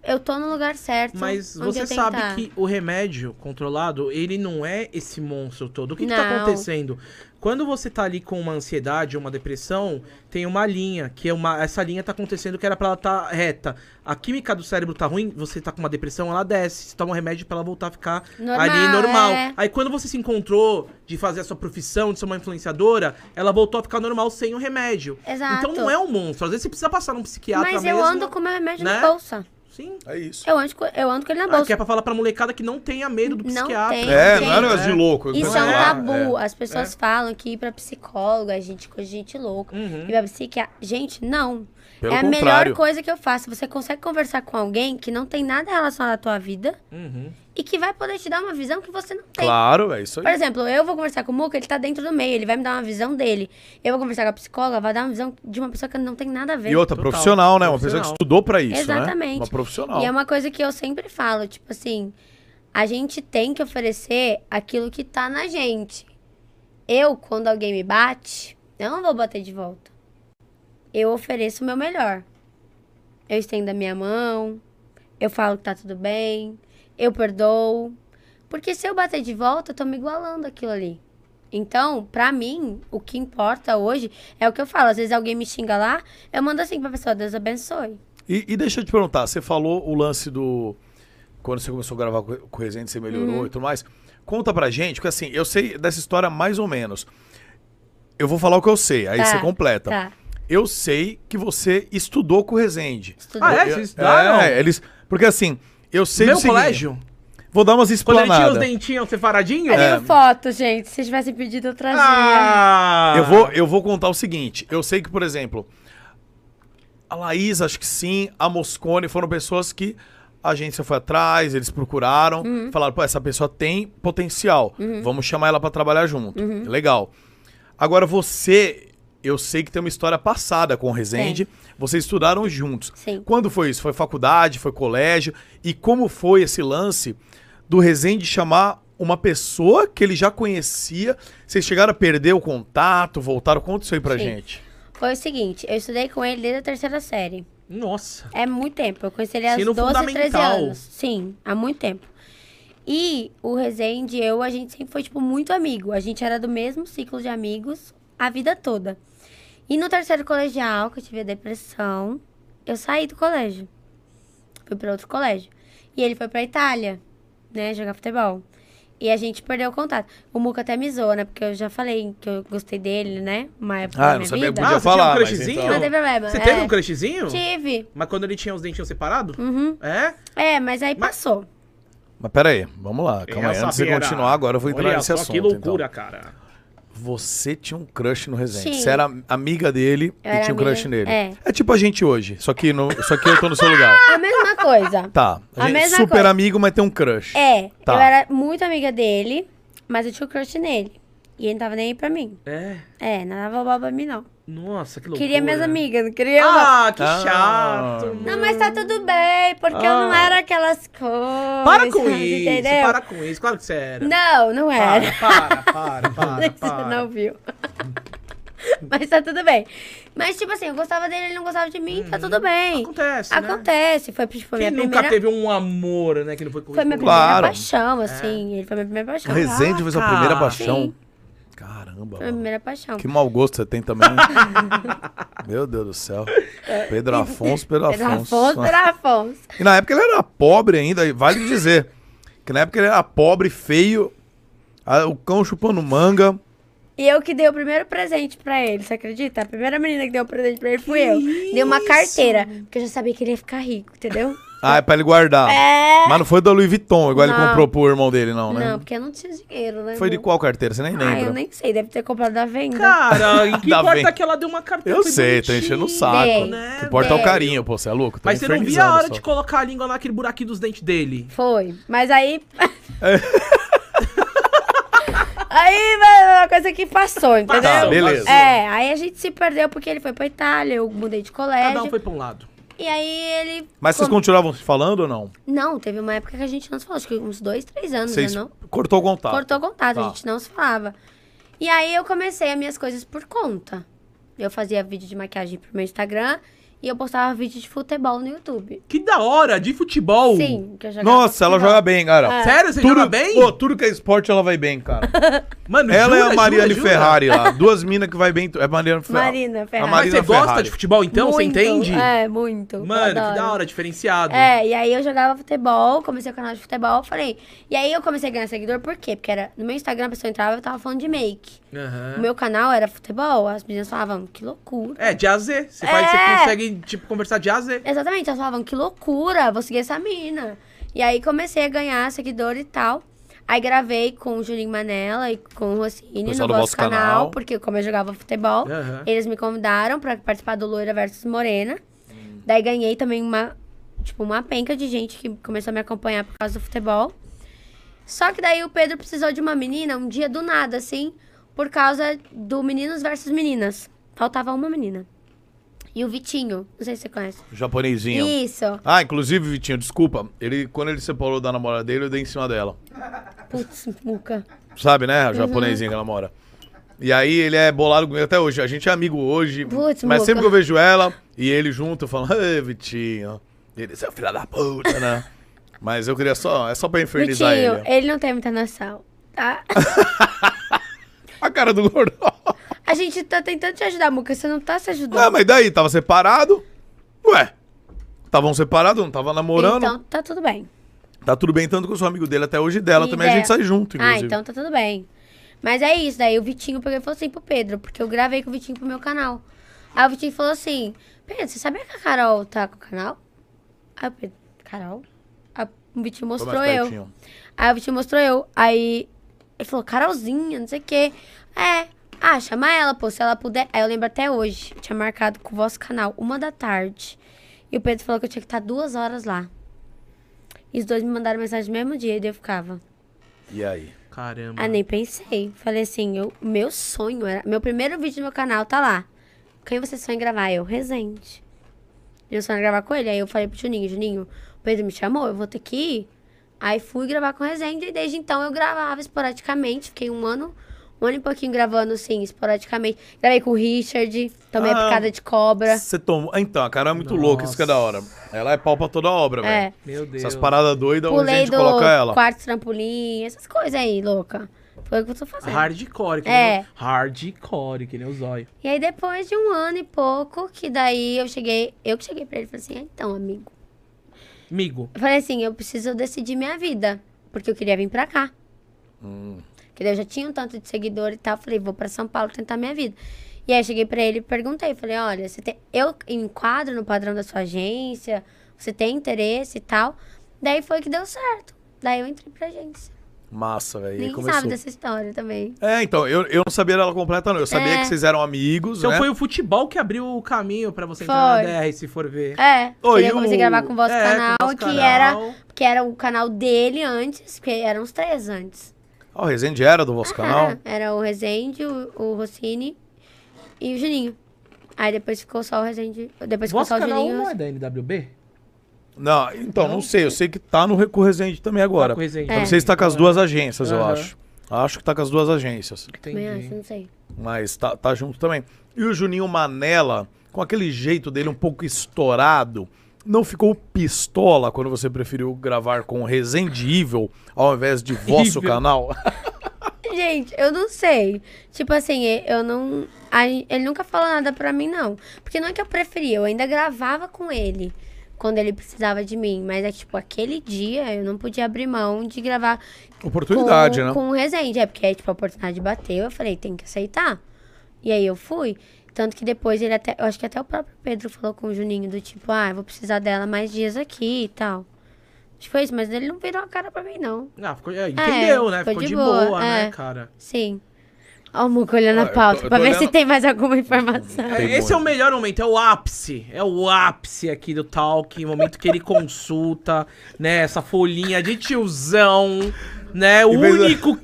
Speaker 3: Eu tô no lugar certo.
Speaker 2: Mas
Speaker 3: onde
Speaker 2: você
Speaker 3: eu tenho
Speaker 2: sabe
Speaker 3: tá.
Speaker 2: que o remédio controlado, ele não é esse monstro todo. O que, que tá
Speaker 3: Não.
Speaker 2: acontecendo? Quando você tá ali com uma ansiedade, uma depressão, tem uma linha, que é uma. Essa linha tá acontecendo que era pra ela tá reta. A química do cérebro tá ruim, você tá com uma depressão, ela desce. Você toma um remédio pra ela voltar a ficar
Speaker 3: Normal,
Speaker 2: ali normal.
Speaker 3: é.
Speaker 2: Aí quando você se encontrou de fazer a sua profissão, de ser uma influenciadora, ela voltou a ficar normal sem o remédio.
Speaker 3: Exato.
Speaker 2: Então não é um monstro. Às vezes você precisa passar num psiquiatra
Speaker 3: Mas
Speaker 2: mesmo.
Speaker 3: eu ando com meu remédio
Speaker 2: né?
Speaker 3: na bolsa.
Speaker 2: Sim.
Speaker 1: É isso.
Speaker 3: Eu ando, com- eu ando com ele na
Speaker 2: Ah,
Speaker 3: bolsa.
Speaker 2: que é pra falar pra molecada que não tenha medo do
Speaker 3: Não
Speaker 2: psiquiatra.
Speaker 3: tem.
Speaker 1: É,
Speaker 3: Gente,
Speaker 1: não é um negócio de louco. eu
Speaker 3: Isso
Speaker 1: tô
Speaker 3: é um
Speaker 1: falando.
Speaker 3: tabu.
Speaker 1: É.
Speaker 3: As pessoas falam que ir pra psicóloga, a gente coisa de gente louca.
Speaker 2: Uhum.
Speaker 3: E pra psiquiatra. Gente, não.
Speaker 1: Pelo
Speaker 3: é a
Speaker 1: contrário.
Speaker 3: melhor coisa que eu faço. Você consegue conversar com alguém que não tem nada relacionado à tua vida
Speaker 2: Uhum.
Speaker 3: e que vai poder te dar uma visão que você não tem.
Speaker 1: Claro, é isso
Speaker 3: Por
Speaker 1: aí.
Speaker 3: exemplo, eu vou conversar com o Muca, ele tá dentro do meio, ele vai me dar uma visão dele. Eu vou conversar com a psicóloga, vai dar uma visão de uma pessoa que não tem nada a ver.
Speaker 1: E outra,
Speaker 2: Total.
Speaker 1: profissional, né? Uma pessoa que
Speaker 2: Profissional.
Speaker 1: estudou pra isso, né?
Speaker 3: Exatamente.
Speaker 1: Uma profissional.
Speaker 3: E é uma coisa que eu sempre falo, tipo assim, a gente tem que oferecer aquilo que tá na gente. Eu, quando alguém me bate, eu não vou bater de volta. Eu ofereço o meu melhor. Eu estendo a minha mão, eu falo que tá tudo bem, eu perdoo. Porque se eu bater de volta, eu tô me igualando aquilo ali. Então, pra mim, o que importa hoje é o que eu falo. Às vezes alguém me xinga lá, eu mando assim pra pessoa, Deus abençoe.
Speaker 1: E, e deixa eu te perguntar, você falou o lance do. Quando você começou a gravar co- com o Resende, você melhorou
Speaker 3: Uhum.
Speaker 1: e tudo mais. Conta pra gente, porque assim, eu sei dessa história mais ou menos. Eu vou falar o que eu sei, aí
Speaker 3: Tá,
Speaker 1: você completa.
Speaker 2: Então.
Speaker 3: Tá.
Speaker 1: Eu sei que você estudou com o Resende.
Speaker 3: Estudou.
Speaker 2: Ah, é?
Speaker 1: Eu-
Speaker 2: Vocês estudaram?
Speaker 1: É, eles. Porque assim, eu sei
Speaker 2: Meu
Speaker 1: o seguinte-
Speaker 2: colégio?
Speaker 1: Vou dar umas
Speaker 2: Quando ele tinha os
Speaker 1: explanadas.
Speaker 2: dentinhos separadinhos?
Speaker 3: Eu
Speaker 1: É.
Speaker 3: tenho foto, gente. Se tivessem pedido, eu trazia.
Speaker 2: É. Ah!
Speaker 1: Eu vou, eu vou contar o seguinte. Eu sei que, por exemplo, a Laís, acho que sim, a Moscone foram pessoas que a agência foi atrás, eles procuraram, falaram, pô, essa pessoa tem potencial. Vamos chamar ela pra trabalhar junto. Legal. Agora você, eu sei que tem uma história passada com o Rezende. Vocês estudaram juntos.
Speaker 3: Sim.
Speaker 1: Quando foi isso? Foi faculdade, foi colégio? E como foi esse lance do Rezende chamar uma pessoa que ele já conhecia? Vocês chegaram a perder o contato, voltaram? Conta isso aí pra
Speaker 3: Sim.
Speaker 1: gente.
Speaker 3: Foi o seguinte, eu estudei com ele desde a terceira série.
Speaker 2: Nossa.
Speaker 3: É muito tempo. Eu conheci ele
Speaker 2: Ensino
Speaker 3: aos 12, 13
Speaker 2: fundamental.
Speaker 3: anos. Sim, há muito tempo. E o Rezende e eu, a gente sempre foi, tipo, muito amigo. A gente era do mesmo ciclo de amigos a vida toda. E no terceiro colegial, que eu tive a depressão, eu saí do colégio. Fui para outro colégio. E ele foi pra Itália, né, jogar futebol. E a gente perdeu o contato. O Muca até me zoa, né? Porque eu já falei que eu gostei dele, né? Uma época
Speaker 1: Ah,
Speaker 3: da
Speaker 1: eu não
Speaker 3: minha
Speaker 1: sabia que
Speaker 3: vida.
Speaker 1: podia
Speaker 2: Ah, você
Speaker 1: falar,
Speaker 2: tinha um
Speaker 1: mas
Speaker 2: crushzinho?
Speaker 1: então...
Speaker 3: Não tem problema.
Speaker 2: Você
Speaker 3: é.
Speaker 2: teve um crushzinho?
Speaker 3: Tive.
Speaker 2: Mas quando ele tinha os dentinhos separados?
Speaker 3: Uhum.
Speaker 2: É?
Speaker 3: É, mas aí
Speaker 2: Mas-
Speaker 3: passou.
Speaker 1: Mas peraí, vamos lá. Calma aí,
Speaker 2: Essa
Speaker 1: antes de você
Speaker 2: beira.
Speaker 1: continuar, agora eu vou entrar
Speaker 2: Olha
Speaker 1: nesse
Speaker 2: só
Speaker 1: assunto.
Speaker 2: Que loucura,
Speaker 1: então.
Speaker 2: cara.
Speaker 1: Você tinha um crush no Rezende.
Speaker 3: Sim.
Speaker 1: Você era amiga dele
Speaker 3: Eu
Speaker 1: e
Speaker 3: era
Speaker 1: tinha um
Speaker 3: amiga-
Speaker 1: crush nele.
Speaker 3: é.
Speaker 1: tipo a gente hoje, só que, no, só que eu tô no seu lugar.
Speaker 3: A mesma coisa.
Speaker 1: Tá, a
Speaker 3: A
Speaker 1: gente é
Speaker 3: mesma
Speaker 1: super
Speaker 3: coisa.
Speaker 1: amigo, mas tem um crush.
Speaker 3: É,
Speaker 1: Tá.
Speaker 3: eu era muito amiga dele, mas eu tinha o crush nele. E ele não tava nem aí pra mim.
Speaker 2: É.
Speaker 3: É, não dava bola pra mim, não.
Speaker 2: Nossa, que loucura.
Speaker 3: Queria minhas amigas, não queria. não.
Speaker 2: Ah, que
Speaker 1: Ah.
Speaker 2: chato.
Speaker 3: Não, mas tá tudo bem, porque eu não
Speaker 2: Ah.
Speaker 3: era aquelas coisas.
Speaker 2: Para com isso.
Speaker 3: entendeu?
Speaker 2: Para com isso. Claro que você era.
Speaker 3: Não, não era.
Speaker 2: Para, para, para, para,
Speaker 3: Você
Speaker 2: para.
Speaker 3: não viu. Mas tá tudo bem. Mas, tipo assim, eu gostava dele, ele não gostava de mim, tá tudo bem.
Speaker 2: Uhum. Acontece, né?
Speaker 3: Acontece. Foi, tipo,
Speaker 2: Quem
Speaker 3: minha
Speaker 2: nunca
Speaker 3: primeira...
Speaker 2: teve um amor, né, que não foi
Speaker 3: Foi
Speaker 2: correspondido?
Speaker 3: minha primeira
Speaker 1: Claro.
Speaker 3: paixão,
Speaker 2: É.
Speaker 3: assim. Ele foi minha primeira paixão.
Speaker 1: O Rezende foi sua
Speaker 2: Caraca.
Speaker 1: primeira paixão.
Speaker 3: Sim. É
Speaker 1: Caramba,
Speaker 3: Foi minha
Speaker 1: mano.
Speaker 3: primeira paixão.
Speaker 1: Que mau gosto você tem também. Meu Deus do céu. Pedro Afonso, Pedro Afonso.
Speaker 3: É, Pedro Afonso, Pedro Afonso.
Speaker 1: E na época ele era pobre ainda, e vale dizer. Que na época ele era pobre, feio, a- o cão chupando manga.
Speaker 3: E eu que dei o primeiro presente pra ele, você acredita? A primeira menina que deu o presente pra ele fui eu. Dei uma carteira, porque eu já sabia que ele ia ficar rico, entendeu?
Speaker 1: Ah, é pra ele guardar.
Speaker 3: É.
Speaker 1: Mas não foi da Louis Vuitton, igual ele
Speaker 3: Não.
Speaker 1: comprou pro irmão dele, não, né?
Speaker 3: Não, porque eu não tinha dinheiro, né?
Speaker 1: Foi de
Speaker 3: amor?
Speaker 1: qual carteira? Você nem
Speaker 3: Ah,
Speaker 1: lembra.
Speaker 3: eu nem sei, deve ter comprado da venda.
Speaker 2: Cara, e né? que
Speaker 1: Ainda
Speaker 2: importa é
Speaker 1: bem.
Speaker 2: que ela deu uma carteira?
Speaker 1: Eu sei, tá enchendo o saco.
Speaker 3: Dei.
Speaker 1: O que importa é o
Speaker 3: Dei.
Speaker 1: carinho, pô, você é louco. Tá
Speaker 2: Mas você não via a
Speaker 1: infernizando
Speaker 2: hora
Speaker 1: só.
Speaker 2: de colocar a língua naquele buraquinho dos dentes dele.
Speaker 3: Foi. Mas aí.
Speaker 1: É.
Speaker 3: aí, mano, é uma coisa que passou, entendeu?
Speaker 2: um,
Speaker 1: Tá, beleza.
Speaker 2: assim,
Speaker 3: É, aí a gente se perdeu porque ele foi pra Itália, eu mudei É, de colégio.
Speaker 2: Cada um foi pra um lado.
Speaker 3: E aí ele.
Speaker 1: Mas vocês continuavam se falando ou não?
Speaker 3: Não, teve uma época que a gente não se falou, acho que uns dois, três anos,
Speaker 1: Vocês
Speaker 3: né? Não?
Speaker 1: cortou o contato.
Speaker 3: Cortou contato,
Speaker 1: Tá.
Speaker 3: a gente não se falava. E aí eu comecei as minhas coisas por conta. Eu fazia vídeo de maquiagem pro meu Instagram e eu postava vídeo de futebol no YouTube.
Speaker 2: Que da hora, de futebol.
Speaker 3: Sim, que eu jogava
Speaker 1: Nossa, ela
Speaker 3: futebol. É.
Speaker 1: joga bem, cara.
Speaker 2: Sério, você joga bem?
Speaker 1: Pô, tudo que é esporte, ela vai bem, cara.
Speaker 2: Mano,
Speaker 1: ela é
Speaker 2: jura,
Speaker 1: a Mariane
Speaker 2: jura, jura?
Speaker 1: Ferrari lá. Duas minas que vai bem. É Mariana Ferrari.
Speaker 3: Marina Ferrari.
Speaker 1: Mari-
Speaker 2: Mas você
Speaker 1: Marina
Speaker 2: gosta
Speaker 1: Ferrari.
Speaker 2: de futebol, então? Você
Speaker 3: Muito,
Speaker 2: entende?
Speaker 3: É, muito. Eu
Speaker 2: Mano, que
Speaker 3: adoro.
Speaker 2: da hora, diferenciado.
Speaker 3: É, e aí eu jogava futebol, comecei o canal de futebol, falei. E aí eu comecei a ganhar seguidor, por quê? Porque era no meu Instagram a pessoa entrava e eu tava falando de make.
Speaker 2: Aham.
Speaker 3: O meu canal era futebol, as meninas falavam, que loucura.
Speaker 2: É, de A a Z. Você, faz, você
Speaker 3: É.
Speaker 2: consegue, tipo, conversar de A a Z.
Speaker 3: Exatamente, elas falavam, que loucura, vou seguir essa mina. E aí comecei a ganhar seguidor e tal. Aí gravei com o Julinho Manela e com o Rossini
Speaker 1: Pessoal
Speaker 3: no
Speaker 1: do vosso
Speaker 3: vosso canal,
Speaker 1: canal.
Speaker 3: porque como eu jogava futebol,
Speaker 2: Aham.
Speaker 3: eles me convidaram pra participar do Loira versus Morena.
Speaker 1: Hum.
Speaker 3: Daí ganhei também uma, tipo, uma penca de gente que começou a me acompanhar por causa do futebol. Só que daí o Pedro precisou de uma menina um dia do nada, assim, por causa do Meninos versus Meninas. Faltava uma menina. E o Vitinho, não sei se você conhece.
Speaker 1: Japonesinho.
Speaker 3: Isso.
Speaker 1: Ah, inclusive, Vitinho, desculpa. Ele, quando ele separou da namorada dele, eu dei em cima dela.
Speaker 3: Putz, Muca.
Speaker 1: Sabe, né?
Speaker 3: Uhum.
Speaker 1: O japonesinho que ela mora. E aí ele é bolado comigo até hoje. A gente é amigo hoje.
Speaker 3: Putz,
Speaker 1: mas
Speaker 3: Muca.
Speaker 1: sempre que eu vejo ela e ele junto, eu falo, "Ê, Vitinho. Ele, seu filho da puta, né? mas eu queria só. É só pra infernizar
Speaker 3: Vitinho,
Speaker 1: ele.
Speaker 3: ele não tem muita noção, tá?
Speaker 1: A cara do gordão.
Speaker 3: A gente tá tentando te ajudar, Muca. Você não tá se
Speaker 1: Ah,
Speaker 3: ajudando.
Speaker 1: mas daí? Tava separado? Ué. Estavam separados, não tava namorando.
Speaker 3: Então tá tudo bem.
Speaker 1: Tá tudo bem, tanto que eu sou amigo dele até hoje e dela
Speaker 3: E
Speaker 1: também. A
Speaker 3: dela.
Speaker 1: gente sai junto,
Speaker 3: Ah,
Speaker 1: inclusive.
Speaker 3: então tá tudo bem. Mas é isso, daí o Vitinho pegou e falou assim pro Pedro, porque eu gravei com o Vitinho pro meu canal. Aí o Vitinho falou assim, Pedro, você sabia que a Carol tá com o canal? Aí o Pedro, Carol? Aí o Vitinho
Speaker 1: Foi
Speaker 3: mostrou
Speaker 1: mais
Speaker 3: eu.
Speaker 1: pertinho.
Speaker 3: Aí o Vitinho mostrou eu. Aí ele falou, Carolzinha, não sei o quê. É. Ah, chama ela, pô, se ela puder. Aí eu lembro até hoje. eu Tinha marcado com o vosso canal, uma da tarde. E o Pedro falou que eu tinha que estar duas horas lá. E os dois me mandaram mensagem no mesmo dia, e daí eu ficava.
Speaker 1: E aí?
Speaker 2: Caramba.
Speaker 3: Ah, nem pensei. Falei assim, eu, meu sonho era. Meu primeiro vídeo do meu canal tá lá. Quem você sonha em gravar? Eu, Rezende. Eu sonho em gravar com ele. Aí eu falei pro Juninho, Juninho, o Pedro me chamou, eu vou ter que ir. Aí fui gravar com o Rezende e desde então eu gravava esporadicamente. Fiquei um ano, um ano e pouquinho gravando, assim, esporadicamente. Gravei com o Richard, tomei
Speaker 1: Ah.
Speaker 3: a picada de cobra.
Speaker 1: Você tomou. Ah, Então, a cara é muito louca, isso que é da hora. Ela é pau pra toda obra,
Speaker 3: É.
Speaker 1: velho.
Speaker 2: Meu Deus.
Speaker 1: Essas paradas doidas, onde a
Speaker 3: Pulei
Speaker 1: Então, gente
Speaker 3: do
Speaker 1: coloca ela.
Speaker 3: quarto trampolim, essas coisas aí, louca. Foi o que eu tô fazendo.
Speaker 2: Hardcore, que
Speaker 3: É.
Speaker 2: nem o... Hardcore, que nem o zóio.
Speaker 3: E aí, depois de um ano e pouco, que daí eu cheguei, eu que cheguei pra ele e falei assim: "Ah, então, amigo.
Speaker 2: Amigo.
Speaker 3: Eu falei assim: eu preciso decidir minha vida, porque eu queria vir pra cá.
Speaker 2: Hum.
Speaker 3: Porque daí eu já tinha um tanto de seguidor e tal. Falei, vou pra São Paulo tentar minha vida. E aí cheguei pra ele e perguntei. Falei, olha, você tem... eu enquadro no padrão da sua agência? Você tem interesse e tal? Daí foi que deu certo. Daí eu entrei pra agência.
Speaker 1: Massa, velho. Aí
Speaker 3: Ninguém
Speaker 1: começou.
Speaker 3: sabe dessa história também.
Speaker 1: É, então, eu, eu não sabia dela completa, não. Eu sabia
Speaker 3: É.
Speaker 1: que vocês eram amigos,
Speaker 2: Então
Speaker 1: né?
Speaker 2: foi o futebol que abriu o caminho pra você entrar
Speaker 3: Foi.
Speaker 2: na DR, se for ver.
Speaker 3: É,
Speaker 1: Ô,
Speaker 3: que
Speaker 1: e
Speaker 3: eu comecei a
Speaker 1: o-
Speaker 3: gravar com o vosso
Speaker 2: É, com o
Speaker 3: canal,
Speaker 2: vosso
Speaker 3: que,
Speaker 2: canal.
Speaker 3: Era, que era o canal dele antes, porque eram os três antes.
Speaker 1: Ah, o Resende era do vosso
Speaker 3: Ah,
Speaker 1: canal?
Speaker 3: era o Rezende, o, o Rossini e o Juninho. Aí depois ficou só o Rezende. Depois ficou
Speaker 2: Vosso
Speaker 3: só o
Speaker 2: canal
Speaker 3: Juninho.
Speaker 2: não é da NWB?
Speaker 1: Não, então, não, sei. Eu sei que tá no Re- com o Resende também agora.
Speaker 2: Tá com o Resende.
Speaker 3: É.
Speaker 1: Eu não sei se tá com as duas agências, eu
Speaker 2: Aham.
Speaker 1: acho. Acho que tá com as duas agências.
Speaker 3: Também acho,
Speaker 2: Entendi.
Speaker 3: não sei.
Speaker 1: Mas tá, tá junto também. E o Juninho Manela, com aquele jeito dele um pouco estourado, não ficou pistola quando você preferiu gravar com Resende Evil ao invés de vosso
Speaker 2: Evil.
Speaker 1: canal?
Speaker 3: Gente, eu não sei. Tipo assim, e- eu não. a- ele nunca falou nada pra mim, não. Porque não é que eu preferia, eu ainda gravava com ele quando ele precisava de mim. Mas é que, tipo, aquele dia eu não podia abrir mão de gravar
Speaker 1: Oportunidade,
Speaker 3: com,
Speaker 1: né?
Speaker 3: com o Resende. É porque, tipo, a oportunidade bateu, eu falei, tem que aceitar. E aí eu fui. Tanto que depois ele até. Eu acho que até o próprio Pedro falou com o Juninho do tipo, ah, eu vou precisar dela mais dias aqui e tal. Acho que foi isso, mas ele não virou a cara pra mim, não.
Speaker 2: Ah, ficou, é, entendeu, né?
Speaker 3: foi
Speaker 2: Ficou
Speaker 3: de
Speaker 2: de boa,
Speaker 3: boa,
Speaker 2: né,
Speaker 3: é.
Speaker 2: cara?
Speaker 3: Sim. Ó, o Muco olhando
Speaker 1: Ah, eu
Speaker 3: a
Speaker 1: tô-
Speaker 3: pauta
Speaker 1: eu tô
Speaker 3: pra ver se
Speaker 1: olhando-
Speaker 3: tem mais alguma informação.
Speaker 2: É,
Speaker 1: Tem
Speaker 2: esse é o
Speaker 1: muito.
Speaker 2: melhor momento, é o ápice. É o ápice aqui do Talk, o momento que ele consulta, né? Essa folhinha de tiozão, né? O
Speaker 1: Em vez da-
Speaker 2: único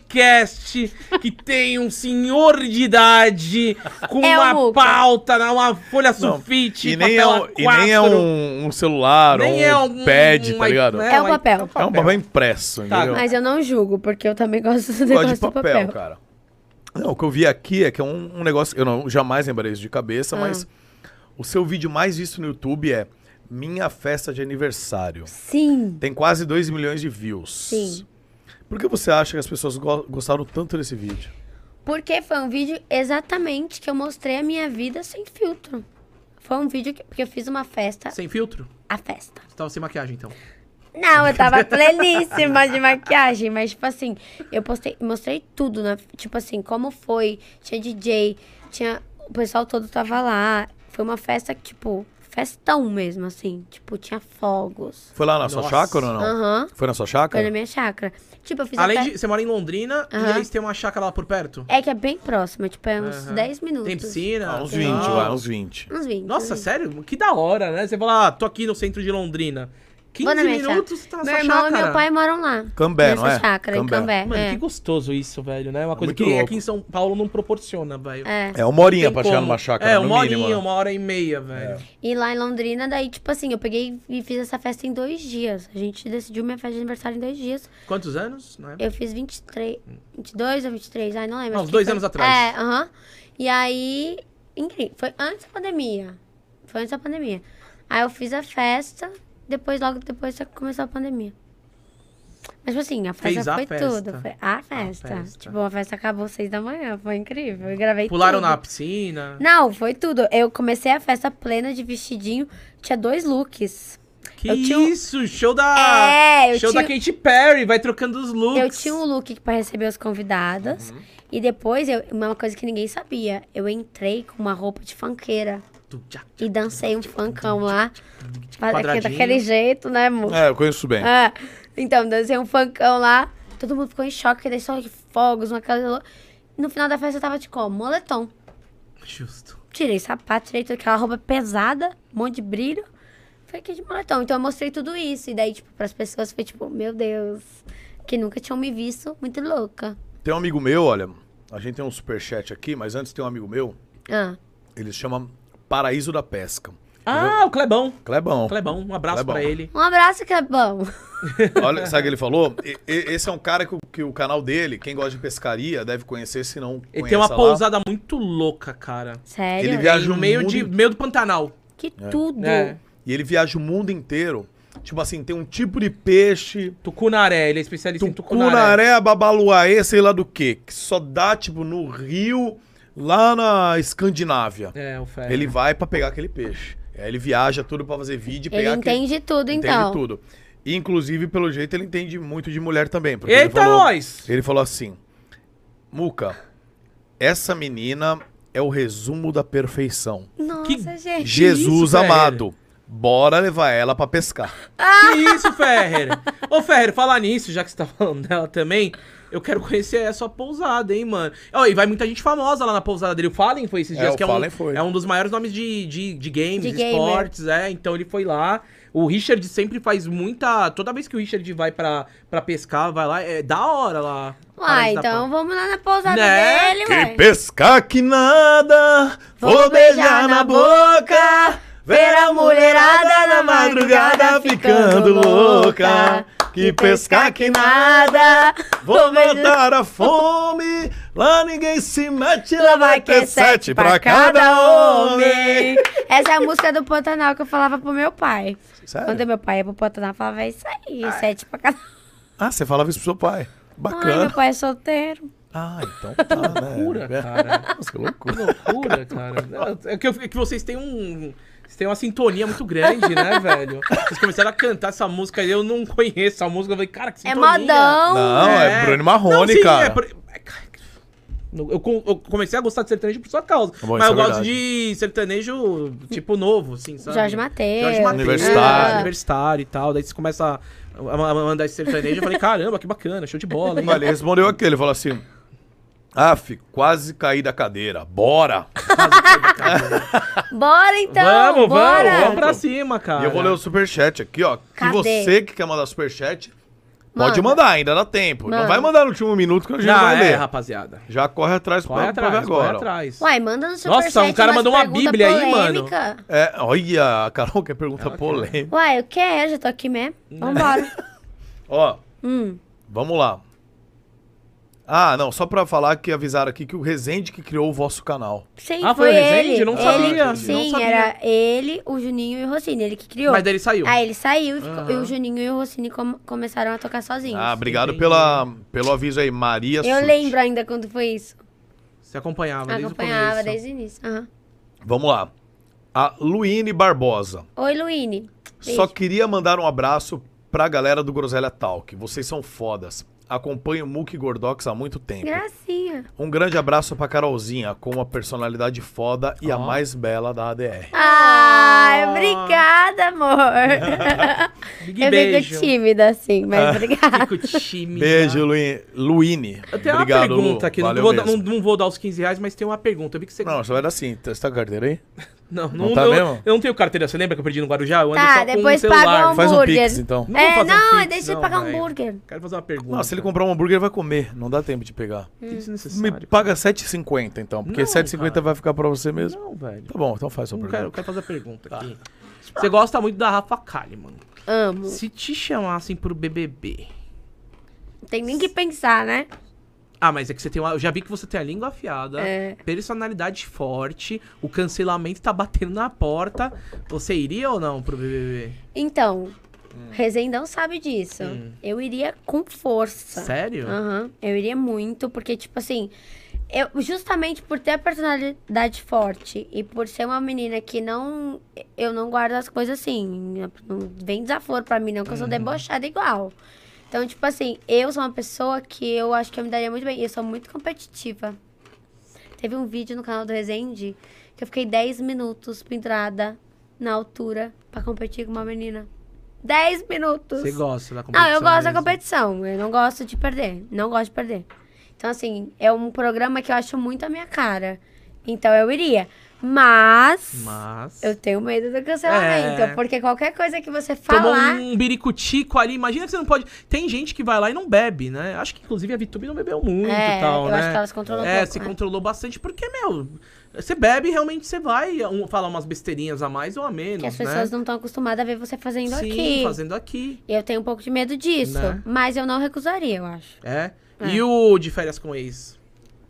Speaker 2: podcast que tem um senhor de idade com
Speaker 3: É o
Speaker 2: uma
Speaker 3: Muca.
Speaker 2: pauta, na- uma folha sulfite,
Speaker 1: E nem, é um,
Speaker 2: papel
Speaker 1: e nem é
Speaker 2: A4,
Speaker 1: um, um celular ou um,
Speaker 2: tipo nem é um-
Speaker 1: pad, tá
Speaker 2: uma-
Speaker 1: ligado?
Speaker 2: né,
Speaker 3: É o
Speaker 2: uma-
Speaker 3: papel.
Speaker 1: É um papel impresso, entendeu?
Speaker 3: Mas eu não julgo, porque eu também gosto do
Speaker 1: Gosto
Speaker 3: negócio
Speaker 1: de papel,
Speaker 3: do papel.
Speaker 1: cara. Não, o que eu vi aqui é que é um, um negócio. Eu não jamais lembrei isso de cabeça, mas o seu vídeo mais visto no YouTube é Minha Festa de Aniversário.
Speaker 3: Sim.
Speaker 1: Tem quase 2 milhões de views.
Speaker 3: Sim.
Speaker 1: Por que você acha que as pessoas go- gostaram tanto desse vídeo?
Speaker 3: Porque foi um vídeo exatamente que eu mostrei a minha vida sem filtro. Foi um vídeo que. Porque eu fiz uma festa.
Speaker 2: Sem filtro?
Speaker 3: A festa.
Speaker 2: Você tava sem maquiagem, então.
Speaker 3: Não, eu tava pleníssima de maquiagem, mas tipo assim, eu postei, mostrei tudo, né? Tipo assim, como foi, tinha DJ, tinha o pessoal todo tava lá. Foi uma festa tipo festão mesmo assim, tipo tinha fogos.
Speaker 1: Foi lá na sua
Speaker 2: Nossa.
Speaker 1: chácara ou não?
Speaker 3: Aham.
Speaker 1: Foi na sua
Speaker 3: Foi
Speaker 1: chácara?
Speaker 3: na minha chácara. Tipo, eu fiz
Speaker 2: Além
Speaker 3: a
Speaker 2: de. Você mora em Londrina e
Speaker 3: Aham.
Speaker 2: aí você tem uma chácara lá por perto?
Speaker 3: É que é bem próxima, tipo, é uns
Speaker 2: Aham.
Speaker 3: 10 minutos.
Speaker 2: Tem piscina?
Speaker 1: Ah, uns
Speaker 2: tal.
Speaker 1: 20, vai, uns 20.
Speaker 3: Uns 20.
Speaker 2: Nossa,
Speaker 3: uns 20.
Speaker 2: sério? Que da hora, né? Você fala, ah, tô aqui no centro de Londrina. 15
Speaker 3: Vou na minha
Speaker 2: minutos, você tá na
Speaker 3: Meu
Speaker 2: sua
Speaker 3: irmão
Speaker 2: chácara.
Speaker 3: e meu pai moram lá.
Speaker 1: Cambé,
Speaker 3: nessa
Speaker 1: não é?
Speaker 3: chácara, em
Speaker 1: Cambé.
Speaker 3: Cambé.
Speaker 2: Mano,
Speaker 3: é.
Speaker 2: que gostoso isso, velho, né? Uma coisa
Speaker 1: É muito
Speaker 2: que
Speaker 1: louco.
Speaker 2: aqui em São Paulo não proporciona, velho.
Speaker 3: É.
Speaker 1: É uma horinha
Speaker 2: Tem
Speaker 1: pra chegar
Speaker 2: como.
Speaker 1: numa chácara,
Speaker 2: É,
Speaker 1: no
Speaker 2: uma
Speaker 1: mínimo. né? É.
Speaker 2: horinha, uma hora e meia, velho.
Speaker 3: E lá em Londrina, daí, tipo assim, eu peguei e fiz essa festa em dois dias. A gente decidiu minha festa de aniversário em dois dias.
Speaker 2: Quantos anos? Né?
Speaker 3: Eu fiz 23, 22 ou 23, ai, não
Speaker 2: Ah,
Speaker 3: lembro. acho
Speaker 2: uns
Speaker 3: que
Speaker 2: dois
Speaker 3: foi-
Speaker 2: anos atrás.
Speaker 3: É, aham. E aí, incrível, foi antes da pandemia. Foi antes da pandemia. Aí eu fiz a festa, depois, logo depois, começou a pandemia. Mas, tipo assim, a festa
Speaker 2: Fez a
Speaker 3: foi
Speaker 2: festa.
Speaker 3: tudo. Foi a festa.
Speaker 2: festa.
Speaker 3: Tipo, a festa acabou às seis da manhã, foi incrível. Eu gravei
Speaker 2: Pularam
Speaker 3: tudo.
Speaker 2: na piscina.
Speaker 3: Não, foi tudo. Eu comecei a festa plena de vestidinho, tinha dois looks.
Speaker 2: Que
Speaker 3: Eu tinha um-
Speaker 2: isso, show da...
Speaker 3: É, eu
Speaker 2: Ah, show
Speaker 3: tinha,
Speaker 2: da Katy Perry, vai trocando os looks. Uhum.
Speaker 3: eu tinha um look pra receber os convidados. E depois, eu, uma coisa que ninguém sabia, eu entrei com uma roupa de funkeira e dancei um funkão lá. fa-
Speaker 2: Quadradinho.
Speaker 3: Daquele jeito, né, amor?
Speaker 1: É, eu conheço bem.
Speaker 3: É. Então, dancei um funkão lá. Todo mundo ficou em choque, porque daí só fogos, uma casa... No final da festa, eu tava de como? Moletom.
Speaker 2: Justo.
Speaker 3: Tirei sapato, tirei toda aquela roupa pesada, um monte de brilho. Fiquei de moletom. Então eu mostrei tudo isso. E daí, tipo, pras pessoas foi tipo, meu Deus. Que nunca tinham me visto, muito louca.
Speaker 1: Tem um amigo meu, olha, a gente tem um superchat aqui, mas antes tem um amigo meu,
Speaker 3: Ah,
Speaker 1: ele se chama Paraíso da Pesca.
Speaker 2: Ah, o Clebão.
Speaker 1: Clebão.
Speaker 2: Clebão, um abraço
Speaker 1: Clebão.
Speaker 2: pra ele.
Speaker 3: um abraço, que é bom.
Speaker 1: Olha, sabe o que ele falou? E- e- esse é um cara que, o- que o canal dele, quem gosta de pescaria, deve conhecer, se não conhece
Speaker 2: Ele tem uma
Speaker 1: lá.
Speaker 2: pousada muito louca, cara.
Speaker 3: Sério?
Speaker 1: Ele viaja
Speaker 2: no
Speaker 1: o
Speaker 2: meio,
Speaker 1: mundo
Speaker 2: de,
Speaker 1: inteiro.
Speaker 2: meio do Pantanal.
Speaker 3: Que tudo.
Speaker 2: É.
Speaker 1: E ele viaja o mundo inteiro. Tipo assim, tem um tipo de peixe,
Speaker 2: Tucunaré, ele é especialista em tucunaré.
Speaker 1: tucunaré, babaluaê, sei lá do que, que só dá, tipo, no Rio, lá na Escandinávia.
Speaker 2: É, o Fera.
Speaker 1: Ele vai pra pegar aquele peixe. Aí ele viaja tudo pra fazer vídeo e
Speaker 3: Ele
Speaker 1: pegar aquele...
Speaker 3: entende tudo,
Speaker 1: Entende
Speaker 3: então.
Speaker 1: tudo. E, inclusive, pelo jeito, ele entende muito de mulher também. porque ele
Speaker 2: Eita,
Speaker 1: falou-
Speaker 2: nós!
Speaker 1: Ele falou assim: Muca, essa menina é o resumo da perfeição.
Speaker 3: Nossa,
Speaker 2: Que-
Speaker 3: gente.
Speaker 1: Jesus
Speaker 2: velho?
Speaker 1: amado, bora levar ela pra pescar.
Speaker 2: Que isso, Ferrer? Ô, Ferrer, falar nisso, já que você tá falando dela também, eu quero conhecer a sua pousada, hein, mano. Ó, e vai muita gente famosa lá na pousada dele. O Fallen foi esses
Speaker 1: É,
Speaker 2: dias,
Speaker 1: o
Speaker 2: que é um,
Speaker 1: Fallen foi.
Speaker 2: é um dos maiores nomes de, de, de games,
Speaker 3: De gamer.
Speaker 2: esportes, é. Então ele foi lá. O Richard sempre faz muita. Toda vez que o Richard vai pra, pra pescar, vai lá, é da hora lá. Parece
Speaker 3: Uai,
Speaker 2: da
Speaker 3: então vamos lá na pousada
Speaker 2: Né?
Speaker 3: dele,
Speaker 1: Que
Speaker 3: ué.
Speaker 1: pescar que nada, vou
Speaker 3: Vou
Speaker 1: beijar
Speaker 3: beijar
Speaker 1: na
Speaker 3: na
Speaker 1: boca, ver a mulherada na madrugada ficando louca. Que pescar que nada, vou matar a fome, lá ninguém se mete, lá vai ter sete pra cada homem.
Speaker 3: Essa é a música do Pantanal que eu falava pro meu pai.
Speaker 1: Sério?
Speaker 3: Quando meu pai ia pro Pantanal, eu falava é isso aí, sete pra cada
Speaker 1: Ah, você falava isso pro seu pai.
Speaker 3: Ai, meu
Speaker 1: Bacana.
Speaker 3: pai é solteiro.
Speaker 1: Ah, então tá, né?
Speaker 2: loucura,
Speaker 1: É.
Speaker 2: cara.
Speaker 1: Nossa, que loucura.
Speaker 2: Que loucura, cara. É que, eu- é que vocês têm um. Vocês têm uma sintonia muito grande, né, velho? Vocês começaram a cantar essa música e eu não conheço a música. Eu falei, cara, que
Speaker 3: É
Speaker 2: sintonia.
Speaker 3: modão.
Speaker 1: Não, é, Bruno Marrone,
Speaker 2: sim,
Speaker 1: cara.
Speaker 2: é por- é, cara, Eu, co- eu comecei a gostar de sertanejo por sua causa.
Speaker 1: Bom,
Speaker 2: mas
Speaker 1: isso
Speaker 2: eu
Speaker 1: é
Speaker 2: gosto
Speaker 1: verdade.
Speaker 2: de sertanejo, tipo, novo, assim, sabe?
Speaker 3: Jorge Mateus.
Speaker 2: Jorge Mateus,
Speaker 1: Universitário.
Speaker 2: Universitário e tal. Daí você começa a, a- a mandar esse sertanejo. Eu falei, caramba, que bacana, show de bola. hein?
Speaker 1: Mas ele respondeu aqui, ele falou assim... Aff, quase caí da cadeira. Bora!
Speaker 3: Bora então,
Speaker 2: vamos,
Speaker 3: bora.
Speaker 2: vamos, vamos pra cima, cara.
Speaker 1: E eu vou ler o superchat aqui, ó. Que
Speaker 3: Cadê?
Speaker 1: você que quer mandar superchat, pode
Speaker 3: Manda.
Speaker 1: mandar, ainda dá tempo. Não
Speaker 3: Manda.
Speaker 1: vai mandar no último minuto que a gente
Speaker 2: Já
Speaker 1: vai
Speaker 2: é,
Speaker 1: ler.
Speaker 2: rapaziada.
Speaker 1: Já corre atrás
Speaker 2: Corre
Speaker 1: pra, pra ver
Speaker 2: atrás,
Speaker 1: agora.
Speaker 2: corre
Speaker 1: ó.
Speaker 2: atrás.
Speaker 3: Uai, manda no superchat
Speaker 2: Nossa, um cara
Speaker 3: umas
Speaker 2: mandou uma
Speaker 3: pergunta
Speaker 2: Bíblia aí, mano.
Speaker 3: polêmica.
Speaker 1: É, olha, a Carol quer pergunta polêmica.
Speaker 3: Uai, é? eu quero, já tô aqui mesmo. Vambora.
Speaker 1: Ó,
Speaker 3: Hum.
Speaker 1: vamos lá. Ah, não, só pra falar que avisaram aqui que o Rezende que criou o vosso canal.
Speaker 3: Sim,
Speaker 2: Ah, foi
Speaker 3: foi,
Speaker 2: o Rezende?
Speaker 3: ele.
Speaker 2: Não
Speaker 3: ele,
Speaker 2: sabia, não
Speaker 3: Sim,
Speaker 2: sabia.
Speaker 3: era ele, o Juninho e o Rossini, ele que criou.
Speaker 2: Mas daí ele saiu.
Speaker 3: Aí ele saiu e, ficou-
Speaker 2: Aham.
Speaker 3: e o Juninho e o Rossini com- começaram a tocar sozinhos.
Speaker 1: Ah, obrigado
Speaker 2: entendi.
Speaker 1: pela, pelo aviso aí, Maria
Speaker 3: eu
Speaker 1: Sutti.
Speaker 3: lembro ainda quando foi isso.
Speaker 2: Você acompanhava desde
Speaker 3: Acompanhava
Speaker 2: o começo.
Speaker 3: desde o início. Aham.
Speaker 1: Vamos lá. A Luíne Barbosa.
Speaker 3: Oi, Luíne. Beijo.
Speaker 1: Só queria mandar um abraço pra galera do Groselha Talk. Vocês são fodas. Acompanho o Mook e Gordox há muito tempo.
Speaker 3: Gracinha.
Speaker 1: Um grande abraço pra Carolzinha, com uma personalidade foda e a
Speaker 2: Ó.
Speaker 1: mais bela da ADR.
Speaker 3: Ah,
Speaker 2: Ah.
Speaker 3: Ai, obrigada, amor.
Speaker 2: Big
Speaker 3: eu
Speaker 2: beijo. Ah.
Speaker 3: fico tímida, assim, mas obrigada.
Speaker 2: Fico tímida.
Speaker 1: Beijo, Luí- Luíne.
Speaker 2: Eu tenho
Speaker 1: Obrigado,
Speaker 2: uma pergunta
Speaker 1: Lu.
Speaker 2: aqui. Não
Speaker 1: Valeu
Speaker 2: vou, dar- um
Speaker 1: mesmo.
Speaker 2: não, não vou dar os 15 reais, mas tem uma pergunta. Eu vi que você.
Speaker 1: Não, você vai dar sim. Você tá com a carteira aí?
Speaker 2: não,
Speaker 1: não tá
Speaker 2: eu,
Speaker 1: mesmo?
Speaker 2: eu não tenho carteira. Você lembra que eu perdi no Guarujá? Eu ando
Speaker 3: Tá,
Speaker 2: só
Speaker 3: depois
Speaker 2: com um celular.
Speaker 3: paga um-
Speaker 1: Faz um
Speaker 3: Hambúrguer.
Speaker 1: pix, então.
Speaker 2: Não vou
Speaker 3: É,
Speaker 2: fazer um
Speaker 3: não,
Speaker 2: pix,
Speaker 3: deixa
Speaker 2: não,
Speaker 3: ele pagar um
Speaker 2: velho.
Speaker 3: hambúrguer.
Speaker 2: Quero fazer uma pergunta.
Speaker 1: Não, se ele comprar um hambúrguer, ele vai comer. Não dá tempo de pegar.
Speaker 2: Que
Speaker 1: Me
Speaker 2: desnecessário.
Speaker 1: paga 7,50 então, porque
Speaker 2: Não,
Speaker 1: 7,50
Speaker 2: cara.
Speaker 1: vai ficar pra você mesmo.
Speaker 2: Não, velho.
Speaker 1: Tá bom, então faz sua
Speaker 2: Não quero, eu
Speaker 1: pergunta.
Speaker 2: quero fazer a pergunta aqui. Você gosta muito da Rafa Kalimann.
Speaker 3: Amo.
Speaker 2: Se te chamassem pro BBB,
Speaker 3: Não tem
Speaker 2: Hum.
Speaker 3: nem que pensar, né?
Speaker 2: Ah, mas é que você tem uma. Eu já vi que você tem a língua afiada,
Speaker 3: É.
Speaker 2: personalidade forte, o cancelamento tá batendo na porta. Você iria ou não pro BBB?
Speaker 3: Então,
Speaker 2: Hum.
Speaker 3: Rezendão sabe disso. Eu iria com força.
Speaker 2: Sério?
Speaker 3: Aham, eu iria muito, porque, tipo assim, eu, justamente por ter a personalidade forte e por ser uma menina que não. Eu não guardo as coisas assim. Não vem desaforo pra mim, não, que eu sou debochada igual. Então, tipo assim, eu sou uma pessoa que eu acho que eu me daria muito bem. E eu sou muito competitiva. Teve um vídeo no canal do Resende que eu fiquei 10 minutos pendurada na altura pra competir com uma menina. 10 minutos!
Speaker 2: Você gosta da competição?
Speaker 3: Não, Ah, eu gosto da
Speaker 2: mesmo?
Speaker 3: competição. Eu não gosto de perder. Não gosto de perder. Então, assim, é um programa que eu acho muito a minha cara. Então, eu iria. Mas,
Speaker 2: Mas.
Speaker 3: eu tenho medo do cancelamento.
Speaker 2: É.
Speaker 3: Porque qualquer coisa que você
Speaker 2: Tomou
Speaker 3: falar...
Speaker 2: um biricutico ali. Imagina que você não pode. Tem gente que vai lá e não bebe, né? Acho que inclusive a Vitube não bebeu muito
Speaker 3: é,
Speaker 2: e tal,
Speaker 3: eu
Speaker 2: né?
Speaker 3: acho que elas controlam um
Speaker 2: É,
Speaker 3: pouco,
Speaker 2: se
Speaker 3: né?
Speaker 2: controlou bastante, porque, meu, você bebe realmente você vai um, falar umas besteirinhas a mais ou a menos.
Speaker 3: Que as
Speaker 2: né?
Speaker 3: pessoas não estão acostumadas a ver você fazendo
Speaker 2: Sim,
Speaker 3: aqui.
Speaker 2: fazendo aqui.
Speaker 3: Eu tenho um pouco de medo disso.
Speaker 2: Né?
Speaker 3: Mas eu não recusaria, eu acho.
Speaker 2: É. E o de férias com ex?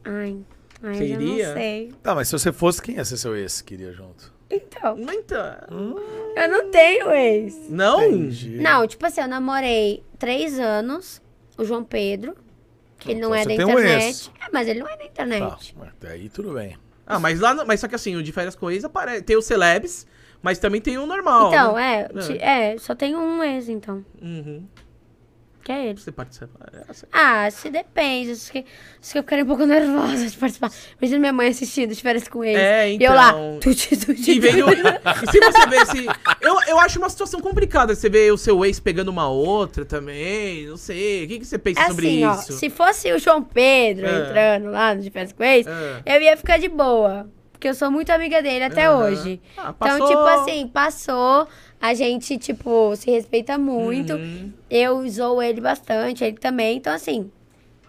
Speaker 3: Ai, ai
Speaker 2: Você
Speaker 3: eu já
Speaker 2: iria?
Speaker 3: não sei.
Speaker 1: Tá, mas se você fosse, quem ia ser seu ex que iria junto?
Speaker 3: Então,
Speaker 2: Não, então.
Speaker 3: eu não tenho ex.
Speaker 2: Não?
Speaker 3: Não, tipo assim, eu namorei três anos o João Pedro, que ele não
Speaker 1: Então
Speaker 3: é
Speaker 1: você tem
Speaker 3: da
Speaker 1: um
Speaker 3: internet. É, mas ele não é da internet.
Speaker 2: Tá.
Speaker 1: Tá, mas até aí tudo bem.
Speaker 2: Ah, mas lá. no- Mas só que assim, o de férias com ex apare- tem os celebs. Mas também tem um normal.
Speaker 3: Então,
Speaker 2: né?
Speaker 3: é, ti- é, só tem um ex, então.
Speaker 2: Uhum.
Speaker 3: Que é ele.
Speaker 2: Você participa. É, assim.
Speaker 3: Ah, se depende. Acho que, acho que eu ficaria um pouco nervosa de participar. Imagina minha mãe assistindo, de férias com eles.
Speaker 2: É,
Speaker 3: E eu lá,
Speaker 2: então.
Speaker 3: tuti, tuti,
Speaker 2: E vem o... e se você vê se. Eu, eu acho uma situação complicada. Você vê o seu ex pegando uma outra também. Não sei. O que, que você pensa sobre
Speaker 3: Assim, ó,
Speaker 2: isso?
Speaker 3: se fosse o João Pedro
Speaker 2: É.
Speaker 3: entrando lá no de férias com ex,
Speaker 2: É.
Speaker 3: eu ia ficar de boa. Porque eu sou muito amiga dele até
Speaker 2: Aham.
Speaker 3: hoje.
Speaker 2: Ah,
Speaker 3: Então,
Speaker 2: passou.
Speaker 3: tipo assim, passou. A gente, tipo, se respeita muito.
Speaker 2: Uhum.
Speaker 3: Eu zoo ele bastante, ele também. Então, assim,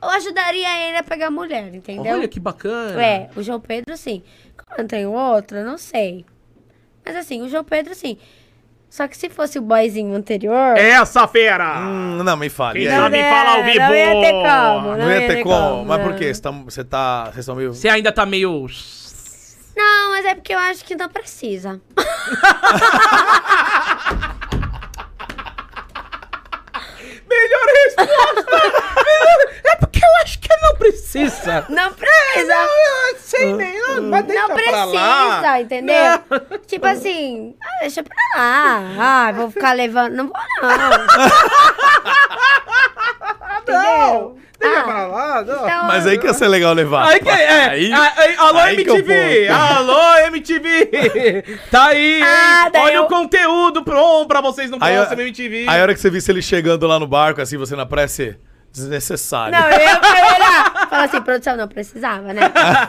Speaker 3: eu ajudaria ele a pegar mulher, entendeu?
Speaker 2: Olha que bacana.
Speaker 3: É, o João Pedro, sim. Como eu não tenho outra, não sei. Mas assim, o João Pedro, sim. Só que se fosse o boyzinho anterior.
Speaker 2: Essa fera!
Speaker 1: Hum, não, me fale. E aí?
Speaker 3: não,
Speaker 1: Não,
Speaker 3: me fala ao vivo. Não ia ter como. Não, é, né,
Speaker 1: ia ter como. Mas por
Speaker 3: não.
Speaker 1: quê? Você tá- Você tá. Vocês estão meio.
Speaker 2: Você ainda tá meio.
Speaker 3: Não, mas é porque eu acho que não precisa.
Speaker 2: Melhor resposta! Melhor- É porque eu acho que não precisa.
Speaker 3: Não precisa.
Speaker 2: Eu sei nem. Não, mas
Speaker 3: Não
Speaker 2: deixa pra lá.
Speaker 3: precisa, entendeu? Tipo assim, ah, deixa pra lá. Ah, vou ficar levando. Não vou, não. Entendeu?
Speaker 2: Deixa
Speaker 3: Ah,
Speaker 2: pra lá. Não.
Speaker 3: então,
Speaker 1: Mas aí que ia ser legal levar.
Speaker 2: Aí que é.
Speaker 1: Aí-
Speaker 2: a- aí- alô,
Speaker 1: aí que é eu
Speaker 2: MTV!
Speaker 1: vou.
Speaker 2: Alô, MTV! Tá aí, hein?
Speaker 3: Ah, daí
Speaker 2: Olha
Speaker 3: eu-
Speaker 2: o conteúdo pronto pra vocês no
Speaker 1: Aí,
Speaker 2: próximo MTV.
Speaker 1: Aí a hora que você visse ele chegando lá no barco, assim, você na praia, você... Desnecessário.
Speaker 3: Não, eu ia melhorar. Fala assim, produção, não precisava, né?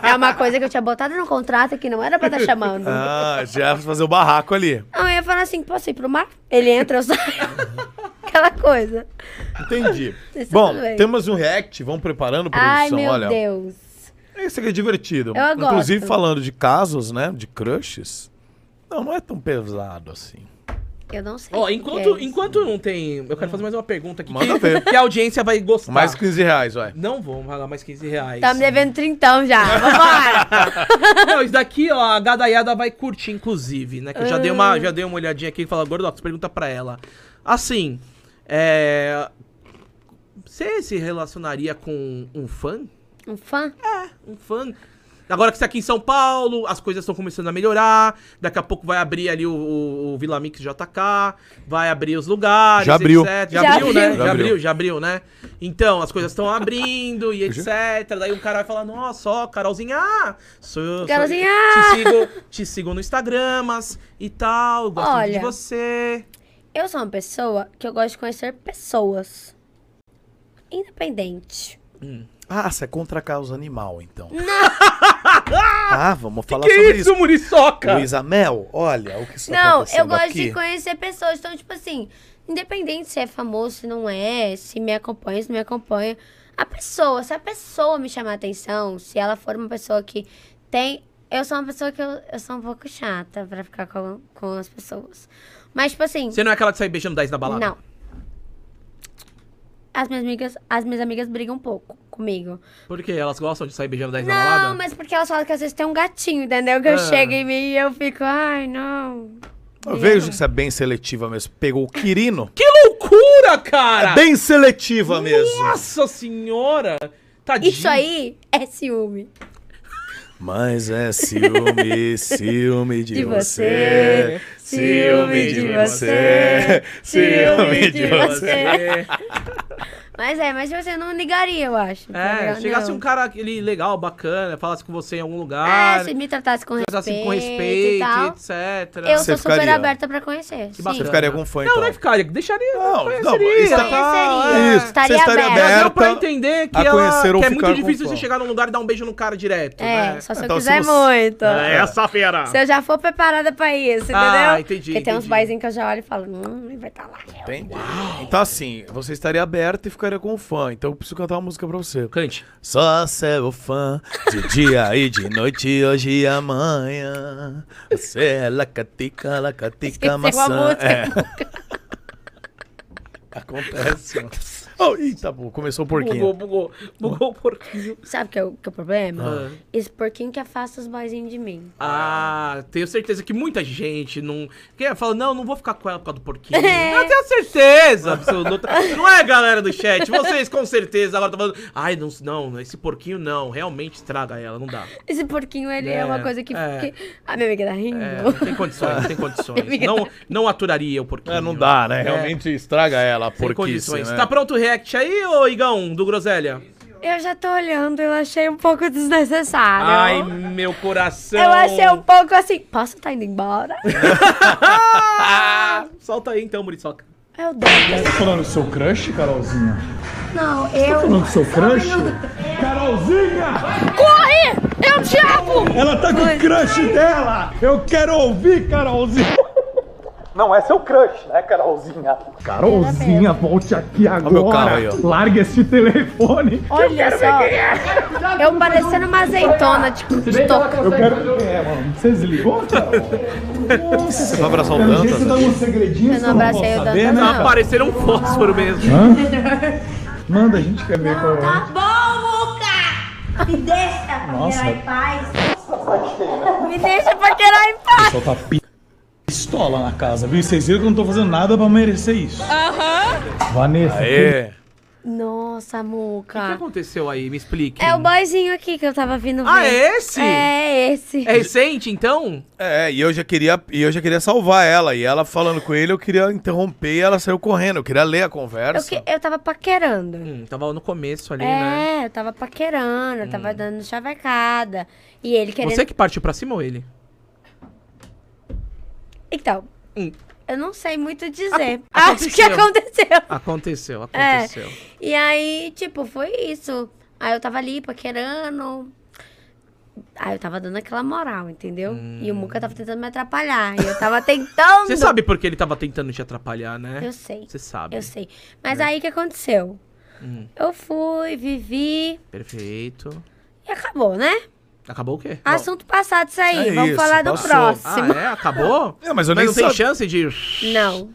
Speaker 3: É uma coisa que eu tinha botado no contrato que não era pra estar chamando.
Speaker 1: Ah, já ia fazer o barraco ali.
Speaker 3: Não, eu ia falar assim, posso ir pro mar? Ele entra, eu saio. Aquela coisa.
Speaker 1: Entendi.
Speaker 3: Isso
Speaker 1: Bom,
Speaker 3: tudo bem.
Speaker 1: temos um react, vamos preparando, produção.
Speaker 3: Ai, meu
Speaker 1: Olha,
Speaker 3: Deus.
Speaker 1: Isso aqui é divertido.
Speaker 3: Eu gosto.
Speaker 1: Inclusive, falando de casos, né, de crushes, não, não é tão pesado assim.
Speaker 3: Eu não sei.
Speaker 2: Ó,
Speaker 3: o que
Speaker 2: enquanto,
Speaker 3: é isso.
Speaker 2: enquanto não tem. Eu quero fazer mais uma pergunta aqui.
Speaker 1: Manda
Speaker 2: que,
Speaker 1: ver.
Speaker 2: que a audiência vai gostar.
Speaker 1: Mais 15 reais, vai.
Speaker 2: Não vou pagar mais 15 reais.
Speaker 3: Tá me devendo trintão já. Vambora.
Speaker 2: Não, isso daqui, ó, a gadaiada vai curtir, inclusive, né? Que eu já, dei uma, já dei uma olhadinha aqui e fala, Gordox, pergunta pra ela. Assim, é. Você se relacionaria com um fã?
Speaker 3: um fã?
Speaker 2: Um fã. Agora que você tá aqui em São Paulo, as coisas estão começando a melhorar. Daqui a pouco vai abrir ali o, o, o Vila Mix JK, vai abrir os lugares,
Speaker 1: Já abriu.
Speaker 2: etc.
Speaker 3: Já
Speaker 2: Já abriu, né?
Speaker 3: abriu.
Speaker 1: Já
Speaker 2: Já
Speaker 1: abriu.
Speaker 2: abriu, já abriu, né? Então, as coisas estão abrindo e etc. Daí o cara vai falar, nossa, ó, Carolzinha, ah, sou eu. sou-
Speaker 3: Carolzinha, ah."
Speaker 2: Te sigo, te sigo no Instagramas e tal, gosto muito
Speaker 3: Olha.
Speaker 2: de você.
Speaker 3: Eu sou uma pessoa que eu gosto de conhecer pessoas. Independente.
Speaker 1: Ah, você é contra a causa animal, então. Ah, vamos falar
Speaker 2: é
Speaker 1: sobre isso.
Speaker 2: Muriçoca?
Speaker 1: Luiz Amel, olha o que está
Speaker 3: Não, eu
Speaker 1: tá acontecendo
Speaker 3: gosto
Speaker 1: aqui.
Speaker 3: de conhecer pessoas. Então, tipo assim, independente se é famoso, se não é, se me acompanha, se não me acompanha. A pessoa, se a pessoa me chamar atenção, se ela for uma pessoa que tem. Eu sou uma pessoa que eu, eu sou um pouco chata pra ficar com, com as pessoas. Mas, tipo assim.
Speaker 2: Você não é aquela de sair beijando 10 na balada?
Speaker 3: Não. As minhas amigas, as minhas amigas brigam um pouco comigo.
Speaker 2: Por quê? Elas gostam de sair beijando 10 na balada?
Speaker 3: Não, mas porque elas falam que às vezes tem um gatinho, entendeu? Que eu
Speaker 2: Ah.
Speaker 3: chego em mim e eu fico, ai, não.
Speaker 1: Eu vejo que você é bem seletiva mesmo. Pegou o Quirino.
Speaker 2: Que loucura, cara!
Speaker 1: É bem seletiva mesmo.
Speaker 2: Nossa senhora! Tadinho.
Speaker 3: Isso aí é ciúme.
Speaker 1: Mas é ciúme, ciúme de,
Speaker 3: De
Speaker 1: você,
Speaker 3: você,
Speaker 1: ciúme de você, ciúme de
Speaker 2: É,
Speaker 1: você.
Speaker 3: Mas é, mas você não ligaria, eu acho.
Speaker 2: É,
Speaker 3: entendeu?
Speaker 2: chegasse
Speaker 3: Não.
Speaker 2: um cara aquele legal, bacana, falasse com você em algum
Speaker 3: É,
Speaker 2: lugar,
Speaker 3: se me tratasse com respeito,
Speaker 2: tratasse com
Speaker 3: e
Speaker 2: respeito,
Speaker 3: tal.
Speaker 2: etc.
Speaker 3: Eu
Speaker 1: Você
Speaker 3: sou super
Speaker 1: ficaria?
Speaker 3: aberta pra conhecer.
Speaker 2: Que
Speaker 3: sim.
Speaker 2: bacana.
Speaker 1: Você ficaria com fã,
Speaker 2: Não,
Speaker 1: então?
Speaker 2: não ficaria, deixaria,
Speaker 1: Não, não,
Speaker 2: conheceria.
Speaker 1: isso tá-
Speaker 3: Conheceria.
Speaker 1: Isso,
Speaker 3: Estaria
Speaker 1: você estaria
Speaker 3: aberta.
Speaker 2: Já deu pra
Speaker 1: aberta
Speaker 2: entender que,
Speaker 1: a
Speaker 2: ela,
Speaker 1: conhecer ou
Speaker 2: que é
Speaker 1: ficar
Speaker 2: muito
Speaker 1: com
Speaker 2: difícil
Speaker 1: fã.
Speaker 2: você chegar num lugar e dar um beijo no cara direto,
Speaker 3: É,
Speaker 2: né?
Speaker 3: só se
Speaker 1: Então,
Speaker 3: eu
Speaker 1: se
Speaker 3: quiser
Speaker 1: você-
Speaker 3: muito.
Speaker 2: É, essa fera.
Speaker 3: Se eu já for preparada pra isso, entendeu?
Speaker 2: Ah, entendi,
Speaker 3: Porque tem uns
Speaker 2: entendi.
Speaker 3: baizinhos que eu já olho e falo, hum, vai estar tá lá.
Speaker 1: Entendi. Então assim, você estaria aberta e ficaria com fã. Então eu preciso cantar uma música pra você.
Speaker 2: Cante.
Speaker 1: Só seu fã de dia e de noite, hoje e amanhã. Você é lacatica, É. lacatica
Speaker 3: Esqueceu a
Speaker 1: maçã.
Speaker 3: música.
Speaker 1: É. Acontece. mano. Oh, eita, pô, começou o porquinho.
Speaker 2: Bugou, bugou. Bugou o porquinho.
Speaker 3: Sabe o que, é o que é o problema?
Speaker 2: Ah.
Speaker 3: Esse porquinho que afasta os boyzinhos de mim.
Speaker 2: Ah, tenho certeza que muita gente não. Quem fala, não, não vou ficar com ela por causa do porquinho.
Speaker 3: É.
Speaker 2: Eu tenho certeza absoluta. não é, galera do chat? Vocês com certeza agora estão falando, ai, não, não, esse porquinho não, realmente estraga ela, não dá.
Speaker 3: Esse porquinho, ele é,
Speaker 2: É,
Speaker 3: uma coisa que,
Speaker 2: é.
Speaker 3: que- A minha amiga tá rindo.
Speaker 2: É, não tem condições, não tem
Speaker 3: É
Speaker 2: condições. Não, não aturaria o porquinho.
Speaker 1: É, não dá, né? Realmente estraga ela,
Speaker 2: Sem
Speaker 1: porquice,
Speaker 2: condições.
Speaker 1: né?
Speaker 2: Tá pronto o react aí, ô Igão, do Groselha?
Speaker 3: Eu já tô olhando, eu achei um pouco desnecessário.
Speaker 2: Ai, meu coração.
Speaker 3: eu achei um pouco assim. Posso estar indo embora?
Speaker 2: Ah, solta aí então, Muriçoca.
Speaker 3: Eu dei.
Speaker 7: Tá falando do seu crush, Carolzinha? tá
Speaker 3: Não, eu. um
Speaker 7: Falando do seu crush? Carolzinha!
Speaker 3: Corre! Eu te amo!
Speaker 7: Ela tá com o crush dela! Eu quero ouvir, Carolzinha! Não é seu crush, né, Carolzinha? Carolzinha, volte aqui agora!
Speaker 1: meu carro aí, ó.
Speaker 7: Larga esse telefone!
Speaker 3: Olha só.
Speaker 7: é.
Speaker 3: Eu parecendo uma azeitona, tipo, de toca.
Speaker 7: Eu quero. É, mano, você desligou, Carol?
Speaker 1: Você vai abraçar o
Speaker 7: Pelo jeito, você
Speaker 1: Dantas?
Speaker 7: dá um segredinho,
Speaker 3: Eu
Speaker 7: você
Speaker 3: não
Speaker 7: não pode
Speaker 3: abracei o
Speaker 7: saber,
Speaker 3: Dantas,
Speaker 7: né?
Speaker 3: não.
Speaker 2: Apareceram um fósforo mesmo.
Speaker 7: Manda, a gente quer ver qual é.
Speaker 5: Tá bom, Luca! Me deixa
Speaker 7: Nossa.
Speaker 5: paquerar em paz.
Speaker 3: Me deixa paquerar em paz.
Speaker 7: Só tá pi- pistola na casa, viu? E Vocês viram que eu não tô fazendo nada pra merecer isso. Aham. Vanessa,
Speaker 1: Aê!
Speaker 3: Nossa,
Speaker 2: O que
Speaker 3: Muca.
Speaker 2: aconteceu aí? Me explique.
Speaker 3: É o boyzinho aqui que eu tava vindo ver.
Speaker 2: Ah, é esse?
Speaker 3: É esse.
Speaker 2: É recente, então?
Speaker 1: É, e eu já queria, e eu já queria salvar ela. E ela falando com ele, eu queria interromper e ela saiu correndo. Eu queria ler a
Speaker 3: Eu,
Speaker 1: conversa.
Speaker 3: que- eu tava paquerando.
Speaker 2: Hum, tava no começo ali, né? Hum.
Speaker 3: É, eu tava paquerando, eu tava dando chavecada. E ele querendo.
Speaker 2: Você que partiu pra cima ou ele?
Speaker 3: Então,
Speaker 2: Hum.
Speaker 3: eu não sei muito dizer.
Speaker 2: Aco-
Speaker 3: Acho que aconteceu.
Speaker 2: Aconteceu,
Speaker 3: É.
Speaker 2: aconteceu.
Speaker 3: E aí, tipo, foi isso. Aí eu tava ali paquerando. Aí eu tava dando aquela moral, entendeu? E o Muca tava tentando me atrapalhar. E eu tava tentando.
Speaker 2: Hum. Você sabe por que ele tava tentando te atrapalhar, né?
Speaker 3: Eu sei,
Speaker 2: Você sabe. Hum.
Speaker 3: eu sei. Mas aí o que aconteceu? Eu fui, vivi
Speaker 2: Perfeito.
Speaker 3: e acabou, né?
Speaker 2: Acabou o quê?
Speaker 3: Assunto passado isso aí.
Speaker 1: É
Speaker 3: Vamos
Speaker 1: isso,
Speaker 3: falar do
Speaker 1: passou.
Speaker 3: próximo.
Speaker 2: Ah, é? Acabou?
Speaker 1: É, mas eu
Speaker 2: Mas
Speaker 1: nem
Speaker 2: não tem
Speaker 1: sabe-
Speaker 2: chance de...
Speaker 3: Não.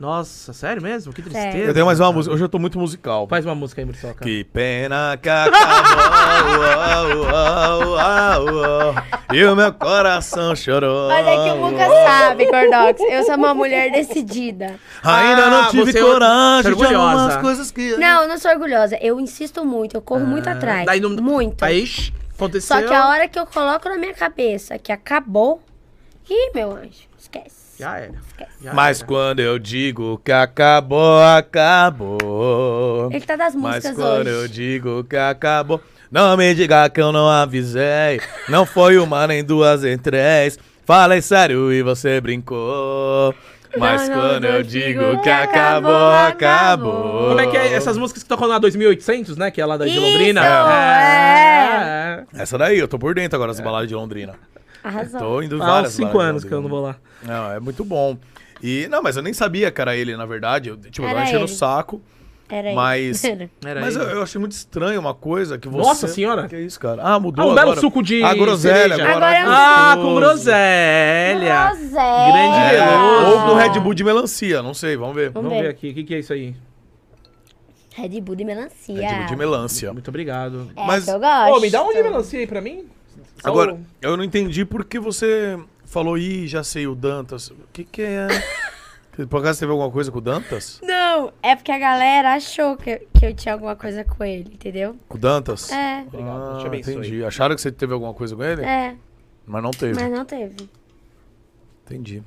Speaker 2: Nossa, sério mesmo? Que
Speaker 3: Sério.
Speaker 2: tristeza.
Speaker 1: Eu tenho mais um. uma música. Hoje eu tô muito musical.
Speaker 2: Faz uma música aí, Muriçoca.
Speaker 1: Que pena que acabou. uau, uau, uau, uau, e o meu coração chorou.
Speaker 3: Mas é que o Muca sabe, Gordox. Eu sou uma mulher decidida.
Speaker 1: Ainda
Speaker 2: Ah,
Speaker 1: não tive
Speaker 2: você é
Speaker 1: coragem de
Speaker 2: orgulhosa.
Speaker 1: algumas coisas que.
Speaker 3: Não, eu não sou orgulhosa. Eu insisto muito, eu corro muito atrás.
Speaker 2: Ah. daí não-
Speaker 3: Muito.
Speaker 2: Aí, shh, aconteceu...
Speaker 3: Só que a hora que eu coloco na minha cabeça que acabou. Ih, meu anjo, esquece.
Speaker 2: Já era. Já
Speaker 1: Mas
Speaker 2: era.
Speaker 1: quando eu digo que acabou, acabou.
Speaker 3: Ele tá das
Speaker 1: Mas
Speaker 3: músicas
Speaker 1: quando eu
Speaker 3: hoje.
Speaker 1: digo que acabou, não me diga que eu não avisei. Não foi uma, nem duas, nem três. Falei sério e você brincou. Mas
Speaker 3: Não, não,
Speaker 1: quando
Speaker 3: eu
Speaker 1: eu
Speaker 3: digo
Speaker 1: digo
Speaker 3: que
Speaker 1: que acabou,
Speaker 3: acabou.
Speaker 1: acabou.
Speaker 2: Como é que é essas músicas que tocam lá 2800, né? Que é lá da de
Speaker 3: Isso,
Speaker 2: Londrina?
Speaker 3: é.
Speaker 2: é.
Speaker 1: Essa daí, eu tô por dentro agora das baladas de Londrina.
Speaker 2: Então,
Speaker 3: Arrasou.
Speaker 1: Tô indo em
Speaker 2: Há
Speaker 1: várias
Speaker 2: uns 5
Speaker 1: baladas de
Speaker 2: anos que eu não
Speaker 1: Londrina.
Speaker 2: vou lá.
Speaker 1: Não, é muito bom. E, não, mas eu nem sabia que era ele, na verdade. Eu, tipo, eu
Speaker 3: Era
Speaker 1: achei no
Speaker 3: ele.
Speaker 1: saco.
Speaker 3: Era aí.
Speaker 1: Mas-
Speaker 3: Era.
Speaker 2: Era
Speaker 1: mas
Speaker 2: ele.
Speaker 1: eu, eu achei muito estranho uma coisa que você...
Speaker 2: Nossa senhora!
Speaker 1: Que isso, cara? Ah, mudou
Speaker 2: Ah, mudaram
Speaker 1: agora.
Speaker 2: o suco de
Speaker 1: A groselha
Speaker 2: cereja.
Speaker 1: agora.
Speaker 3: Agora é
Speaker 1: é
Speaker 3: um
Speaker 2: Ah,
Speaker 1: gostoso.
Speaker 2: com groselha!
Speaker 3: Groselha.
Speaker 2: Grande
Speaker 1: É,
Speaker 2: Groselha.
Speaker 1: ou com Red Bull de melancia, não sei, vamos ver.
Speaker 3: Vamos
Speaker 2: Vamos ver
Speaker 3: ver.
Speaker 2: aqui, o que, que é isso aí?
Speaker 3: Red Bull de melancia.
Speaker 1: Red Bull de melancia.
Speaker 2: Muito obrigado.
Speaker 3: É,
Speaker 1: Mas-
Speaker 3: que eu gosto.
Speaker 2: Ô, me dá um de melancia aí pra mim? Só um.
Speaker 1: Agora,
Speaker 2: o-
Speaker 1: eu não entendi por que você falou, ih, já sei, o Dantas. O que que é? Por acaso teve alguma coisa com o Dantas?
Speaker 3: Não, é porque a galera achou que eu, que eu tinha alguma coisa com ele, entendeu?
Speaker 1: Com o Dantas?
Speaker 3: É,
Speaker 2: Obrigado, Deus te
Speaker 1: Ah,
Speaker 2: abençoe.
Speaker 1: entendi. Acharam que você teve alguma coisa com ele?
Speaker 3: é.
Speaker 1: Mas não teve.
Speaker 3: Mas não teve.
Speaker 1: Entendi.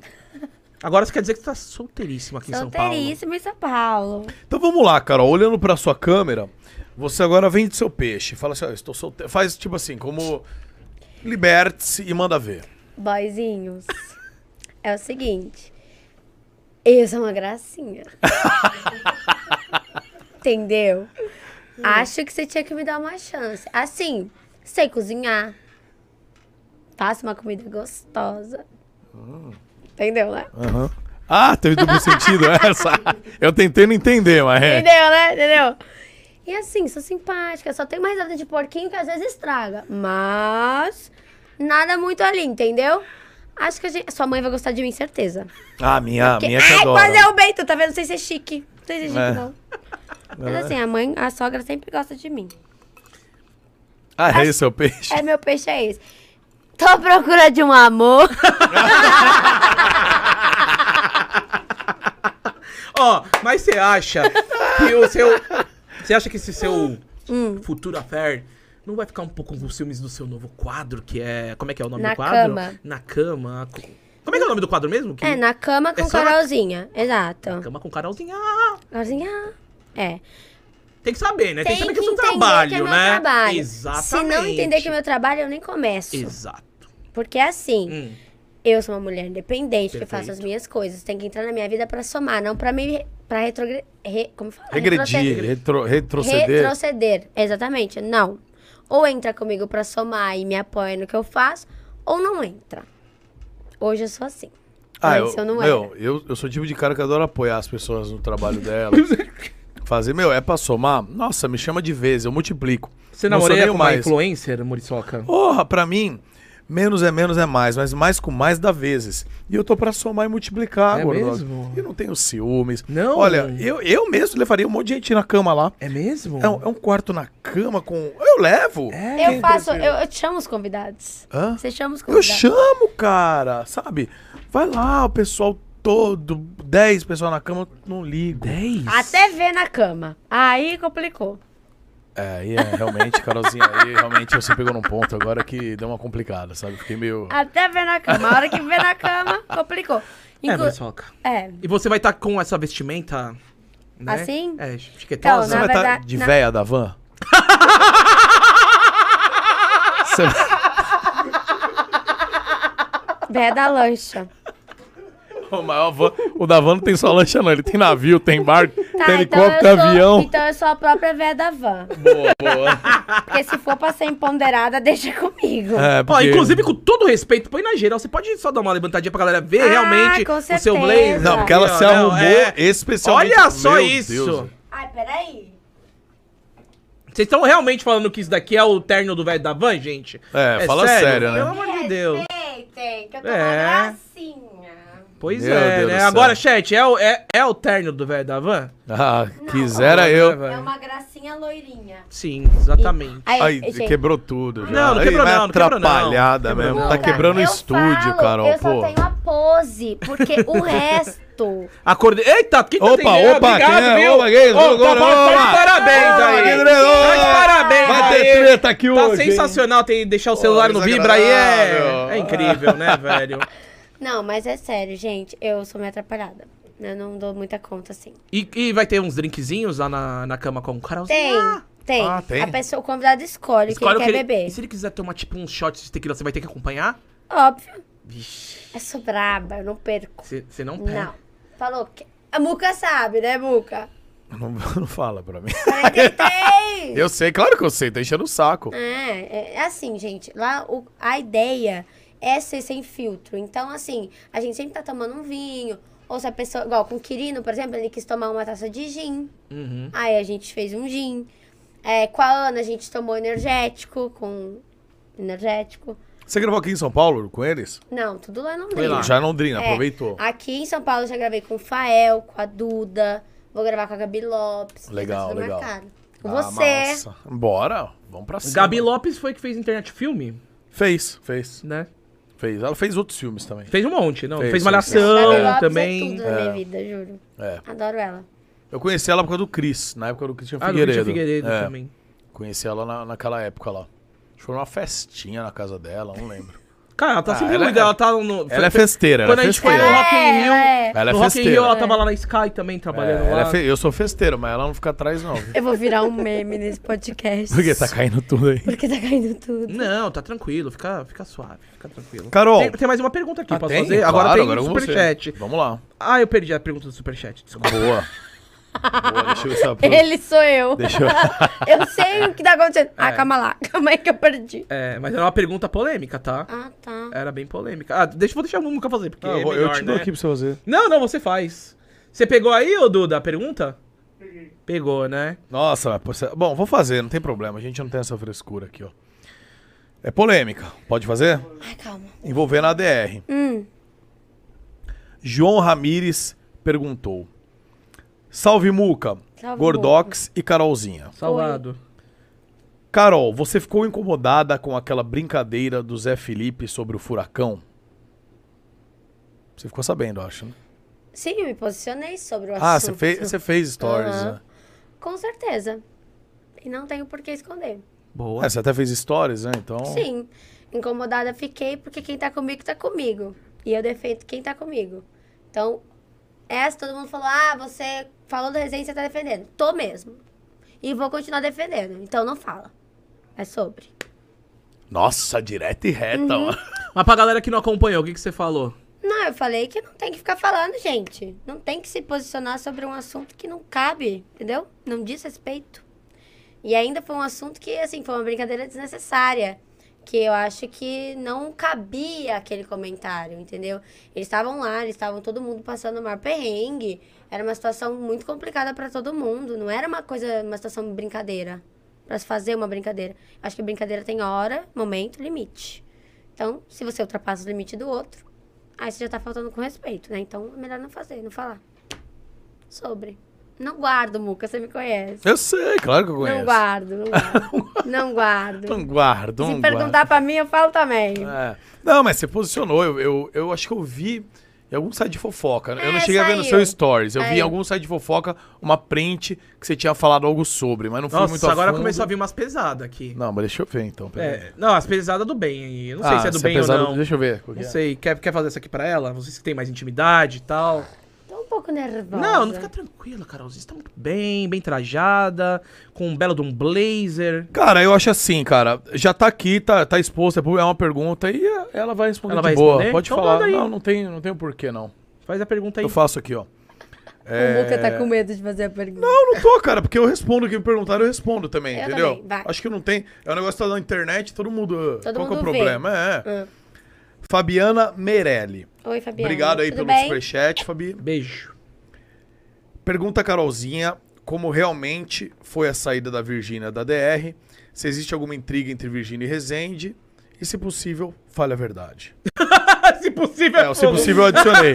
Speaker 2: Agora você quer dizer que você tá solteiríssima aqui em São Paulo. né?
Speaker 3: Solteiríssimo Então em São Paulo.
Speaker 1: Então vamos lá, Carol. Olhando pra sua câmera, você agora vende seu peixe. Fala assim, ó, estou solteiro. Faz tipo assim, como liberte-se e manda ver.
Speaker 3: Boyzinhos, é o seguinte. Eu sou uma gracinha. Entendeu? Acho que você tinha que me dar uma chance. Assim, sei cozinhar. Faço uma comida gostosa.
Speaker 2: Hum.
Speaker 3: Entendeu, né?
Speaker 1: Aham. Ah, teve duplo sentido essa. Eu tentei não entender, mas é.
Speaker 3: Entendeu, né? Entendeu? E assim, sou simpática, só tenho uma risada de porquinho que às vezes estraga. Mas nada muito ali, entendeu? Acho que a gente... sua mãe vai gostar de mim, certeza.
Speaker 1: Ah, minha,
Speaker 3: Que-
Speaker 1: minha que
Speaker 3: Ai,
Speaker 1: adora.
Speaker 3: quase é o Bento, tá vendo? é Não sei se é chique. Não sei se é chique,
Speaker 1: É.
Speaker 3: não. Mas assim, a mãe, a sogra sempre gosta de mim.
Speaker 8: Ah, é esse é o peixe?
Speaker 3: É, meu peixe é esse. Tô à procura de um amor.
Speaker 2: Ó, mas você acha que o seu. Você acha que esse
Speaker 3: Hum.
Speaker 2: seu futuro affair não vai ficar um pouco com ciúmes do seu novo quadro, que é. Como é que é o nome
Speaker 3: Na
Speaker 2: do quadro?
Speaker 3: cama.
Speaker 2: Na cama. co- Como é que é o nome do quadro mesmo? Que-
Speaker 3: É, na cama com
Speaker 2: É só na-
Speaker 3: Carolzinha. Exato.
Speaker 2: Cama com Carolzinha.
Speaker 3: Carolzinha. É.
Speaker 2: Tem que saber, né? Tem, que saber que é o seu
Speaker 3: entender
Speaker 2: trabalho,
Speaker 3: que é meu
Speaker 2: né?
Speaker 3: trabalho.
Speaker 2: Exatamente.
Speaker 3: Se não entender que é meu trabalho, eu nem começo.
Speaker 2: Exato.
Speaker 3: Porque assim,
Speaker 2: Hum.
Speaker 3: eu sou uma mulher independente que faço
Speaker 2: Perfeito.
Speaker 3: as minhas coisas. Tem que entrar na minha vida pra somar, não pra me para retrogredir. como fala?
Speaker 8: Regredir,
Speaker 3: Retroceder.
Speaker 8: retro- retroceder.
Speaker 3: Retroceder, exatamente. Não. Ou entra comigo pra somar e me apoia no que eu faço, ou não entra. Hoje eu sou assim.
Speaker 8: Ah,
Speaker 3: Antes
Speaker 8: eu,
Speaker 3: eu não
Speaker 8: meu,
Speaker 3: era.
Speaker 8: eu, eu sou o tipo de cara que adora apoiar as pessoas no trabalho dela. Fazer, meu, é pra somar? Nossa, me chama de vez, eu multiplico.
Speaker 2: Você
Speaker 8: Não sou
Speaker 2: namoraria
Speaker 8: nem
Speaker 2: com
Speaker 8: o
Speaker 2: uma
Speaker 8: mais.
Speaker 2: influencer, Muriçoca?
Speaker 8: Porra, pra mim, menos é menos é mais, mas mais com mais dá vezes. E eu tô pra somar e multiplicar,
Speaker 2: É
Speaker 8: gordo.
Speaker 2: mesmo?
Speaker 8: Eu não tenho ciúmes.
Speaker 2: Não?
Speaker 8: Olha, eu, eu mesmo levaria um monte de gente na cama lá.
Speaker 2: É mesmo?
Speaker 8: É um, é um quarto na cama com. Eu levo!
Speaker 2: É.
Speaker 3: Eu faço, eu, eu chamo os convidados.
Speaker 8: Hã?
Speaker 3: Você chama os
Speaker 8: Eu
Speaker 3: convidados.
Speaker 8: chamo, cara, sabe? Vai lá, o pessoal todo, 10 pessoal na cama, eu não ligo.
Speaker 2: 10?
Speaker 3: Até ver na cama. Aí complicou.
Speaker 8: É, aí é, realmente, Carolzinha, aí realmente você pegou num ponto agora que deu uma complicada, sabe? Fiquei meio.
Speaker 3: Até ver na cama. A hora que vê na cama, complicou.
Speaker 2: É,
Speaker 3: Inclu-
Speaker 2: Muriçoca.
Speaker 3: é,
Speaker 2: E você vai estar com essa vestimenta. Né?
Speaker 3: Assim?
Speaker 2: É, chiquetosa.
Speaker 8: Você
Speaker 3: na
Speaker 8: vai estar
Speaker 3: verdade,
Speaker 8: tá de
Speaker 3: na-
Speaker 8: véia da van? Você-
Speaker 3: Bé da lancha.
Speaker 8: o, maior van... o da van não tem só lancha, não. Ele tem navio, tem barco,
Speaker 3: Tá,
Speaker 8: tem
Speaker 3: então eu,
Speaker 8: helicóptero,
Speaker 3: sou,
Speaker 8: avião.
Speaker 3: então eu sou a própria véia da van.
Speaker 8: Boa, boa.
Speaker 3: Porque se for pra ser empoderada, deixa comigo.
Speaker 8: É,
Speaker 2: Ó,
Speaker 8: porque-
Speaker 2: inclusive, com todo respeito, põe na geral. Você pode só dar uma levantadinha pra galera ver
Speaker 3: Ah,
Speaker 2: realmente
Speaker 3: com
Speaker 2: o seu
Speaker 3: certeza.
Speaker 2: blazer.
Speaker 8: Não, porque ela se
Speaker 2: Não,
Speaker 8: arrumou
Speaker 2: é.
Speaker 8: especialmente.
Speaker 2: Olha só
Speaker 8: Meu
Speaker 2: isso.
Speaker 8: Deus.
Speaker 3: Ai, peraí.
Speaker 2: Vocês estão realmente falando que isso daqui é o terno do velho da van, gente?
Speaker 8: É, fala sério, né?
Speaker 2: Pelo amor
Speaker 3: É
Speaker 2: de Deus.
Speaker 3: Respeitem, que eu tô
Speaker 2: É.
Speaker 3: uma gracinha.
Speaker 2: Pois
Speaker 8: Meu
Speaker 2: é,
Speaker 8: Deus
Speaker 2: né?
Speaker 8: do céu.
Speaker 2: Agora, chat, é o, é, é o terno do velho da van?
Speaker 8: Ah, quisera
Speaker 2: É,
Speaker 8: eu.
Speaker 2: vai.
Speaker 3: É uma gracinha loirinha.
Speaker 2: Sim, exatamente.
Speaker 3: Aí,
Speaker 8: Aí,
Speaker 3: é, gente,
Speaker 8: quebrou tudo já.
Speaker 2: Não, não
Speaker 8: Aí,
Speaker 2: quebrou
Speaker 8: vai
Speaker 2: não, não quebrou não.
Speaker 8: atrapalhada
Speaker 2: Quebrou
Speaker 8: mesmo.
Speaker 2: não.
Speaker 8: Tá
Speaker 2: Tá,
Speaker 8: quebrando o
Speaker 3: eu
Speaker 8: estúdio,
Speaker 3: falo,
Speaker 8: Carol,
Speaker 3: Eu
Speaker 8: pô.
Speaker 3: só tenho a pose, porque o resto.
Speaker 2: A cor de... Eita, quem tá
Speaker 8: Opa,
Speaker 2: atendendo?
Speaker 8: opa,
Speaker 2: Obrigado,
Speaker 8: quem é?
Speaker 2: viu?
Speaker 8: Opa, quem é?
Speaker 2: Ô, tá bom, tá
Speaker 8: Opa!
Speaker 2: de parabéns
Speaker 8: Opa,
Speaker 2: aí.
Speaker 8: Guilherme!
Speaker 2: Tá de parabéns
Speaker 8: Vai ter
Speaker 2: aí.
Speaker 8: treta aqui
Speaker 2: Tá
Speaker 8: hoje, hein?
Speaker 2: sensacional ter deixar o celular no vibra aí.
Speaker 8: desagradável.
Speaker 2: É, é incrível, né, velho?
Speaker 3: Não, mas é sério, gente, eu sou meio atrapalhada. Eu não dou muita conta assim.
Speaker 2: E, e vai ter uns drinkzinhos lá na, na cama com o Carolzinho?
Speaker 3: Tem, tem.
Speaker 8: Ah, tem?
Speaker 3: A pessoa, o convidado escolhe,
Speaker 2: Escolhe o
Speaker 3: quem
Speaker 2: que
Speaker 3: quer
Speaker 2: ele-
Speaker 3: beber.
Speaker 2: E se ele quiser tomar, tipo, um shot de tequila, você vai ter que acompanhar?
Speaker 3: Óbvio. Eu sou braba, eu não perco.
Speaker 2: Você você não perde.
Speaker 3: Não. Falou que. A Muca sabe, né, Muca?
Speaker 8: Não, não fala pra mim.
Speaker 3: 43!
Speaker 8: Eu sei, claro que eu sei, tá enchendo o saco.
Speaker 3: É, é assim, gente, lá o- a ideia é ser sem filtro. Então, assim, a gente sempre tá tomando um vinho. Ou se a pessoa, igual com o Quirino, por exemplo, ele quis tomar uma taça de gin.
Speaker 2: Uhum.
Speaker 3: Aí a gente fez um gin. É, com a Ana a gente tomou energético, com energético.
Speaker 8: Você gravou aqui em São Paulo com eles?
Speaker 3: Não, tudo lá não
Speaker 2: lá.
Speaker 3: deu.
Speaker 8: Já não drina,
Speaker 3: É,
Speaker 8: aproveitou.
Speaker 3: Aqui em São Paulo eu já gravei com o Fael, com a Duda. Vou gravar com a Gabi Lopes. já
Speaker 8: Legal,
Speaker 3: tudo
Speaker 8: legal.
Speaker 3: marcado. Com
Speaker 8: Ah,
Speaker 3: você.
Speaker 8: massa. Bora, vamos pra cima.
Speaker 2: Gabi Lopes foi que fez internet filme,
Speaker 8: Fez, fez,
Speaker 2: né?
Speaker 8: fez. Ela fez outros filmes também.
Speaker 2: Fez um monte, não?
Speaker 8: Fez,
Speaker 2: Fez,
Speaker 8: sim,
Speaker 3: Gabi Lopes
Speaker 2: Malhação
Speaker 3: é
Speaker 2: também.
Speaker 3: tudo na minha vida, juro.
Speaker 8: É.
Speaker 3: Adoro ela.
Speaker 8: Eu conheci ela por causa do Cris, na época do Cristian
Speaker 2: Ah, do
Speaker 8: Figueiredo.
Speaker 2: Christian Figueiredo
Speaker 8: É,
Speaker 2: também.
Speaker 8: Conheci ela na- naquela época lá. Acho que foi uma festinha na casa dela, não lembro.
Speaker 2: Cara, ela tá
Speaker 8: Ah,
Speaker 2: sempre
Speaker 8: ela
Speaker 2: doida,
Speaker 8: é-
Speaker 2: ela tá no...
Speaker 8: Ela é festeira,
Speaker 2: Quando
Speaker 8: ela é
Speaker 2: a gente foi
Speaker 8: festeira.
Speaker 2: no Rock in Rio...
Speaker 3: É,
Speaker 8: Ela é
Speaker 2: no Rock in
Speaker 8: festeira.
Speaker 2: Rio ela tava lá na Sky também, trabalhando
Speaker 8: É, ela
Speaker 2: lá.
Speaker 8: é fe- Eu sou festeiro, mas ela não fica atrás, não. viu?
Speaker 3: Eu vou virar um meme nesse podcast.
Speaker 8: Porque tá caindo tudo aí.
Speaker 3: Porque tá caindo tudo.
Speaker 2: Não, tá tranquilo, fica, fica suave, fica tranquilo.
Speaker 8: Carol.
Speaker 2: Tem, tem mais uma pergunta aqui,
Speaker 8: Ah,
Speaker 2: posso
Speaker 8: tem?
Speaker 2: fazer?
Speaker 8: Claro,
Speaker 2: agora tem
Speaker 8: com
Speaker 2: um
Speaker 8: você.
Speaker 2: superchat.
Speaker 8: Vamos lá.
Speaker 2: Ah, eu perdi a pergunta do superchat, desculpa.
Speaker 8: Boa. Boa, deixa eu ver se
Speaker 2: É
Speaker 8: ela-
Speaker 3: Ele sou eu.
Speaker 8: Deixa eu... É.
Speaker 3: Eu sei o que tá acontecendo. Ah, calma lá. Calma aí que eu perdi.
Speaker 2: É, mas era uma pergunta polêmica, tá?
Speaker 3: Ah, tá.
Speaker 2: Era bem polêmica. Ah, deixa, vou deixar o Muca fazer, porque
Speaker 8: Ah,
Speaker 2: é
Speaker 8: eu vou-
Speaker 2: melhor,
Speaker 8: eu te
Speaker 2: né?
Speaker 8: dou aqui pra você fazer.
Speaker 2: Não, não, você faz. Você pegou aí, ô Duda, a pergunta? Peguei. Pegou, né?
Speaker 8: Nossa, mas, pô, cê- bom, vou fazer, não tem problema. A gente não tem essa frescura aqui, ó. É polêmica. Pode fazer?
Speaker 3: Ai, calma. Hum.
Speaker 8: Envolvendo a ADR. João Ramires perguntou: Salve Muca,
Speaker 3: Salve,
Speaker 8: Gordox e Carolzinha.
Speaker 2: Salvado.
Speaker 8: Carol, você ficou incomodada com aquela brincadeira do Zé Felipe sobre o furacão? Você ficou sabendo, eu acho. Né?
Speaker 3: Sim, eu me posicionei sobre o assunto.
Speaker 8: Ah, você fez, você fez stories,
Speaker 3: Aham.
Speaker 8: né?
Speaker 3: Com certeza. E não tenho por que esconder.
Speaker 2: Boa.
Speaker 8: É, você até fez stories, né? Então.
Speaker 3: Sim, incomodada fiquei porque quem tá comigo tá comigo. E eu defendo quem tá comigo. Então, essa todo mundo falou: ah, você falou do resenha e você tá defendendo. Tô mesmo. E vou continuar defendendo. Então não fala. É sobre.
Speaker 8: Nossa, direta e reta,
Speaker 3: Uhum.
Speaker 8: ó.
Speaker 2: Mas pra galera que não acompanhou, o que, que você falou?
Speaker 3: Não, eu falei que não tem que ficar falando, gente. Não tem que se posicionar sobre um assunto que não cabe, entendeu? Não diz respeito. E ainda foi um assunto que, assim, foi uma brincadeira desnecessária. Que eu acho que não cabia aquele comentário, entendeu? Eles estavam lá, eles estavam todo mundo passando o maior perrengue. Era uma situação muito complicada pra todo mundo. Não era uma coisa, uma situação brincadeira. Pra se fazer uma brincadeira. Acho que brincadeira tem hora, momento, limite. Então, se você ultrapassa o limite do outro, Aí você já tá faltando com respeito, né? Então é melhor não fazer, não falar. Sobre. Não guardo, Muca, você me conhece.
Speaker 8: Eu sei, claro que eu conheço.
Speaker 3: Não guardo, não guardo. não guardo.
Speaker 8: Não guardo,
Speaker 3: Se
Speaker 8: não
Speaker 3: perguntar pra mim, eu falo também.
Speaker 8: guardo. É. Não, mas você posicionou. Eu, eu, eu acho que eu vi em algum site de fofoca. né? eu não
Speaker 3: É,
Speaker 8: cheguei a ver no
Speaker 3: saiu.
Speaker 8: seu stories. Eu vi em
Speaker 3: Saiu.
Speaker 8: algum site de fofoca uma print que você tinha falado algo sobre, mas não foi muito
Speaker 2: Nossa,
Speaker 8: a
Speaker 2: agora
Speaker 8: fundo.
Speaker 2: começou a vir umas pesadas aqui.
Speaker 8: Não, mas deixa eu ver então. peraí.
Speaker 2: É, não, as pesadas do bem. aí. Eu não sei
Speaker 8: Ah,
Speaker 2: se é do bem
Speaker 8: pesado-
Speaker 2: ou não.
Speaker 8: Deixa eu ver. qual que
Speaker 2: Não
Speaker 8: é.
Speaker 2: sei. Quer, quer fazer essa aqui pra ela? Você que tem mais intimidade e tal.
Speaker 3: Tô um pouco nervosa.
Speaker 2: Não, não fica tranquila, Carolzinha. Você tá muito bem, bem trajada, com um belo de um blazer.
Speaker 8: Cara, eu acho assim, cara. Já tá aqui, tá, tá exposto, é uma pergunta e é, ela vai responder
Speaker 2: Ela
Speaker 8: de
Speaker 2: vai
Speaker 8: boa.
Speaker 2: responder?
Speaker 8: Pode
Speaker 2: Então manda
Speaker 8: falar.
Speaker 2: aí.
Speaker 8: Não, não tem, não tem porquê, não.
Speaker 2: Faz a pergunta aí.
Speaker 8: Eu faço aqui, ó.
Speaker 3: O Muca
Speaker 8: É.
Speaker 3: tá com medo de fazer a pergunta.
Speaker 8: Eu não tô, cara, porque eu respondo o que me perguntaram, eu respondo também,
Speaker 3: Eu
Speaker 8: entendeu?
Speaker 3: também, vai.
Speaker 8: Acho que não tem. É um negócio que tá na internet, todo mundo.
Speaker 3: Todo
Speaker 8: qual que é o
Speaker 3: mundo vê.
Speaker 8: problema? É.
Speaker 3: Hum.
Speaker 8: Fabiana Merelli.
Speaker 3: Oi, Fabiana.
Speaker 8: Obrigado aí
Speaker 3: Tudo
Speaker 8: pelo
Speaker 3: bem?
Speaker 8: superchat, Fabi.
Speaker 2: Beijo.
Speaker 8: Pergunta a Carolzinha como realmente foi a saída da Virgínia da DR, se existe alguma intriga entre Virgínia e Rezende, e se possível, fale a verdade.
Speaker 2: se possível,
Speaker 8: É, o se possível eu adicionei.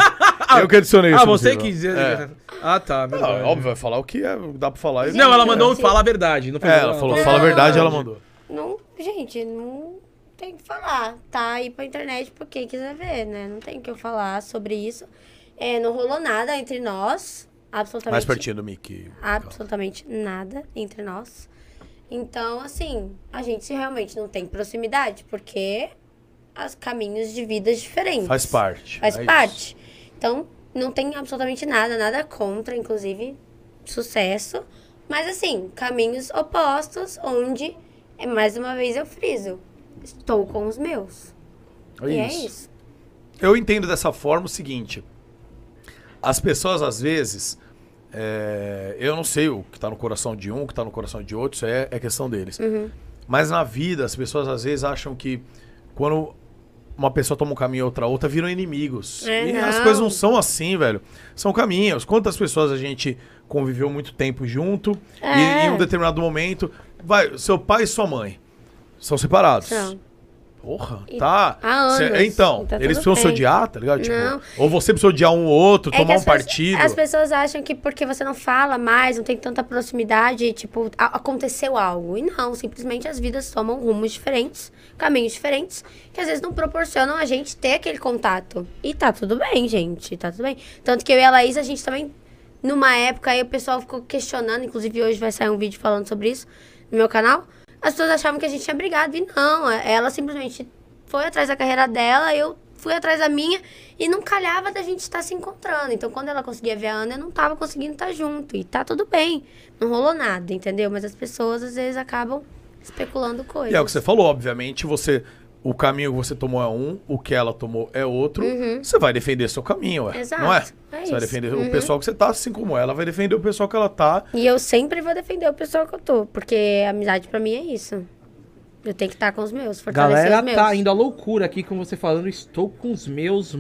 Speaker 8: eu que adicionei
Speaker 2: Ah,
Speaker 8: se
Speaker 2: você
Speaker 8: possível.
Speaker 2: quis.
Speaker 8: É.
Speaker 2: Ah, tá.
Speaker 8: Não,
Speaker 2: verdade.
Speaker 8: óbvio, vai falar o que é, dá pra falar.
Speaker 2: Não, ela mandou um
Speaker 3: Sim.
Speaker 2: fala a verdade. Não foi
Speaker 8: É, ela falou, fala a verdade, ela mandou.
Speaker 3: Não, gente, não tem o que falar. Tá aí pra internet pra quem quiser ver, né? Não tem o que eu falar sobre isso. É, não rolou nada entre nós. Absolutamente.
Speaker 8: Mais pertinho do Mickey.
Speaker 3: absolutamente nada entre nós. Então, assim, a gente realmente não tem proximidade, porque os caminhos de vidas diferentes.
Speaker 8: Faz parte.
Speaker 3: Faz
Speaker 8: é isso.
Speaker 3: parte. Então, não tem absolutamente nada, nada contra, inclusive sucesso. Mas, assim, caminhos opostos, onde, é, mais uma vez, eu friso. Estou com os meus.
Speaker 8: É
Speaker 3: e
Speaker 8: isso.
Speaker 3: é isso.
Speaker 8: Eu entendo dessa forma o seguinte: as pessoas às vezes, é, eu não sei o que tá no coração de um, o que tá no coração de outro, isso é, é questão deles. Mas na vida, as pessoas às vezes acham que quando uma pessoa toma um caminho e outra outra, viram inimigos.
Speaker 3: É,
Speaker 8: e as
Speaker 3: não.
Speaker 8: coisas não são assim, velho. São caminhos. Quantas pessoas a gente conviveu muito tempo junto e
Speaker 3: É.
Speaker 8: em um determinado momento, vai, seu pai e sua mãe são separados.
Speaker 3: Então,
Speaker 8: Porra,
Speaker 3: E-
Speaker 8: tá.
Speaker 3: há
Speaker 8: Cê-
Speaker 3: anos,
Speaker 8: então,
Speaker 3: tá
Speaker 8: eles
Speaker 3: tudo
Speaker 8: precisam se
Speaker 3: bem.
Speaker 8: odiar, tá ligado? Tipo,
Speaker 3: Não.
Speaker 8: Ou você precisa odiar um outro,
Speaker 3: É que
Speaker 8: tomar um
Speaker 3: as pessoas-
Speaker 8: partido.
Speaker 3: As pessoas acham que porque você não fala mais, não tem tanta proximidade, tipo, a- aconteceu algo. E não, simplesmente as vidas tomam rumos diferentes, caminhos diferentes, que às vezes não proporcionam a gente ter aquele contato. E tá tudo bem, gente, tá tudo bem. Tanto que eu e a Laís, a gente também, numa época aí o pessoal ficou questionando, inclusive hoje vai sair um vídeo falando sobre isso no meu canal. As pessoas achavam que a gente tinha brigado, e não, é, ela simplesmente foi atrás da carreira dela, eu fui atrás da minha e não calhava da gente estar se encontrando. Então, quando ela conseguia ver a Ana, eu não tava conseguindo estar junto. E tá tudo bem. Não rolou nada, entendeu? Mas as pessoas às vezes acabam especulando coisas.
Speaker 8: E é o que você falou, obviamente, você. O caminho que você tomou é um, o que ela tomou é outro. Você vai defender seu caminho, ué.
Speaker 3: Uhum. Exato,
Speaker 8: Não é?
Speaker 3: é
Speaker 8: você vai
Speaker 3: isso.
Speaker 8: defender o
Speaker 3: Uhum.
Speaker 8: pessoal que você tá, assim como ela vai defender o pessoal que ela tá.
Speaker 3: E eu sempre vou defender o pessoal que eu tô, porque a amizade pra mim é isso. Eu tenho que estar com os meus, fortalecer
Speaker 2: Galera
Speaker 3: os meus.
Speaker 2: tá indo à loucura aqui com você falando. Estou com os meus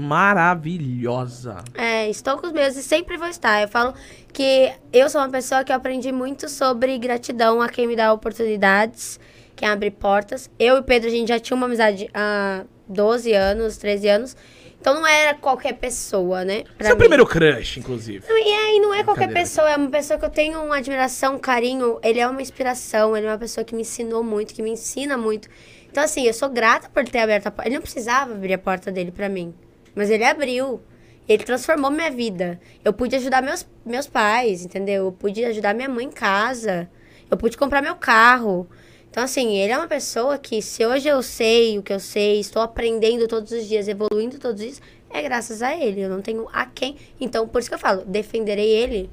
Speaker 2: maravilhosa.
Speaker 3: É, estou com os meus e sempre vou estar. Eu falo que eu sou uma pessoa que eu aprendi muito sobre gratidão a quem me dá oportunidades, quem abre portas. Eu e o Pedro, a gente já tinha uma amizade há 12 anos, 13 anos. Então não era qualquer pessoa, né? pra
Speaker 8: é
Speaker 2: Seu
Speaker 3: mim.
Speaker 2: primeiro crush, inclusive.
Speaker 3: Não, E aí, não é qualquer pessoa, é uma pessoa que eu tenho uma admiração, um carinho. Ele é uma inspiração, ele é uma pessoa que me ensinou muito, que me ensina muito. Então, assim, eu sou grata por ter aberto a porta. Ele não precisava abrir a porta dele pra mim, mas ele abriu. Ele transformou minha vida. Eu pude ajudar meus, meus pais, entendeu? Eu pude ajudar minha mãe em casa. Eu pude comprar meu carro. Então, assim, ele é uma pessoa que, se hoje eu sei o que eu sei, estou aprendendo todos os dias, evoluindo todos os dias, é graças a ele. Eu não tenho a quem. Então, por isso que eu falo, defenderei ele